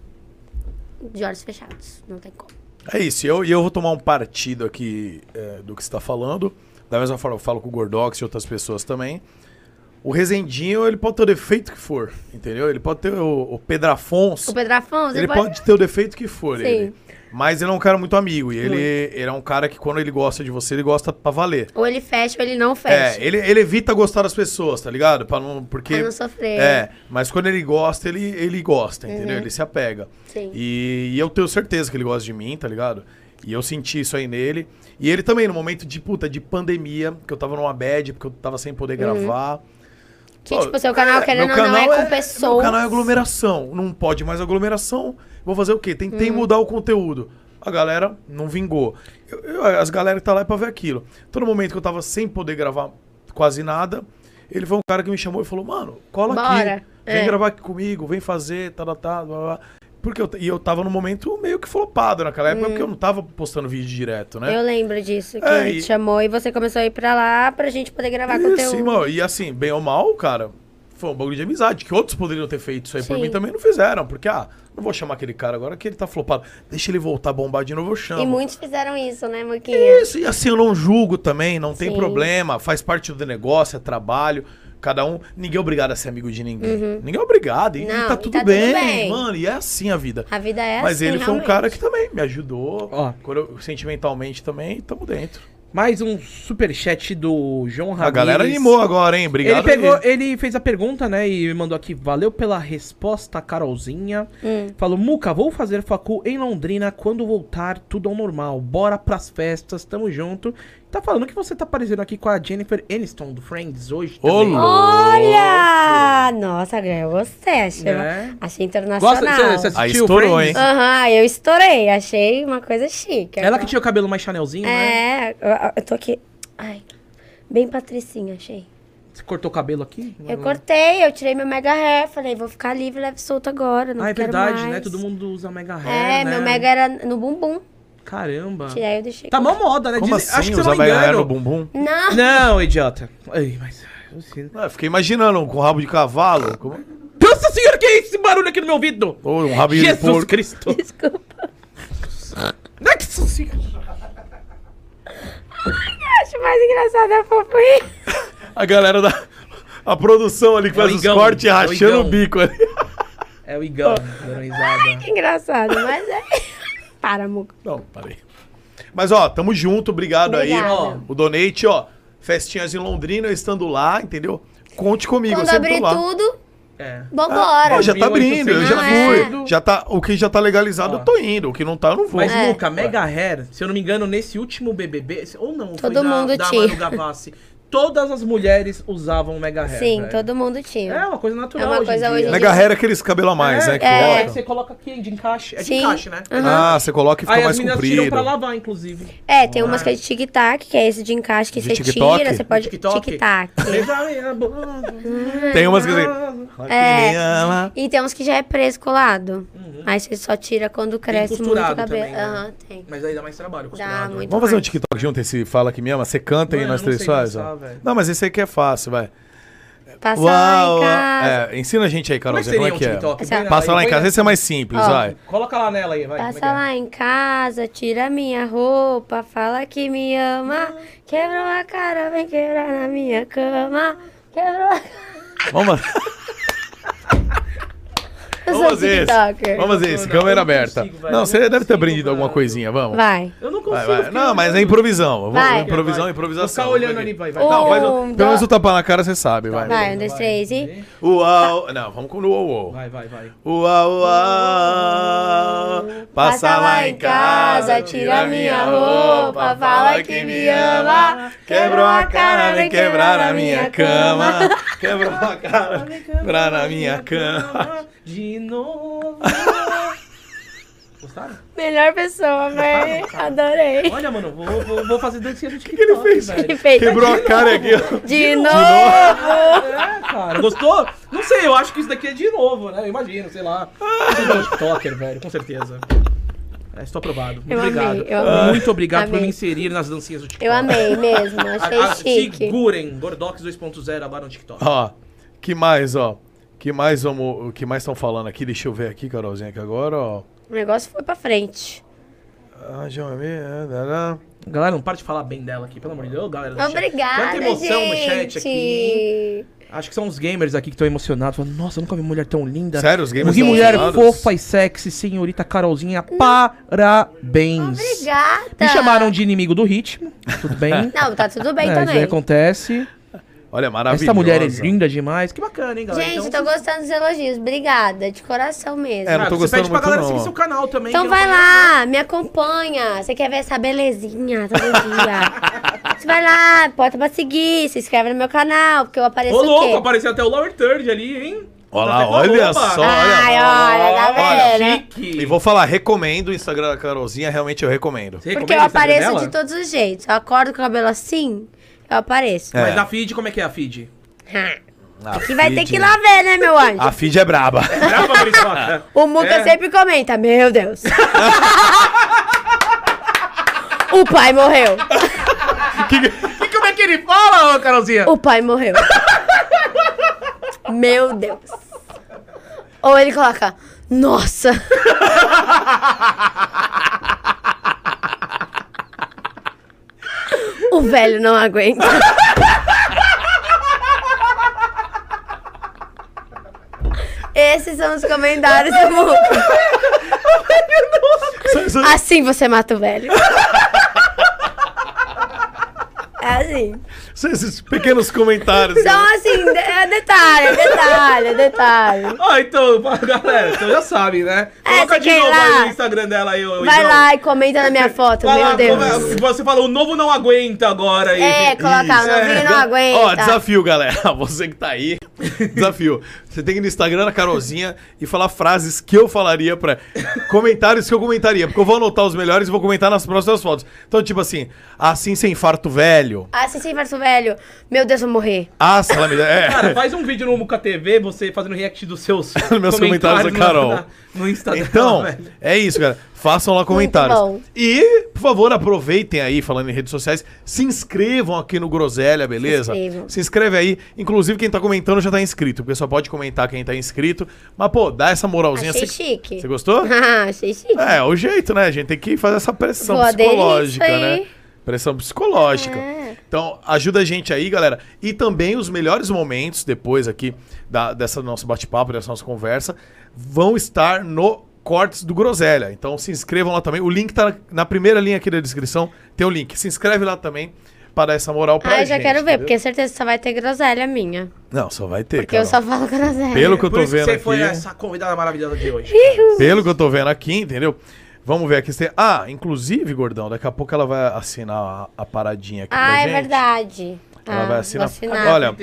Speaker 3: de olhos fechados. Não tem como.
Speaker 8: É isso, e eu, e eu vou tomar um partido aqui é, do que você está falando. Da mesma forma, eu falo com o Gordox e outras pessoas também. O Rezendinho, ele pode ter o defeito que for, entendeu? Ele pode ter o, o Pedro Afonso.
Speaker 3: O Pedro Afonso,
Speaker 8: Ele pode ter o defeito que for,
Speaker 3: Sim.
Speaker 8: ele. Mas ele é um cara muito amigo. E ele, ele é um cara que quando ele gosta de você, ele gosta pra valer.
Speaker 3: Ou ele fecha ou ele não fecha.
Speaker 8: É, ele, ele evita gostar das pessoas, tá ligado? Pra não. Porque.
Speaker 3: Pra não sofrer.
Speaker 8: É, mas quando ele gosta, ele, ele gosta, entendeu? Ele se apega.
Speaker 3: Sim.
Speaker 8: E, e eu tenho certeza que ele gosta de mim, tá ligado? E eu senti isso aí nele. E ele também, no momento de puta, de pandemia, que eu tava numa bad, porque eu tava sem poder gravar.
Speaker 3: Que,
Speaker 8: Pô,
Speaker 3: tipo, seu canal,
Speaker 8: é,
Speaker 3: querendo
Speaker 8: meu
Speaker 3: ou não, é
Speaker 8: canal
Speaker 3: com pessoas.
Speaker 8: Meu canal é aglomeração. Não pode mais aglomeração. Vou fazer o quê? Tentei
Speaker 3: Hum.
Speaker 8: mudar o conteúdo. A galera não vingou. Eu- eu- as galera que tá lá é pra ver aquilo. Então, no momento que eu tava sem poder gravar quase nada, ele foi um cara que me chamou e falou, mano, cola
Speaker 3: Bora.
Speaker 8: aqui. Vem
Speaker 3: É.
Speaker 8: gravar aqui comigo, vem fazer, tá, tá, tá, blá, blá. Porque eu, e eu tava num momento meio que flopado naquela época,
Speaker 3: Hum.
Speaker 8: porque eu não tava postando vídeo direto, né?
Speaker 3: Eu lembro disso, que
Speaker 8: É,
Speaker 3: ele
Speaker 8: e-
Speaker 3: te chamou e você começou a ir pra lá pra gente poder gravar
Speaker 8: Isso,
Speaker 3: conteúdo.
Speaker 8: irmão. E assim, bem ou mal, cara, foi um bagulho de amizade. Que outros poderiam ter feito isso aí por
Speaker 3: Sim.
Speaker 8: mim também não fizeram. Porque, ah, não vou chamar aquele cara agora que ele tá flopado. Deixa ele voltar a bombar de novo, eu chamo.
Speaker 3: E muitos fizeram isso, né, Moquinha?
Speaker 8: Isso, e assim, eu não julgo também, não tem
Speaker 3: Sim.
Speaker 8: problema. Faz parte do negócio, é trabalho. Cada um. Ninguém é obrigado a ser amigo de ninguém. Ninguém é obrigado. E,
Speaker 3: Uhum. Não,
Speaker 8: tá,
Speaker 3: e tá
Speaker 8: tudo,
Speaker 3: tudo
Speaker 8: bem,
Speaker 3: bem.
Speaker 8: mano. E é assim a vida.
Speaker 3: A vida é
Speaker 8: Mas
Speaker 3: assim,
Speaker 8: ele foi um
Speaker 3: realmente.
Speaker 8: cara que também me ajudou.
Speaker 2: Ó.
Speaker 8: Quando eu- sentimentalmente também, tamo dentro.
Speaker 2: Mais um superchat do João Ramires.
Speaker 8: A galera animou agora, hein? Obrigado.
Speaker 2: Ele, pegou,
Speaker 8: aí.
Speaker 2: ele fez a pergunta, né, e me mandou aqui, valeu pela resposta, Carolzinha.
Speaker 3: Hum.
Speaker 2: Falou, Muca, vou fazer facu em Londrina quando voltar tudo ao normal. Bora pras festas, tamo junto. Tá falando que você tá aparecendo aqui com a Jennifer Aniston do Friends hoje
Speaker 8: Ô,
Speaker 2: também.
Speaker 8: louco.
Speaker 3: Olha! Nossa, ganhou você, achei,
Speaker 2: É. Gosta,
Speaker 3: achei internacional.
Speaker 2: você, é você assistiu
Speaker 8: Aí Ah, estourou,
Speaker 2: Friends?
Speaker 8: hein?
Speaker 3: Aham, eu estourei, achei uma coisa chique.
Speaker 2: Ela que tinha o cabelo mais chanelzinho, né?
Speaker 3: É, eu, eu tô aqui. Ai, bem patricinha, achei.
Speaker 2: Você cortou o cabelo aqui?
Speaker 3: Eu cortei, eu tirei meu mega hair, falei, vou ficar livre, leve e solto agora, não
Speaker 2: Ah, é
Speaker 3: quero
Speaker 2: verdade,
Speaker 3: mais.
Speaker 2: né? Todo mundo usa mega hair,
Speaker 3: É,
Speaker 2: né?
Speaker 3: meu mega era no bumbum.
Speaker 2: Caramba.
Speaker 3: Tirei, eu deixei.
Speaker 2: Tá Né? mó moda, né?
Speaker 8: Como
Speaker 2: Dizem-
Speaker 8: assim
Speaker 2: Acho que se eu
Speaker 8: usar
Speaker 2: não me
Speaker 8: mega hair
Speaker 2: engano...
Speaker 8: no bumbum?
Speaker 3: Não,
Speaker 2: Não, idiota. Ai, mas... eu sei.
Speaker 8: Ah, eu fiquei imaginando com rabo de cavalo. como-
Speaker 2: Nossa senhora, que é esse barulho aqui no meu ouvido?
Speaker 8: Ou um rabo de
Speaker 2: Jesus
Speaker 8: porco.
Speaker 2: Cristo. é
Speaker 3: desculpa.
Speaker 2: Nossa senhora.
Speaker 3: Acho mais engraçado é fofinho.
Speaker 8: A galera da. A produção ali que
Speaker 2: É o
Speaker 8: faz os
Speaker 2: Igão,
Speaker 8: cortes
Speaker 2: é o
Speaker 8: rachando o
Speaker 2: Igão.
Speaker 8: bico ali.
Speaker 2: É o Igão, dando risada.
Speaker 3: Que engraçado, mas é. Para, Muco.
Speaker 8: Não, parei. Mas ó, tamo junto, obrigado aí.
Speaker 3: Obrigada.
Speaker 8: Ó, o donate, ó. Festinhas em Londrina, eu estando lá, entendeu? Conte comigo,
Speaker 3: Quando
Speaker 8: eu sempre
Speaker 3: abrir
Speaker 8: tô lá.
Speaker 3: tudo,
Speaker 2: É.
Speaker 3: vambora.
Speaker 8: Ó, já tá abrindo, eu já
Speaker 3: 1800.
Speaker 8: fui. Já tá, o que já tá legalizado,
Speaker 2: Ó.
Speaker 8: eu tô indo. O que não tá, eu não vou.
Speaker 2: Mas,
Speaker 3: É.
Speaker 2: Luca, Mega Hair, se eu não me engano, nesse último BBB, esse- ou não,
Speaker 3: Todo mundo
Speaker 2: da, da
Speaker 3: tinha.
Speaker 2: Manu Gavassi, todas as mulheres usavam Mega Hair.
Speaker 3: Sim,
Speaker 2: É, velho.
Speaker 3: todo mundo tinha.
Speaker 2: É uma coisa natural
Speaker 3: É uma coisa hoje em
Speaker 8: Mega hair é aqueles cabelo a mais, né? Que
Speaker 2: é,
Speaker 8: coloca.
Speaker 2: Você coloca aqui de encaixe, é de
Speaker 3: Sim.
Speaker 2: encaixe, né?
Speaker 8: Ah, você coloca e fica
Speaker 2: Aí as
Speaker 8: mais
Speaker 2: meninas
Speaker 8: comprido.
Speaker 2: tiram pra lavar, inclusive.
Speaker 3: É, tem umas que é de tic-tac, que é esse de encaixe que
Speaker 8: De
Speaker 3: você
Speaker 8: tic-toc?
Speaker 3: tira, você pode.
Speaker 2: Tic-toc?
Speaker 3: Tic-tac.
Speaker 2: Beija a minha bunda.
Speaker 8: Tem umas que assim.
Speaker 3: É.
Speaker 8: Me ama.
Speaker 3: e tem uns que já é preso colado. Aí você só tira quando cresce muito
Speaker 2: Uhum. costurado
Speaker 3: o cabelo.
Speaker 2: também, né?
Speaker 3: Aham, tem.
Speaker 2: Mas aí dá mais trabalho. né?
Speaker 3: Dá
Speaker 2: costurado.
Speaker 3: muito.
Speaker 8: Vamos fazer um
Speaker 3: mais.
Speaker 8: TikTok junto, esse fala aqui mesmo? Você canta aí
Speaker 2: Mano,
Speaker 8: nós
Speaker 2: eu não
Speaker 8: três
Speaker 2: sei
Speaker 8: faz?
Speaker 2: dançar,
Speaker 8: ó.
Speaker 2: velho.
Speaker 8: Não, mas esse aí que é fácil, vai.
Speaker 3: Passa lá em casa.
Speaker 8: É, ensina a gente aí,
Speaker 2: Como é que
Speaker 8: Carolzinha, como
Speaker 2: seria
Speaker 8: é
Speaker 2: um
Speaker 8: que é?
Speaker 2: TikTok?
Speaker 3: Essa-
Speaker 2: Põe
Speaker 8: Passa
Speaker 2: nela
Speaker 8: lá
Speaker 2: aí,
Speaker 8: em
Speaker 2: põe
Speaker 8: casa,
Speaker 2: nela.
Speaker 8: esse é mais simples,
Speaker 3: Ó.
Speaker 8: vai.
Speaker 2: Coloca lá nela aí, vai. como é que
Speaker 3: Passa
Speaker 2: é?
Speaker 3: lá em casa, tira minha roupa, fala que me ama.
Speaker 2: Uhum.
Speaker 3: Quebrou a cara, vem quebrar na minha cama. Quebrou a cara.
Speaker 8: Vamos,
Speaker 3: Eu
Speaker 8: vamos
Speaker 3: sou
Speaker 8: fazer isso.
Speaker 3: é TikToker.
Speaker 8: Vamos fazer isso,
Speaker 2: Não, eu
Speaker 8: câmera
Speaker 2: não
Speaker 8: aberta.
Speaker 2: consigo, velho,
Speaker 8: não,
Speaker 2: eu
Speaker 8: você
Speaker 2: não
Speaker 8: deve ter
Speaker 2: consigo,
Speaker 8: aprendido alguma
Speaker 2: velho.
Speaker 8: coisinha, vamos?
Speaker 3: Vai.
Speaker 2: Eu não
Speaker 8: Vai,
Speaker 2: consigo.
Speaker 8: vai. Não, mas é improvisão. Vamos,
Speaker 3: Vai.
Speaker 8: Improvisão,
Speaker 2: Vai.
Speaker 8: improvisação. né?
Speaker 2: Vou ficar olhando
Speaker 8: Vai.
Speaker 2: ali, vai, vai.
Speaker 8: Não,
Speaker 3: Um,
Speaker 8: faz o- pelo menos
Speaker 3: dois-
Speaker 8: o tapa na cara você sabe,
Speaker 2: É
Speaker 8: vai.
Speaker 3: Vai, um, dois, três e.
Speaker 8: Uau, não, vamos com o uau, uau.
Speaker 2: Vai, vai, vai.
Speaker 8: Uau, uau, passa lá em casa, tira minha roupa, fala que me ama, quebrou a cara, vem quebrar a minha cama. Quebra uma cara pra na minha cama.
Speaker 2: De novo. Gostaram?
Speaker 3: Melhor pessoa, amei. Adorei.
Speaker 2: Olha, mano, vou, vou, vou fazer dancinha do TikTok, que ele fez?
Speaker 3: Que
Speaker 2: velho.
Speaker 3: feio.
Speaker 8: Quebrou a cara aqui, ó.
Speaker 3: De novo.
Speaker 2: É, cara, gostou? Não sei, eu acho que isso daqui é de novo, né? Eu imagino, sei lá. Isso é um TikToker, velho, com certeza. É, estou aprovado. Muito
Speaker 3: Eu amei,
Speaker 2: obrigado.
Speaker 3: eu amei.
Speaker 2: Muito obrigado por
Speaker 3: Amei.
Speaker 2: me inserir nas dancinhas do TikTok.
Speaker 3: Eu amei mesmo, achei
Speaker 2: A- a-
Speaker 3: chique.
Speaker 2: Segurem, Gordox 2.0 agora no TikTok.
Speaker 8: Ó, que mais, ó? Que mais vamos, o que mais estão falando aqui? Deixa eu ver aqui, Carolzinha, que agora, ó.
Speaker 3: O negócio foi pra frente.
Speaker 8: Ah, já amei, é, dá, dá.
Speaker 2: Galera, não para de falar bem dela aqui, pelo amor de Deus, galera. do chat.
Speaker 3: Obrigada,
Speaker 2: Tanta emoção
Speaker 3: gente.
Speaker 2: no chat aqui. hein? Acho que são os gamers aqui que estão emocionados. Falando, nossa, eu nunca vi mulher tão linda.
Speaker 8: Sério, os gamers
Speaker 2: Eu vi
Speaker 8: tão
Speaker 2: mulher
Speaker 8: emocionados?
Speaker 2: fofa e sexy, senhorita Carolzinha. Parabéns.
Speaker 3: Hum. Obrigada.
Speaker 2: Me chamaram de inimigo do ritmo. Tudo bem?
Speaker 3: Tá. Não, tá tudo bem
Speaker 2: É, isso
Speaker 3: também.
Speaker 2: aí acontece.
Speaker 8: Olha, maravilhosa.
Speaker 2: Essa mulher é linda demais. Que bacana, hein, galera?
Speaker 3: Gente,
Speaker 2: Então, Ah,
Speaker 3: tô gostando dos elogios. Obrigada, de coração mesmo.
Speaker 8: É, não tô
Speaker 2: você
Speaker 8: gostando
Speaker 2: pede pra
Speaker 8: muito,
Speaker 2: galera
Speaker 8: não,
Speaker 2: seguir
Speaker 8: ó.
Speaker 2: seu canal também.
Speaker 3: Então
Speaker 2: que não
Speaker 3: vai
Speaker 2: conhece.
Speaker 3: lá, me acompanha. Você quer ver essa belezinha todo dia? Você vai lá, bota pra seguir, se inscreve no meu canal, porque eu apareço
Speaker 2: Ô,
Speaker 3: o quê?
Speaker 2: louco, apareceu até o Lower Third ali, hein?
Speaker 8: Olha
Speaker 2: Tá
Speaker 8: lá,
Speaker 2: até com a
Speaker 8: olha
Speaker 2: roupa.
Speaker 8: só,
Speaker 3: Ai, olha, tá
Speaker 8: Olha,
Speaker 3: vendo?
Speaker 2: Chique.
Speaker 8: E vou falar, recomendo o Instagram da Carolzinha, realmente eu recomendo.
Speaker 2: Você recomenda
Speaker 3: Porque eu
Speaker 2: o Instagram
Speaker 3: apareço
Speaker 2: dela?
Speaker 3: de todos os jeitos. Eu acordo com o cabelo assim, eu apareço.
Speaker 2: Mas
Speaker 8: É.
Speaker 2: na feed, como é que é a feed?
Speaker 3: Ha.
Speaker 8: A
Speaker 3: E vai
Speaker 8: feed-
Speaker 3: ter que ir lá ver, né, meu anjo?
Speaker 8: A feed é braba.
Speaker 2: Brava, Brizola.
Speaker 3: O Muca
Speaker 2: É.
Speaker 3: sempre comenta, meu Deus. o pai morreu.
Speaker 2: E como é que ele fala, ô Carolzinha?
Speaker 3: O pai morreu. Meu Deus. Ou ele coloca, nossa. O velho não aguenta. Esses são os comentários do mundo. Assim você mata o velho. É assim.
Speaker 8: São Esses pequenos comentários.
Speaker 3: Então, assim, de- é detalhe, é detalhe, é detalhe.
Speaker 2: Ah, então, galera, então já sabe, né?
Speaker 3: É,
Speaker 2: Coloca
Speaker 3: você
Speaker 2: de
Speaker 3: quer ir
Speaker 2: novo
Speaker 3: lá?
Speaker 2: aí o Instagram dela aí, ô
Speaker 3: Vai
Speaker 2: Igão.
Speaker 3: lá e comenta na minha foto,
Speaker 2: Vai
Speaker 3: meu
Speaker 2: lá,
Speaker 3: Deus.
Speaker 2: como é- você fala, o novo não aguenta agora aí.
Speaker 3: É, colocar o
Speaker 8: Isso,
Speaker 3: novinho não aguenta.
Speaker 8: Ó, desafio, galera. Você que tá aí, desafio. Você tem que ir no Instagram da Carolzinha e falar frases que eu falaria pra. Comentários que eu comentaria. Porque eu vou anotar os melhores e vou comentar nas próximas fotos. Então, tipo assim, assim sem infarto velho.
Speaker 3: Assim, sem verso velho. Meu Deus, vou morrer.
Speaker 8: Ah, se ela me der- É.
Speaker 2: Cara, faz um vídeo no Muca TV, você fazendo react dos seus
Speaker 8: meus comentários da
Speaker 2: na-
Speaker 8: Carol.
Speaker 2: na- no Instagram.
Speaker 8: Então,
Speaker 2: Tá velho.
Speaker 8: é isso, cara. Façam lá comentários.
Speaker 3: bom.
Speaker 8: E, por favor, aproveitem aí, falando em redes sociais, se inscrevam aqui no Groselha, beleza?
Speaker 3: Se inscrevam.
Speaker 8: inscreve aí. Inclusive, quem tá comentando já tá inscrito, porque só pode comentar quem tá inscrito. Mas, pô, dá essa moralzinha.
Speaker 3: Achei
Speaker 8: Você-
Speaker 3: chique.
Speaker 8: Você gostou?
Speaker 3: Ah, achei chique.
Speaker 8: É, é o jeito, né? A gente tem que fazer essa pressão
Speaker 3: Vou aderir
Speaker 8: psicológica,
Speaker 3: isso aí.
Speaker 8: né? Pressão psicológica.
Speaker 3: É.
Speaker 8: Então, ajuda a gente aí, galera. E também os melhores momentos depois aqui da, dessa nosso bate-papo, dessa nossa conversa, vão estar no Cortes do Groselha. Então, se inscrevam lá também. O link tá na- na primeira linha aqui da descrição. Tem o link. Se inscreve lá também para essa moral pra
Speaker 3: Ah, eu
Speaker 8: gente.
Speaker 3: já quero ver,
Speaker 8: entendeu?
Speaker 3: porque certeza só vai ter groselha minha.
Speaker 8: Não, só vai ter,
Speaker 3: Porque eu
Speaker 8: Carol.
Speaker 3: só falo groselha.
Speaker 8: Pelo que eu
Speaker 2: Por
Speaker 8: tô
Speaker 2: isso que
Speaker 8: vendo
Speaker 2: você
Speaker 8: aqui...
Speaker 2: foi essa convidada maravilhosa de hoje.
Speaker 8: Pelo que eu tô vendo aqui, entendeu? Vamos ver aqui. se tem- Ah, inclusive, gordão, daqui a pouco ela vai assinar a, a paradinha aqui. pra
Speaker 3: Ah, é
Speaker 8: gente.
Speaker 3: verdade.
Speaker 8: Ela
Speaker 3: Ah,
Speaker 8: vai
Speaker 3: vou
Speaker 8: assinar.
Speaker 3: assinar.
Speaker 8: Olha,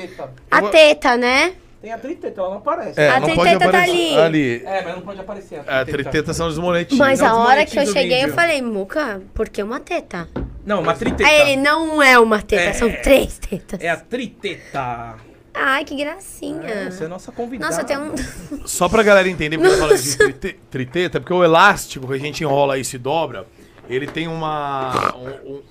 Speaker 3: A teta, né?
Speaker 2: Tem a triteta, ela não aparece.
Speaker 8: é,
Speaker 3: A
Speaker 8: não pode
Speaker 3: triteta tá
Speaker 8: aparecer.
Speaker 3: ali.
Speaker 8: ali.
Speaker 2: É, mas não pode aparecer.
Speaker 8: A triteta são os moletinhos.
Speaker 3: Mas
Speaker 2: Não,
Speaker 3: a hora que eu
Speaker 2: desmonetiza o
Speaker 3: cheguei, eu
Speaker 2: vídeo.
Speaker 3: falei, Muca, por que uma teta?
Speaker 2: Não, uma triteta.
Speaker 3: Aí ele, não é uma teta,
Speaker 2: É.
Speaker 3: são três tetas.
Speaker 2: É a triteta.
Speaker 3: Ai, que gracinha.
Speaker 2: Você é nossa convidada.
Speaker 3: Nossa, tem um...
Speaker 8: Só pra galera entender porque eu falo de trite- triteta, é porque o elástico que a gente enrola e se dobra, ele tem uma. um- um-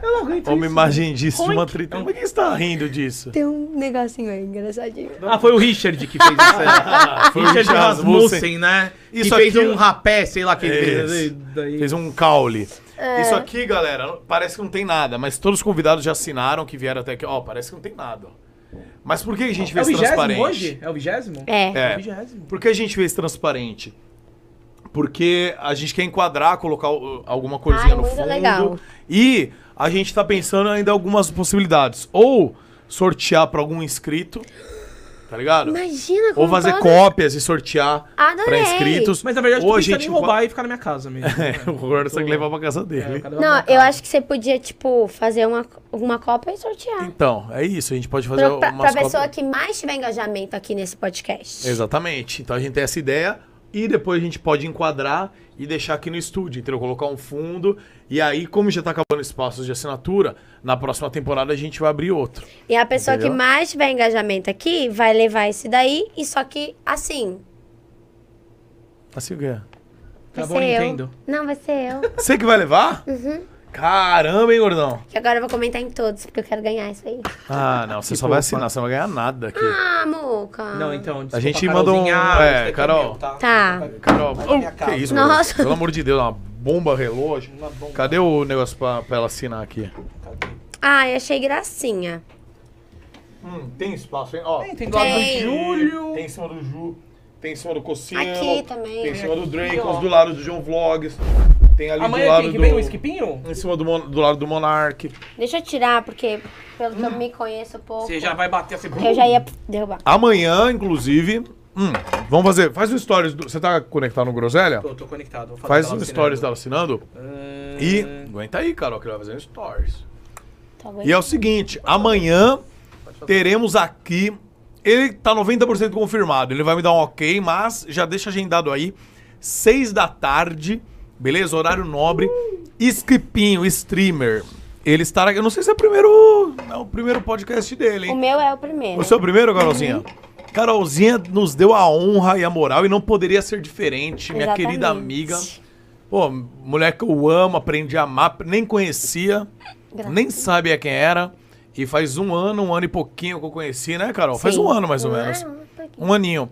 Speaker 2: Eu não aguento
Speaker 8: um- uma
Speaker 2: isso. é
Speaker 8: imagem disso de uma
Speaker 2: Oink.
Speaker 8: triteta. Por que você tá rindo disso?
Speaker 3: Tem um negocinho aí, engraçadinho.
Speaker 2: Ah, foi o Richard que fez isso aí.
Speaker 8: Foi
Speaker 2: foi
Speaker 8: o
Speaker 2: o Richard
Speaker 8: Richard
Speaker 2: Rasmussen, né?
Speaker 8: Isso
Speaker 2: que fez
Speaker 8: aqui-
Speaker 2: um rapé, sei lá, que ele
Speaker 8: Esse.
Speaker 2: fez. É Daí...
Speaker 8: É Fez um caule.
Speaker 3: É.
Speaker 8: Isso aqui, galera, não- parece que não tem nada, mas todos os convidados já assinaram que vieram até aqui. Ó, parece que não tem nada. ó. Mas por que a gente
Speaker 2: É o
Speaker 8: fez transparente?
Speaker 2: vigésimo hoje? É o vigésimo?
Speaker 3: É.
Speaker 8: É.
Speaker 2: o vigésimo.
Speaker 8: Por que a gente fez transparente? Porque a gente quer enquadrar, colocar uh, alguma coisinha
Speaker 3: Ai,
Speaker 8: no
Speaker 3: muito
Speaker 8: fundo.
Speaker 3: legal.
Speaker 8: E a gente tá pensando ainda em algumas possibilidades. Ou sortear para algum inscrito. tá ligado?
Speaker 3: Imagina como
Speaker 8: Ou fazer
Speaker 3: todas-
Speaker 8: cópias e sortear pra
Speaker 3: Adorei.
Speaker 8: inscritos.
Speaker 2: Mas na verdade,
Speaker 8: Ou
Speaker 2: tu
Speaker 8: tipo, a
Speaker 2: pensando
Speaker 8: gente
Speaker 2: em roubar e ficar na minha casa mesmo. um
Speaker 8: É, o Roger tem que levar pra casa dele.
Speaker 3: Não, eu acho que você podia, tipo, fazer uma, uma copa e sortear.
Speaker 8: Então, é isso. A gente pode fazer
Speaker 3: Pra, pra,
Speaker 8: umas
Speaker 3: pra pessoa
Speaker 8: cópias.
Speaker 3: que mais tiver engajamento aqui nesse podcast.
Speaker 8: Exatamente. Então a gente tem essa ideia e depois a gente pode enquadrar e deixar aqui no estúdio, entendeu? Colocar um fundo. E aí, como já tá acabando espaços de assinatura, na próxima temporada a gente vai abrir outro.
Speaker 3: E a pessoa
Speaker 8: Entendeu?
Speaker 3: que mais tiver engajamento aqui vai levar esse daí, e só que assim.
Speaker 8: Assim o quê?
Speaker 3: Vai
Speaker 2: Acabou o
Speaker 3: ser
Speaker 2: Nintendo.
Speaker 3: eu. Não, vai ser eu.
Speaker 8: Você que vai levar?
Speaker 3: Uhum.
Speaker 8: Caramba, hein, gordão?
Speaker 3: que agora eu vou comentar em todos, porque eu quero ganhar isso aí.
Speaker 8: Ah, não, você só vai assinar, você não vai ganhar nada aqui.
Speaker 3: Ah, Muca.
Speaker 2: Não, então, desculpa,
Speaker 8: gente manda um-
Speaker 2: Carolzinha,
Speaker 8: é,
Speaker 2: isso daqui
Speaker 8: Carol.
Speaker 2: meu, tá?
Speaker 3: Tá.
Speaker 8: Carol,
Speaker 2: Vai na minha
Speaker 8: oh, que
Speaker 2: casa.
Speaker 8: isso,
Speaker 3: Nossa.
Speaker 8: Nossa. Pelo amor de Deus, uma bomba relógio.
Speaker 2: Uma bomba.
Speaker 8: Cadê o negócio pra, pra ela assinar aqui?
Speaker 3: Ah, eu achei gracinha.
Speaker 8: Hum, tem espaço, hein? Ó,
Speaker 2: Tem, tem do lado do
Speaker 3: Tem.
Speaker 2: Júlio.
Speaker 8: Tem em cima do Ju, tem em cima do Cocinho.
Speaker 3: Aqui também.
Speaker 8: Tem em cima do
Speaker 2: ó.
Speaker 8: Dracos, do lado do John Vlogs. Tem ali do
Speaker 2: Amanhã
Speaker 8: lado
Speaker 2: quem que um
Speaker 8: do...
Speaker 2: vem? O Skipinho?
Speaker 8: Em cima do, mon- do lado do Monark.
Speaker 3: Deixa eu tirar, porque pelo que eu me conheço um pouco.
Speaker 2: Você já vai bater assim.
Speaker 3: Eu já ia derrubar.
Speaker 8: Amanhã, inclusive... hum, vamos fazer... Faz um stories... do- Você tá conectado no Groselha?
Speaker 2: Tô, tô conectado. vou fazer
Speaker 8: Faz
Speaker 2: ela
Speaker 8: um
Speaker 2: assinando.
Speaker 8: stories dela assinando.
Speaker 2: Ah,
Speaker 8: E... Aguenta aí, Carol, que ela vai fazer um stories.
Speaker 3: Tô
Speaker 8: E é
Speaker 3: aguentando.
Speaker 8: o seguinte, amanhã teremos aqui. Ele tá 90% confirmado. Ele vai me dar um ok, mas já deixa agendado aí. seis da tarde, beleza? Horário nobre. Skipinho, streamer. Ele estará. Eu não sei se é o primeiro. É o primeiro podcast dele,
Speaker 3: O
Speaker 8: hein?
Speaker 3: meu é o primeiro.
Speaker 8: O seu primeiro, Carolzinha? Carolzinha nos deu a honra e a moral e não poderia ser diferente, minha
Speaker 3: Exatamente.
Speaker 8: querida amiga. Pô, mulher que eu amo, aprendi a amar, nem conhecia,
Speaker 3: Graças
Speaker 8: nem sabia quem era. E faz um ano, um ano e pouquinho que eu conheci, né, Carol? Faz
Speaker 3: Sim.
Speaker 8: um ano mais ou
Speaker 3: Um
Speaker 8: menos.
Speaker 3: ano, um pouquinho.
Speaker 8: Um aninho.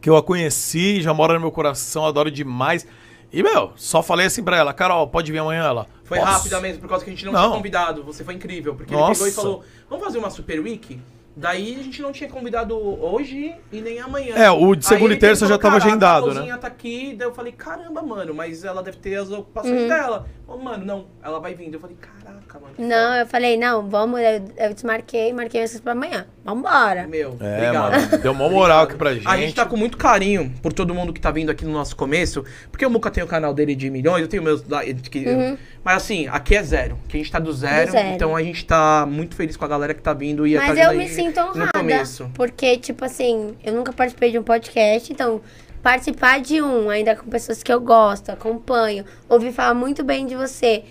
Speaker 8: Que eu a conheci, já mora no meu coração, adoro demais. E, meu, só falei assim pra ela, Carol, pode vir amanhã ela.
Speaker 2: Foi
Speaker 8: "Posso?"
Speaker 2: rápida mesmo, por causa que a gente não,
Speaker 8: Não.
Speaker 2: tinha convidado. Você foi incrível. Porque ele
Speaker 8: Nossa.
Speaker 2: pegou e falou: vamos fazer uma Super Week? Daí a gente não tinha convidado hoje e nem amanhã.
Speaker 8: É, o de
Speaker 2: Aí
Speaker 8: segunda e
Speaker 2: ele pegou
Speaker 8: terça
Speaker 2: e
Speaker 8: já
Speaker 2: falou,
Speaker 8: tava
Speaker 2: "Cara,
Speaker 8: agendado, né?"
Speaker 2: A Carolzinha tá aqui, daí eu falei, caramba, mano, mas ela deve ter as ocupações dela. Ô, mano, não, ela vai vindo. Eu falei, caraca, mano. que
Speaker 3: Não, eu falei, não, vamos, eu, eu desmarquei, marquei vocês pra amanhã. Vambora.
Speaker 2: Meu,
Speaker 8: É,
Speaker 2: obrigado.
Speaker 8: mano, deu uma moral aqui pra gente.
Speaker 2: A gente tá com muito carinho por todo mundo que tá vindo aqui no nosso começo, porque o Muca tem o canal dele de milhões, eu tenho meus. da- que- Mas assim, aqui é zero, que a gente tá do zero,
Speaker 3: Uhum. Do zero.
Speaker 2: então a gente tá muito feliz com a galera que tá vindo e
Speaker 3: Mas
Speaker 2: tá
Speaker 3: eu
Speaker 2: vindo
Speaker 3: me
Speaker 2: aí
Speaker 3: sinto
Speaker 2: No
Speaker 3: honrada.
Speaker 2: começo.
Speaker 3: Porque, tipo assim, eu nunca participei de um podcast, então participar de um, ainda com pessoas que eu gosto, acompanho, ouvi falar muito bem de você.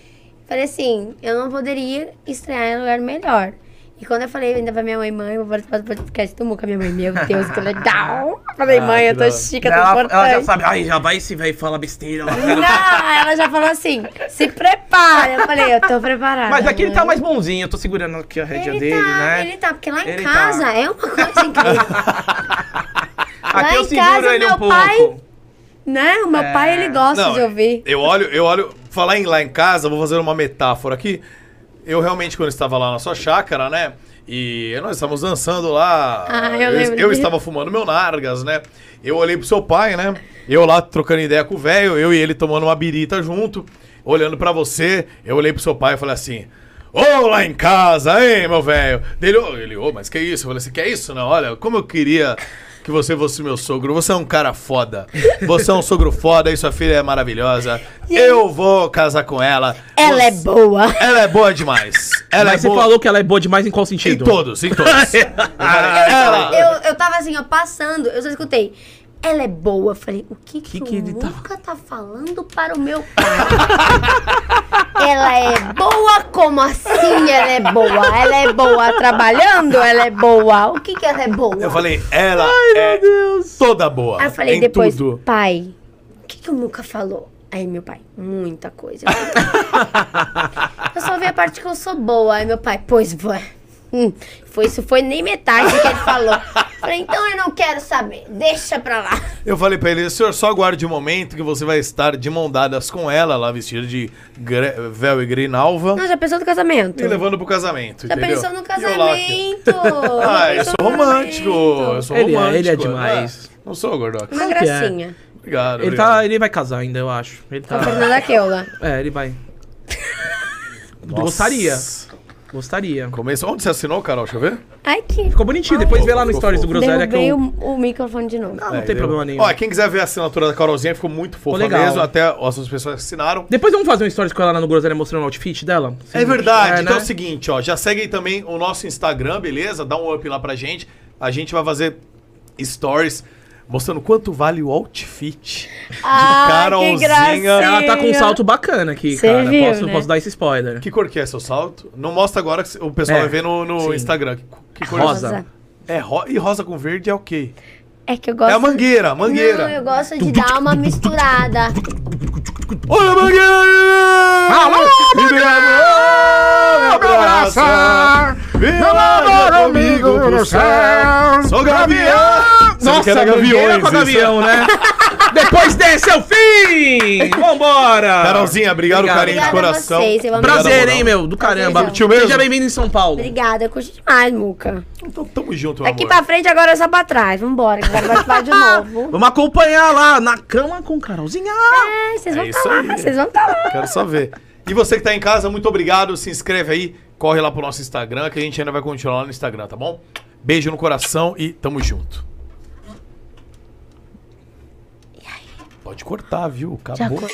Speaker 3: Falei assim, eu não poderia estrear em um lugar melhor. E quando eu falei ainda pra minha mãe, mãe, eu vou participar do podcast do Muca, minha mãe, meu Deus, que legal. Eu Falei,
Speaker 8: Ah,
Speaker 3: mãe,
Speaker 8: que
Speaker 3: eu
Speaker 8: da
Speaker 3: tô
Speaker 8: hora.
Speaker 3: chique, É eu tô
Speaker 2: Ela,
Speaker 3: importante.
Speaker 2: ela já assim. sabe, ai, já vai se vai falar besteira. ela-
Speaker 3: Não, ela já falou assim, se prepara. Eu falei, eu tô preparada.
Speaker 2: Mas aqui ele tá
Speaker 3: mãe.
Speaker 2: mais bonzinho, eu tô segurando aqui a rédea
Speaker 3: Ele
Speaker 2: dele,
Speaker 3: tá,
Speaker 2: né?
Speaker 3: ele tá, porque lá em
Speaker 2: Ele tá.
Speaker 3: casa é uma coisa incrível,
Speaker 2: Aqui
Speaker 3: tá lá
Speaker 2: eu
Speaker 3: em
Speaker 2: seguro
Speaker 3: casa,
Speaker 2: ele um
Speaker 3: meu
Speaker 2: pouco.
Speaker 3: pai- né? O meu pai, ele gosta
Speaker 8: Não,
Speaker 3: de ouvir.
Speaker 8: Eu olho, eu olho. Falar em lá em casa, vou fazer uma metáfora aqui. Eu realmente, quando estava lá na sua chácara, né? E nós estávamos dançando lá.
Speaker 3: Ah, eu lembro
Speaker 8: eu
Speaker 3: disso.
Speaker 8: estava fumando meu Nargas, né? Eu olhei pro seu pai, né? Eu lá trocando ideia com o velho, eu e ele tomando uma birita junto, olhando pra você. Eu olhei pro seu pai e falei assim. Ô, lá em casa, hein, meu velho? Dele, ô, ele, ô, mas que isso? Eu falei assim, que isso? Não, olha, como eu queria que você fosse meu sogro. Você é um cara foda. Você é um sogro foda e sua filha é maravilhosa. Eu vou casar com ela.
Speaker 3: Ela é
Speaker 8: Você-
Speaker 3: boa.
Speaker 8: Ela é boa demais. Ela
Speaker 2: Mas
Speaker 8: é
Speaker 2: você
Speaker 8: boa.
Speaker 2: falou Ah, então. que ela é boa demais em qual
Speaker 8: Em
Speaker 2: sentido?
Speaker 8: todos, em todos. Eu falei,
Speaker 2: Ah, então.
Speaker 8: ela.
Speaker 3: Eu, eu tava assim, ó, passando, eu só escutei. Ela é boa. Eu falei, o que que,
Speaker 2: Que que ele
Speaker 3: o
Speaker 2: tá-
Speaker 3: Luca tá... falando para o meu pai? ela é boa? Como assim ela é boa? Ela é boa trabalhando? Ela é boa? O que que ela é boa?
Speaker 8: Eu falei, ela é toda boa.
Speaker 3: Aí eu falei
Speaker 8: em
Speaker 3: depois,
Speaker 8: tudo.
Speaker 3: pai, o que, que o Luca falou? Aí meu pai, muita coisa. Eu, falei, "Tá." Eu só vi a parte que eu sou boa. Aí meu pai, pois vai. Hum, foi isso, foi nem metade do que ele falou. Eu Falei, então eu não quero saber, deixa pra lá.
Speaker 8: Eu falei pra ele, senhor, só aguarde um momento que você vai estar de mão dadas com ela, lá vestida de gre- véu e grinalva.
Speaker 3: Não, já pensou no casamento?
Speaker 8: E levando pro casamento,
Speaker 3: Já
Speaker 8: entendeu?
Speaker 3: pensou Tá no
Speaker 8: E eu lá aqui, ó.
Speaker 3: casamento?
Speaker 8: Ah, eu
Speaker 3: Já
Speaker 8: sou
Speaker 3: pensou no
Speaker 8: romântico. Eu sou
Speaker 2: Ele é-
Speaker 8: romântico.
Speaker 2: ele é demais.
Speaker 8: né? Não sou, Gordox.
Speaker 3: Uma
Speaker 2: Como que é?
Speaker 3: gracinha.
Speaker 8: Obrigado.
Speaker 2: Ele,
Speaker 8: obrigado.
Speaker 2: tá, ele vai casar ainda, eu acho. Ele
Speaker 3: Com a
Speaker 2: tá.
Speaker 3: Fernanda Keula.
Speaker 2: É, ele vai.
Speaker 8: Nossa.
Speaker 2: Gostaria. Gostaria.
Speaker 8: Começo. Onde você assinou, Carol? Deixa eu ver.
Speaker 3: Ai, que.
Speaker 2: Ficou bonitinho, depois vê lá no
Speaker 8: ficou
Speaker 2: Stories do
Speaker 8: fofo.
Speaker 2: Groselha é que
Speaker 3: Derrubei
Speaker 2: eu...
Speaker 3: o, o microfone de novo.
Speaker 2: Ah, não tem problema nenhum.
Speaker 8: Olha, É, quem quiser ver a assinatura da Carolzinha, ficou muito fofa
Speaker 2: legal.
Speaker 8: mesmo. Até as outras pessoas assinaram.
Speaker 2: Depois vamos fazer um stories com ela lá no Groselha mostrando o outfit dela?
Speaker 8: É verdade.
Speaker 2: É,
Speaker 8: Então
Speaker 2: né?
Speaker 8: é o seguinte, ó. Já segue aí também o nosso Instagram, beleza? Dá um up lá pra gente. A gente vai fazer stories mostrando quanto vale o outfit.
Speaker 3: Ah, que
Speaker 8: Carolzinha.
Speaker 3: gracinha.
Speaker 2: Ela tá com um salto bacana aqui,
Speaker 3: Cê
Speaker 2: cara.
Speaker 3: viu,
Speaker 2: posso,
Speaker 3: né?
Speaker 2: posso dar esse spoiler.
Speaker 8: Que cor que é seu salto? Não mostra agora, que o pessoal
Speaker 2: É,
Speaker 8: vai ver no, no
Speaker 2: sim.
Speaker 8: Instagram. Que, que cor
Speaker 2: Rosa.
Speaker 8: É, ro e rosa com verde é o quê?
Speaker 3: É que eu gosto.
Speaker 8: É a mangueira, a mangueira.
Speaker 3: Não, eu gosto de dar uma misturada.
Speaker 8: Olha a mangueira!
Speaker 9: Alô,
Speaker 8: Mangueira!
Speaker 9: Meu abraçar,
Speaker 8: Viva
Speaker 9: amigo do céu.
Speaker 8: Sou gavião! é Você não quer dar
Speaker 2: mangueira
Speaker 8: gaviões,
Speaker 2: com
Speaker 8: isso.
Speaker 2: avião, né? Depois desse é o fim! Vambora!
Speaker 8: Carolzinha, obrigado,
Speaker 2: Obrigado.
Speaker 8: carinho de
Speaker 3: Obrigada a
Speaker 8: coração.
Speaker 3: vocês, eu amei.
Speaker 2: Prazer,
Speaker 8: Obrigado,
Speaker 2: hein, meu? Do caramba.
Speaker 3: Prazerzão.
Speaker 8: Curtiu mesmo?
Speaker 2: Seja bem-vindo em São Paulo.
Speaker 3: Obrigada, eu curti demais, Muca.
Speaker 8: Então, tamo junto, meu
Speaker 3: Daqui
Speaker 8: amor.
Speaker 3: pra frente agora é só pra trás. Vambora, que vai participar de novo.
Speaker 2: Vamos acompanhar lá na cama com Carolzinha.
Speaker 3: É, vocês vão
Speaker 8: É
Speaker 3: estar
Speaker 8: isso
Speaker 3: lá,
Speaker 8: aí.
Speaker 3: vocês vão estar lá.
Speaker 8: Quero só ver. E você que tá em casa, muito obrigado. Se inscreve aí, corre lá pro nosso Instagram, que a gente ainda vai continuar lá no Instagram, tá bom? Beijo no coração e tamo junto. Pode cortar, viu? Acabou.